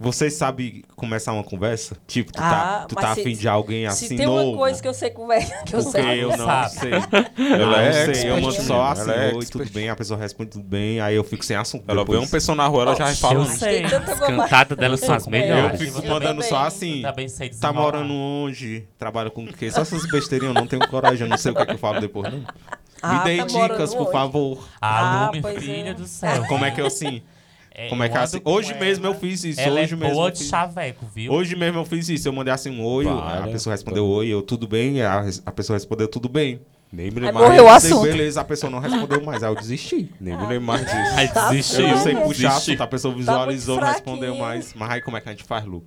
Vocês sabem começar uma conversa? Tipo, tu tá,
Ah,
tu
mas
tá
se-
afim de alguém
Se
assim
tem uma
novo.
coisa que eu sei conversa, que eu
Porque
sei.
eu não
conversar.
sei. Ah, Eu
Ela
não
é
sei, eu
expert,
mando só
menina,
assim,
ela é
oi, tudo bem, a pessoa responde tudo bem, aí eu fico sem assunto.
Ela
depois.
vê uma pessoa na rua, ela já vai falando.
Eu
Tem tanta
As
bobagem.
cantadas dela são as
Eu
melhores. Eu
fico
fico
mandando
mandando
também.
só assim. Tá morando onde? Trabalha com o quê? Só essas besteirinhas, eu não tenho coragem, eu não sei o que, é que eu falo depois, não.
Ah,
Me dê
tá morando
dicas, por
onde?
favor.
Ah, Lu, minha pois filha é. do céu.
Como é que eu assim?
É,
Como é que
eu
é
ando
assim?
com
Hoje
ela.
mesmo eu fiz isso.
Ela é
hoje mesmo
boa
eu
de
fiz-
chaveco, viu?
Hoje mesmo eu fiz isso. Eu mandei assim um oi,
Para.
a pessoa respondeu oi, eu tudo bem, a, a pessoa respondeu tudo bem.
Nem me
Aí
lembro
eu
mais.
mandei, Beleza, a pessoa não respondeu mais. Aí eu desisti.
Nem me lembro mais disso.
Aí
Tá
Eu não sei puxar
Desisti.
assunto, a pessoa visualizou, não respondeu mais. Mas aí como é que a gente faz, Lu?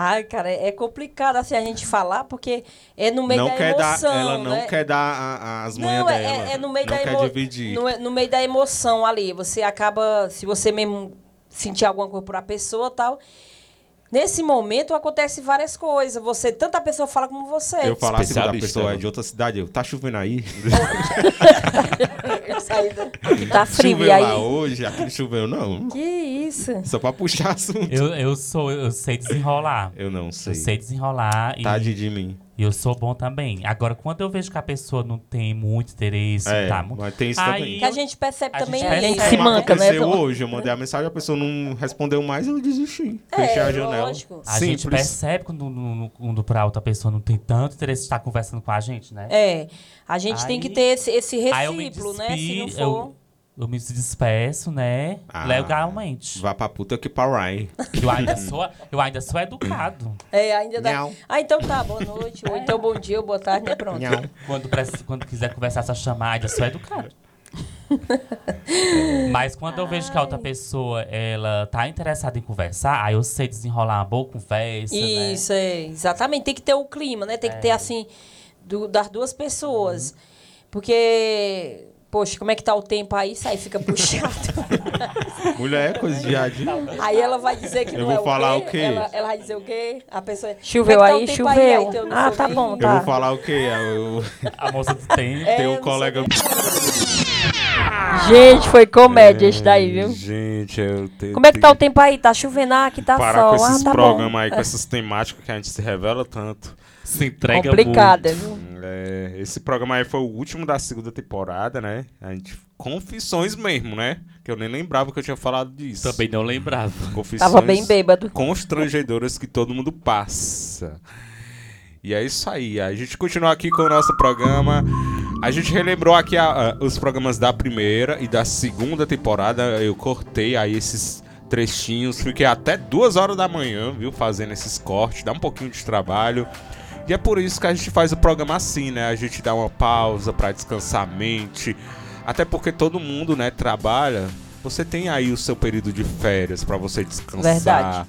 Ai, cara, é complicado assim a gente falar, porque é no meio
não
da
quer
emoção.
dar, ela não
né?
quer dar a- a- as manhas
Não, é,
dela.
é- é no meio
não
da
quer
emo- é
dividir.
No, no meio da emoção ali. Você acaba, se você mesmo sentir alguma coisa por a pessoa tal. Nesse momento acontece várias coisas. Você, tanto a pessoa fala como você.
Eu falar assim quando a
Especialista,
pessoa
né?
é de outra cidade, eu, tá chovendo aí?
Aqui tá frio e
choveu lá
aí.
hoje, aqui não choveu não.
Que isso?
Só pra puxar assunto.
Eu, eu sou, eu sei desenrolar.
Eu não sei.
Eu sei desenrolar. e-
Tade de mim.
E eu sou bom também. Agora, quando eu vejo que a pessoa não tem muito interesse,
É,
tá mu-
mas tem isso
aí
também.
Que a gente percebe
a
também,
gente
né?
percebe.
Se manca, né?
Aconteceu hoje, eu mandei a mensagem, a pessoa não respondeu mais, eu desisti.
É,
Fechei a janela.
lógico.
A
Simples.
gente percebe quando, no- no- quando pra outra pessoa não tem tanto interesse de estar conversando com a gente, né?
É. A gente tem que ter esse, esse
aí eu me
reciclo, né? Se não
despi-
for.
eu, eu me despeço, né? Legalmente.
Ah, Vá pra puta que parai.
Eu ainda sou, eu ainda sou educado.
É, ainda dá.
Não.
Ah, então tá, boa noite. Ou então bom dia, ou boa tarde, né? Pronto.
Quando, preci- quando quiser conversar, é só chamar, ainda sou educado. Mas quando eu vejo que a outra pessoa ela tá interessada em conversar, aí eu sei desenrolar uma boa conversa, né?
Isso, é, exatamente. Tem que ter o clima, né? Tem que
É.
ter, assim, do- das duas
Uhum.
pessoas. Porque, poxa, como é que tá o tempo aí? Isso aí fica puxado.
Mulher é coisa de adiante.
Tá
aí ela vai dizer que
Eu
não
vou
é
falar
o
o quê?
quê? Ela, ela vai dizer o quê? A pessoa...
Choveu
"Como é que
aí,
tá o tempo aí?" Aí
choveu.
tem o não
Ah, tá
choveu.
bom,
Eu vou falar o quê? Eu...
A moça do tempo.
Tem um colega.
Gente, foi comédia esse daí, viu?
É, Gente, eu tenho.
Como é que tá o tempo aí? Tá chovendo? Ah, aqui tá
Parar
sol.
com esses
ah, tá
programas
bom.
aí, com essas temáticas que a gente se revela tanto.
Se
entrega Complicada, muito.
É, esse programa aí foi o último da segunda temporada, né? A gente. Confissões mesmo, né? Que eu nem lembrava que eu tinha falado disso.
Também não lembrava.
Confissões
Tava bem bêbado.
Constrangedoras que todo mundo passa. E é isso aí. A gente continua aqui com o nosso programa. A gente relembrou aqui a- a- os programas da primeira e da segunda temporada. Eu cortei aí esses trechinhos. Fiquei até duas horas da manhã, viu? Fazendo esses cortes. Dá um pouquinho de trabalho. E é por isso que a gente faz o programa assim, né? A gente dá uma pausa pra descansar a mente. Até porque todo mundo, né, trabalha. Você tem aí o seu período de férias pra você descansar.
Verdade.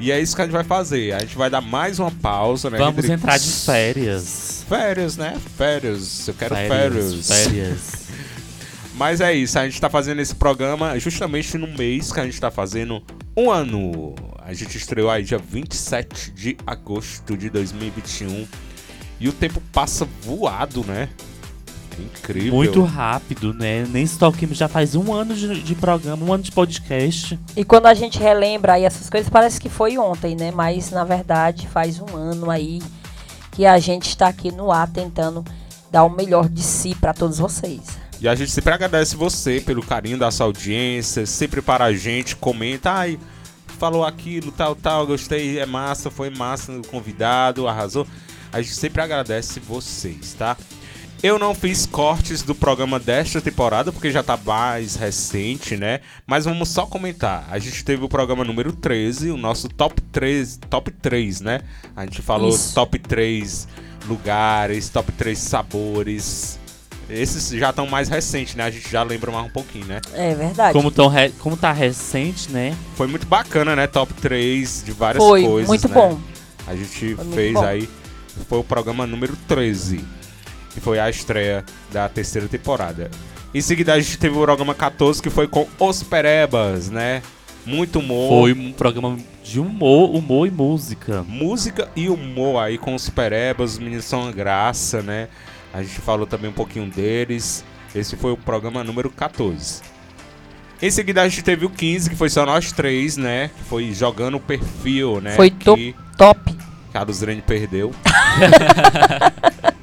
E é isso que a gente vai fazer. A gente vai dar mais uma pausa, né?
Vamos
Hendrix?
entrar de férias.
Férias, né? Férias. Eu quero férias.
Férias, férias.
Mas é isso. A gente tá fazendo esse programa justamente no mês que a gente tá fazendo um ano. A gente estreou aí dia 27 de agosto de 2021. E o tempo passa voado, né? É incrível.
Muito rápido, né? Nem Stalking já faz um ano de, de programa, um ano de podcast.
E quando a gente relembra aí essas coisas, parece que foi ontem, né? Mas na verdade faz um ano aí que a gente está aqui no ar tentando dar o melhor de si para todos vocês.
E a gente sempre agradece você pelo carinho da sua audiência, sempre para a gente, comenta, ai, falou aquilo, tal, tal, gostei, é massa, foi massa, o convidado, arrasou. A gente sempre agradece vocês, tá? Eu não fiz cortes do programa desta temporada, porque já tá mais recente, né? Mas vamos só comentar. A gente teve o programa número 13, o nosso top 13, top 3, né? A gente falou
Isso.
top 3 lugares, top 3 sabores. Esses já estão mais recentes, né? A gente já lembra mais um pouquinho, né?
É verdade.
Como, tão re- como tá recente, né?
Foi muito bacana, né? Top 3 de várias
Foi,
coisas.
muito
né?
bom.
A gente
Foi muito
fez
bom.
aí. Foi o programa número 13. Que foi a estreia da terceira temporada. Em seguida, a gente teve o programa 14, que foi com Os Perebas, né? Muito humor.
Foi um programa de humor, humor e música.
Música e humor aí com os Perebas, os meninos são uma graça, né? A gente falou também um pouquinho deles. Esse foi o programa número 14. Em seguida a gente teve o 15, que foi só nós três, né? Que foi jogando o perfil, né?
Foi to- top.
Que a Luzirene perdeu.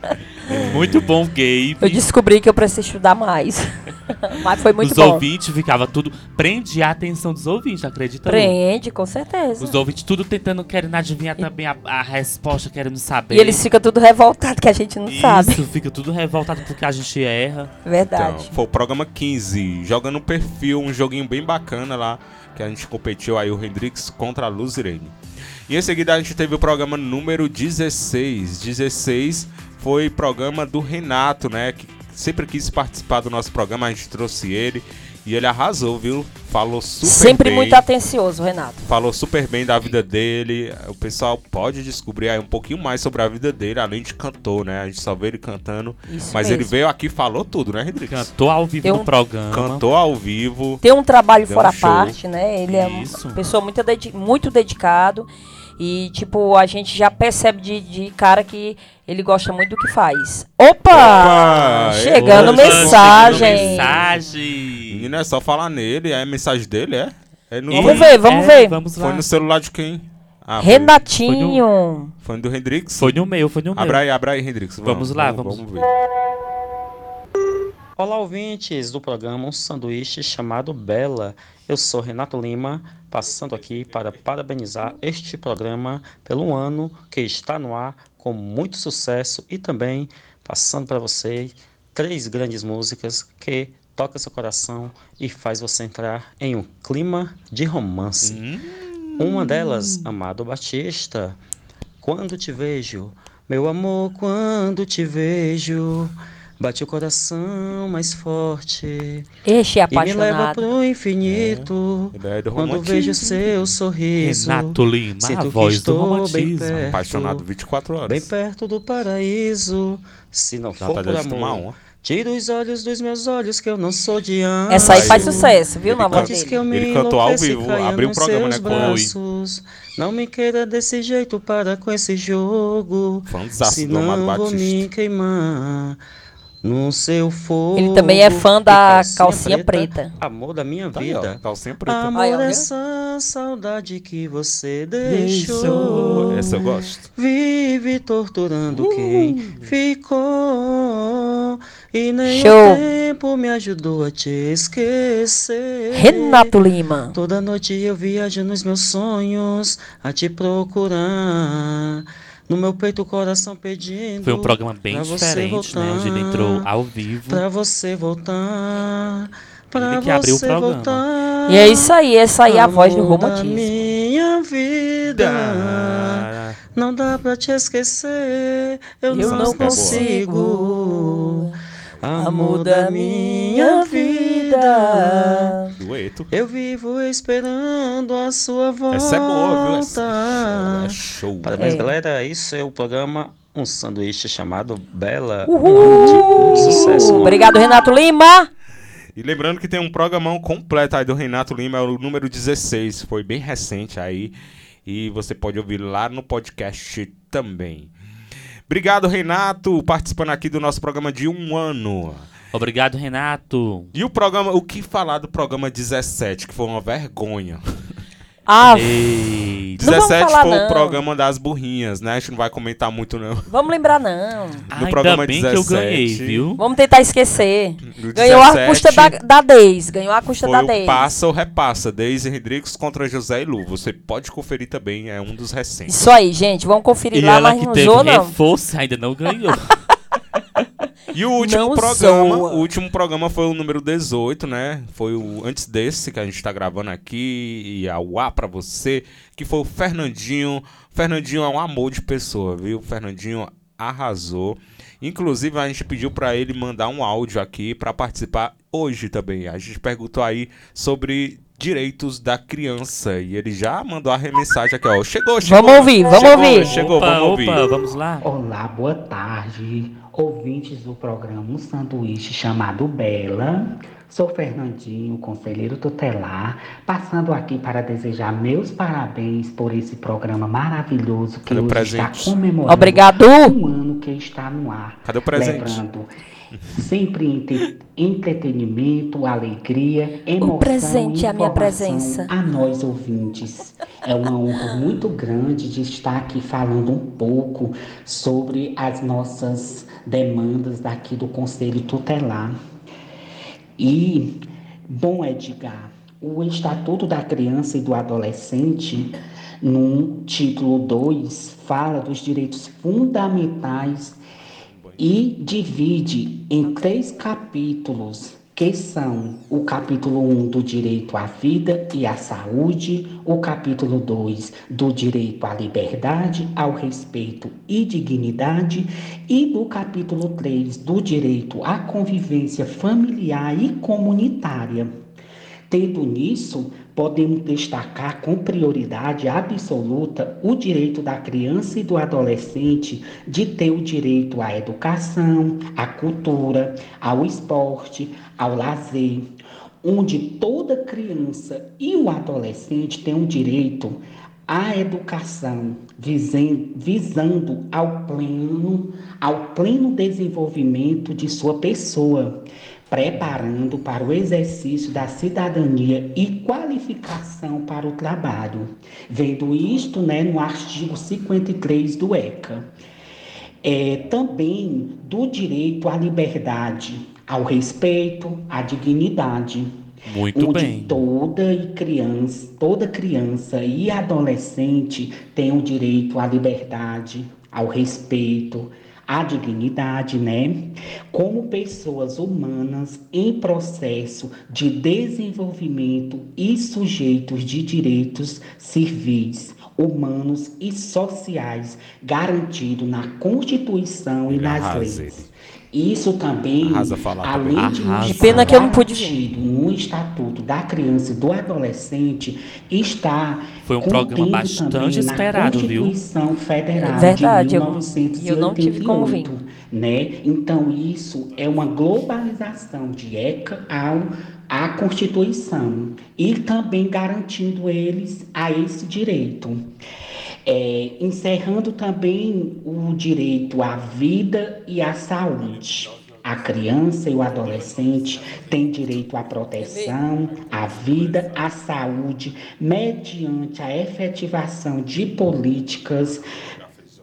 Muito bom, Gabe.
Eu descobri que eu preciso estudar mais. Mas foi muito
Os
bom.
ouvintes ficava tudo. Prende a atenção dos ouvintes, acredita? Lu?
Prende, com certeza.
Os ouvintes tudo tentando, querendo adivinhar também a, a resposta, querendo saber.
E eles ficam tudo revoltados que a gente não sabe.
Isso, fica tudo revoltado porque a gente erra.
Verdade.
Então, foi o programa 15, jogando o perfil, um joguinho bem bacana lá, que a gente competiu aí o Hendrix contra a Luzirene. E em seguida a gente teve o programa número 16. 16 foi programa do Renato, né? Que sempre quis participar do nosso programa, a gente trouxe ele e ele arrasou, viu? Falou super
Sempre
bem.
muito atencioso, Renato.
Falou super bem da vida dele. O pessoal pode descobrir aí um pouquinho mais sobre a vida dele, além de cantor, né? A gente só vê ele cantando.
Isso
mas ele
mesmo.
veio aqui e falou tudo, né, Rodrigues?
Cantou ao vivo
Tem
no um- programa.
Cantou ao vivo.
Tem um trabalho
Deu
fora
um show.
parte, né? Ele é
Isso.
uma pessoa muito, dedi- muito dedicado. E, tipo, a gente já percebe de, de cara que ele gosta muito do que faz. Opa!
Opa!
Tá chegando
Opa,
mensagem.
chegando
mensagem.
Menino, é só falar nele, é a mensagem dele, é? Ele não-
Vamos ver, vamos É, ver. vamos lá.
Foi no celular de quem? Ah, foi-
Renatinho.
Foi no do Hendrix?
Foi no meu, foi no meu.
Abra aí, abra aí, Hendrix.
Vamos lá, vamos-
ver.
Olá, ouvintes do programa Um Sanduíche Chamado Bela. Eu sou Renato Lima, passando aqui para parabenizar este programa pelo um ano que está no ar com muito sucesso e também passando para você três grandes músicas que toca seu coração e faz você entrar em um clima de romance. Uma delas, Amado Batista, quando te vejo, meu amor, quando te vejo, bate o coração mais forte.
Este é
E me leva
apaixonado.
pro
É,
infinito. Quando vejo seu sorriso.
Renato Lima,
sinto
a
que
voz do
estou bem
romantismo.
perto,
Apaixonado 24 horas.
Bem perto do paraíso. Se não for
Vontade
por
de tomar
amor.
uma.
Tira os olhos dos meus olhos que eu não sou de anjo.
Essa aí faz sucesso, viu,
Ele
na voz
canta-
dele.
que eu me
Ele cantou ao
enlouqueça e
vivo,
caia
abriu o
nos
programa,
seus
né, com ele.
braços. Não me queira desse jeito, para com esse jogo.
Fanzaço
Se
do Amado
não vou
Batista.
me queimar no seu fogo.
Ele também é fã
E
da calcinha
Amor da minha
Tá aí,
vida.
ó, calcinha preta.
Amor, é
Aí, ó, viu?
essa saudade que você deixou.
Essa eu gosto.
Vive torturando quem ficou. E nem
Show.
o tempo me ajudou a te esquecer.
Renato Lima.
Toda noite eu viajo nos meus sonhos a te procurar. No meu peito o coração pedindo.
Uhum.
Foi um programa bem
pra você
diferente, né? Onde ele
voltar,
entrou ao vivo.
Pra você voltar. Pra
que abriu o
você
programa.
voltar.
E é isso aí, essa aí é a voz do
amor da
romantismo.
Minha vida. Não dá pra te esquecer, eu,
Eu
não,
não
consigo. Amor da minha vida.
Dueto.
Eu vivo esperando a sua volta.
Essa é boa, viu? Essa- É show.
Parabéns,
É.
galera. Isso é o programa Um Sanduíche chamado Bela.
Uhul!
Sucesso. mano.
Uh! Obrigado, Renato Lima.
E lembrando que tem um programão completo aí do Renato Lima, é o número 16, foi bem recente aí. E você pode ouvir lá no podcast também. Obrigado, Renato, participando aqui do nosso programa de um ano.
Obrigado, Renato.
E o programa, o que falar do programa 17, que foi uma vergonha.
Ah,
Ei,
não vamos
17
falar,
foi
não.
o programa das burrinhas, né? A gente não vai comentar muito, não.
Vamos lembrar, não.
No programa 17.
Vamos tentar esquecer.
Do
Ganhou a
17.
custa da, da Deis. Ganhou a custa da
Foi o
Deis.
Passa ou Repassa, Deise Rodrigues contra José e Lu. Você pode conferir também, é um dos recentes.
Isso aí, gente. Vamos conferir
E
lá,
ela
mas
que
não
teve
usou, não.
reforço ainda não ganhou.
E o último
Não
programa,
zoa.
o último programa foi o número 18, né? Foi o antes desse que a gente tá gravando aqui e a UA pra você, que foi o Fernandinho. Fernandinho é um amor de pessoa, viu? Fernandinho arrasou. Inclusive a gente pediu pra ele mandar um áudio aqui pra participar hoje também. A gente perguntou aí sobre direitos da criança e ele já mandou a remessagem aqui, ó. Chegou, chegou.
Vamos ouvir, vamos
chegou,
ouvir.
Chegou,
Opa,
vamos ouvir.
opa, vamos lá.
Olá, boa tarde, ouvintes do programa Um Sanduíche chamado Bela. Sou Fernandinho, conselheiro tutelar, passando aqui para desejar meus parabéns por esse programa maravilhoso que
Cadê o
hoje
presente?
está comemorando
Obrigado.
um ano que está no ar.
Cadê o presente?
Lembrando, sempre entre- entretenimento, alegria, emoção
presente
e
é a minha
informação
presença.
a nós ouvintes. É uma honra muito grande de estar aqui falando um pouco sobre as nossas demandas daqui do Conselho Tutelar. E, bom, Edgar, o Estatuto da Criança e do Adolescente, no título 2, fala dos direitos fundamentais e divide em três capítulos, que são o capítulo 1 um, do direito à vida e à saúde, o capítulo 2 do direito à liberdade, ao respeito e dignidade, e do capítulo 3 do direito à convivência familiar e comunitária. Tendo nisso, podemos destacar com prioridade absoluta o direito da criança e do adolescente de ter o direito à educação, à cultura, ao esporte, ao lazer, onde toda criança e o adolescente têm o direito à educação, visen- visando ao pleno, ao pleno desenvolvimento de sua pessoa, preparando para o exercício da cidadania e qualificação para o trabalho. Vendo isto né, no artigo 53 do ECA. É, também do direito à liberdade, ao respeito, à dignidade.
Um
Muito
onde
bem.
Toda e criança, toda criança e adolescente tem o direito à liberdade, ao respeito, à dignidade, né? Como pessoas humanas em processo de desenvolvimento e sujeitos de direitos civis, humanos e sociais, garantido na Constituição e nas
Arrasa
leis. Isso também,
Arrasa falar
além
também.
de
Arrasa.
estar
Pena que eu não pude
garantido no Estatuto da Criança e do Adolescente, está
Foi um programa
contido
bastante
também na
esperado, viu?
Constituição Federal
É verdade,
de
eu- eu não tive como vir.
1988, né? Então isso é uma globalização de ECA ao à Constituição e também garantindo eles a esse direito. É, encerrando também o direito à vida e à saúde. A criança e o adolescente têm direito à proteção, à vida, à saúde, mediante a efetivação de políticas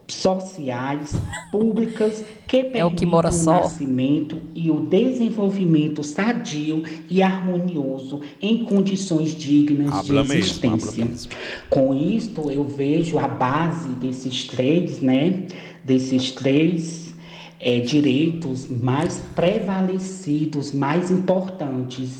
sociais, públicas, que permitam
É o que mora só.
nascimento e o desenvolvimento sadio e harmonioso em condições dignas
Habla
de
mesmo, habla
existência. Com isto, eu vejo a base desses três, né? Desses três eh, direitos mais prevalecidos, mais importantes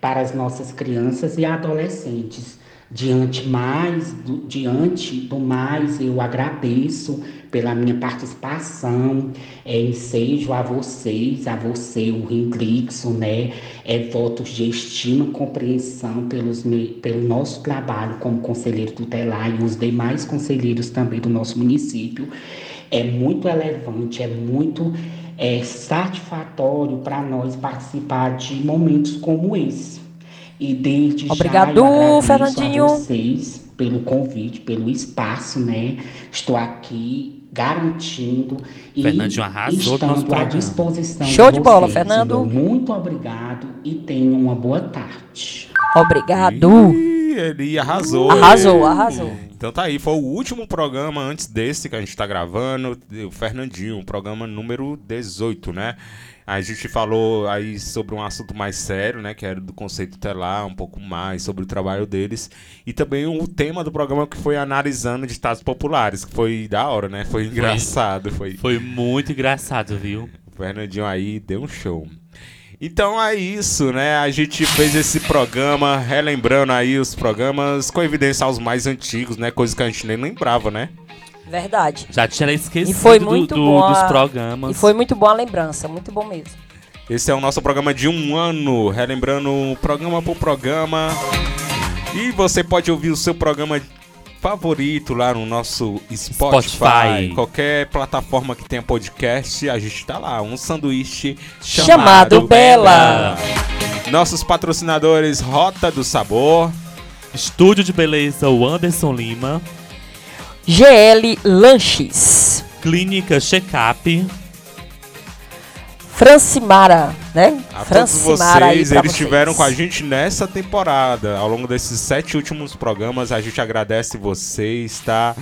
para as nossas crianças e adolescentes. Diante mais, do, diante do mais, eu agradeço pela minha participação, é, ensejo a vocês, a você, o Hendrickson, né? É votos de estima e compreensão pelos, me- pelo nosso trabalho como conselheiro tutelar e os demais conselheiros também do nosso município. É muito elevante, é muito é, satisfatório para nós participar de momentos como esse. E desde
Obrigado,
já eu agradeço
Fernandinho.
a vocês pelo convite, pelo espaço, né? Estou aqui garantindo e
Fernandinho arrasou no nosso
estando à
programa.
disposição.
Show de bola,
vocês.
Fernando.
Muito obrigado e tenham uma boa tarde.
Obrigado.
Ih, ele arrasou.
Arrasou,
Ele-
arrasou.
Então tá aí, foi o último programa antes desse que a gente tá gravando, o Fernandinho, programa número 18, né? A gente falou aí sobre um assunto mais sério, né? Que era do conceito telar, um pouco mais sobre o trabalho deles. E também o tema do programa que foi analisando ditados populares, que foi da hora, né? Foi engraçado. Foi,
foi muito engraçado, viu?
O Fernandinho aí deu um show. Então é isso, né? A gente fez esse programa, relembrando aí os programas com evidência aos mais antigos, né? Coisas que a gente nem lembrava, né?
Verdade.
Já tinha esquecido
E foi
do-
muito
do-
bom. a-
dos programas.
E foi muito boa a lembrança, muito bom mesmo.
Esse é o nosso programa de um ano, relembrando programa por programa. E você pode ouvir o seu programa favorito lá no nosso Spotify.
Spotify.
Qualquer plataforma que tenha podcast, a gente tá lá. Um sanduíche chamado,
Chamado Bela.
Nossos patrocinadores Rota do Sabor.
Estúdio de Beleza, o Anderson Lima.
GL Lanches.
Clínica Checkup.
Francimara, né?
A todos
Francimara aí
vocês,
pra
eles
vocês.
estiveram com a gente nessa temporada. Ao longo desses sete últimos programas, a gente agradece vocês, tá?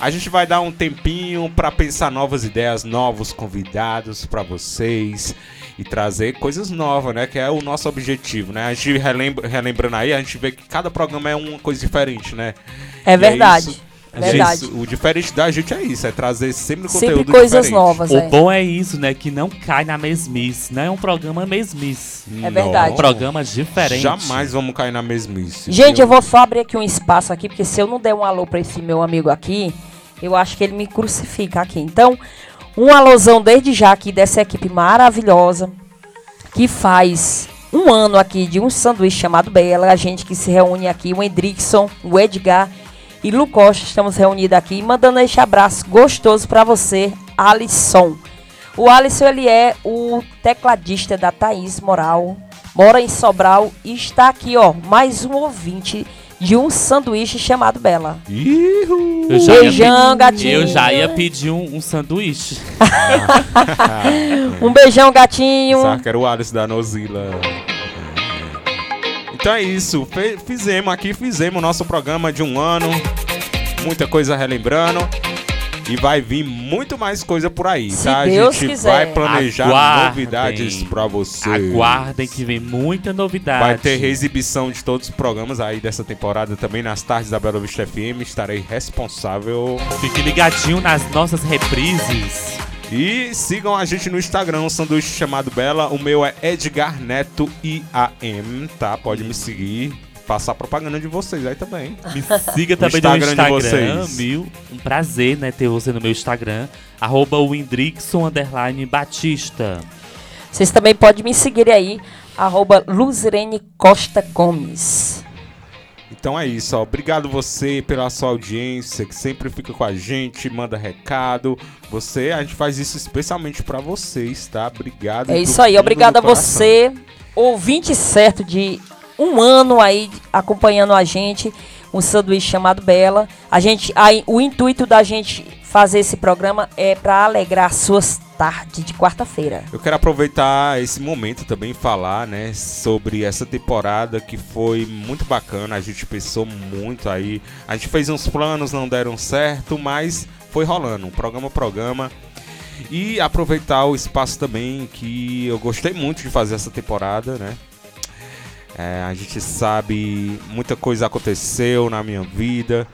A gente vai dar um tempinho pra pensar novas ideias, novos convidados pra vocês e trazer coisas novas, né? Que é o nosso objetivo, né? A gente relembra, relembrando aí, a gente vê que cada programa é uma coisa diferente, né?
É
E
verdade,
isso.
é verdade.
isso. o diferente da gente é isso, é trazer sempre conteúdo
Sempre coisas
diferente.
novas,
O
é.
bom é isso, né? Que não cai na mesmice. Não é um programa mesmice.
É verdade.
É um programa diferente.
Jamais vamos cair na mesmice.
Gente, eu vou só abrir aqui um espaço aqui, porque se eu não der um alô pra esse meu amigo aqui, eu acho que ele me crucifica aqui. Então, um alôzão desde já aqui dessa equipe maravilhosa, que faz um ano aqui de um sanduíche chamado Bela, a gente que se reúne aqui, o Hendrickson, o Edgar e Lu Costa, estamos reunidos aqui, mandando este abraço gostoso pra você, Alisson. O Alisson, ele é o tecladista da Thaís Moral, mora em Sobral e está aqui, ó, mais um ouvinte
de um sanduíche chamado Bela.
Ihu!
Eu já ia
Beijão,
pe-
gatinho.
Eu já ia pedir um, um sanduíche.
Um beijão, gatinho.
Pensava que era o Alice da Nozila. Então é isso. Fe- Fizemos aqui, fizemos o nosso programa de um ano. Muita coisa relembrando. E vai vir muito mais coisa por aí,
Se
tá?
Deus
a gente
quiser.
vai planejar
Aguardem.
novidades pra você.
Aguardem que vem muita novidade.
Vai ter reexibição de todos os programas aí dessa temporada também nas tardes da Bela Vista FM. Estarei responsável.
Fique ligadinho nas nossas reprises.
E sigam a gente no Instagram, um sanduíche chamado Bela. O meu é Edgar Neto IAM, tá? Pode me seguir. Passar propaganda de vocês aí também.
Me siga
O
também no
de
Instagram,
vocês.
mil. Um prazer, né, ter você no meu Instagram. Arroba o Indrickson, underline Batista.
Né? Vocês também podem me seguir aí, arroba Luzirene Costa Gomes.
Então é isso, ó. obrigado você pela sua audiência que sempre fica com a gente, manda recado. Você, a gente faz isso especialmente pra vocês, tá? Obrigado.
É
do
isso aí,
fundo
obrigado
do
a
coração.
você, ouvinte certo de um ano aí acompanhando a gente, um sanduíche chamado Bela. A gente, aí, o intuito da gente fazer esse programa é para alegrar suas tardes de quarta-feira.
Eu quero aproveitar esse momento também e falar, né, sobre essa temporada que foi muito bacana. A gente pensou muito aí. A gente fez uns planos, não deram certo, mas foi rolando, programa a programa. E aproveitar o espaço também que eu gostei muito de fazer essa temporada, né? É, a gente sabe muita coisa aconteceu na minha vida,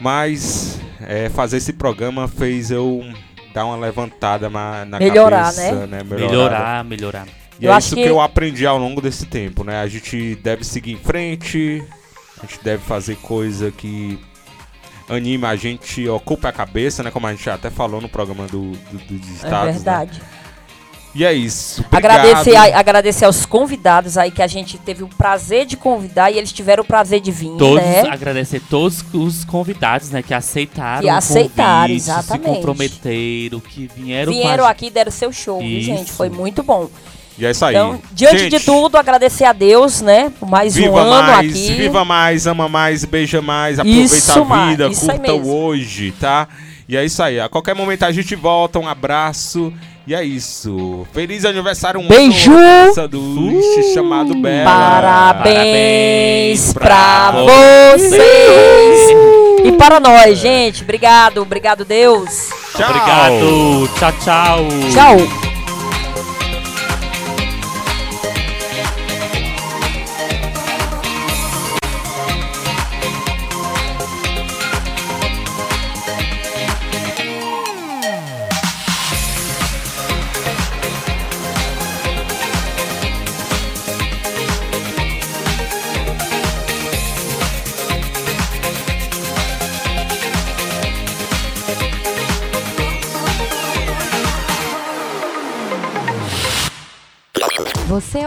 mas é, fazer esse programa fez eu dar uma levantada na, na
Melhorar,
cabeça,
né?
Melhorar, melhorar.
E
Eu
é
acho
isso que...
que-
eu aprendi ao longo desse tempo, né? A gente deve seguir em frente, a gente deve fazer coisa que anima a gente, ocupa a cabeça, né? Como a gente até falou no programa do, do, do dos Estados, né?
É verdade.
E é isso. Obrigado.
Agradecer, a- agradecer aos convidados aí que a gente teve o prazer de convidar e eles tiveram o prazer de vir,
Todos,
né?
agradecer todos os convidados, né, que aceitaram
Que
o
aceitaram,
convite,
exatamente.
se comprometeram, que vieram,
Vieram
com a
aqui e deram seu show, viu, gente?
Isso.
Foi muito bom.
E é isso aí.
Então, diante
Gente,
de tudo, agradecer a Deus, né? Por mais
viva
um ano
mais,
aqui.
viva mais, ama mais, beija mais, aproveita
Isso
a
mais,
vida,
isso aí
curta o
mesmo.
hoje, tá? E é isso aí. A qualquer momento a gente volta. Um abraço. E é isso. Feliz aniversário, um
Beijo.
ano sanduíche chamado Bela.
Parabéns pra
você.
vocês. E para nós, gente. Obrigado, obrigado, Deus.
Tchau.
Obrigado. Tchau, tchau.
Tchau.
Você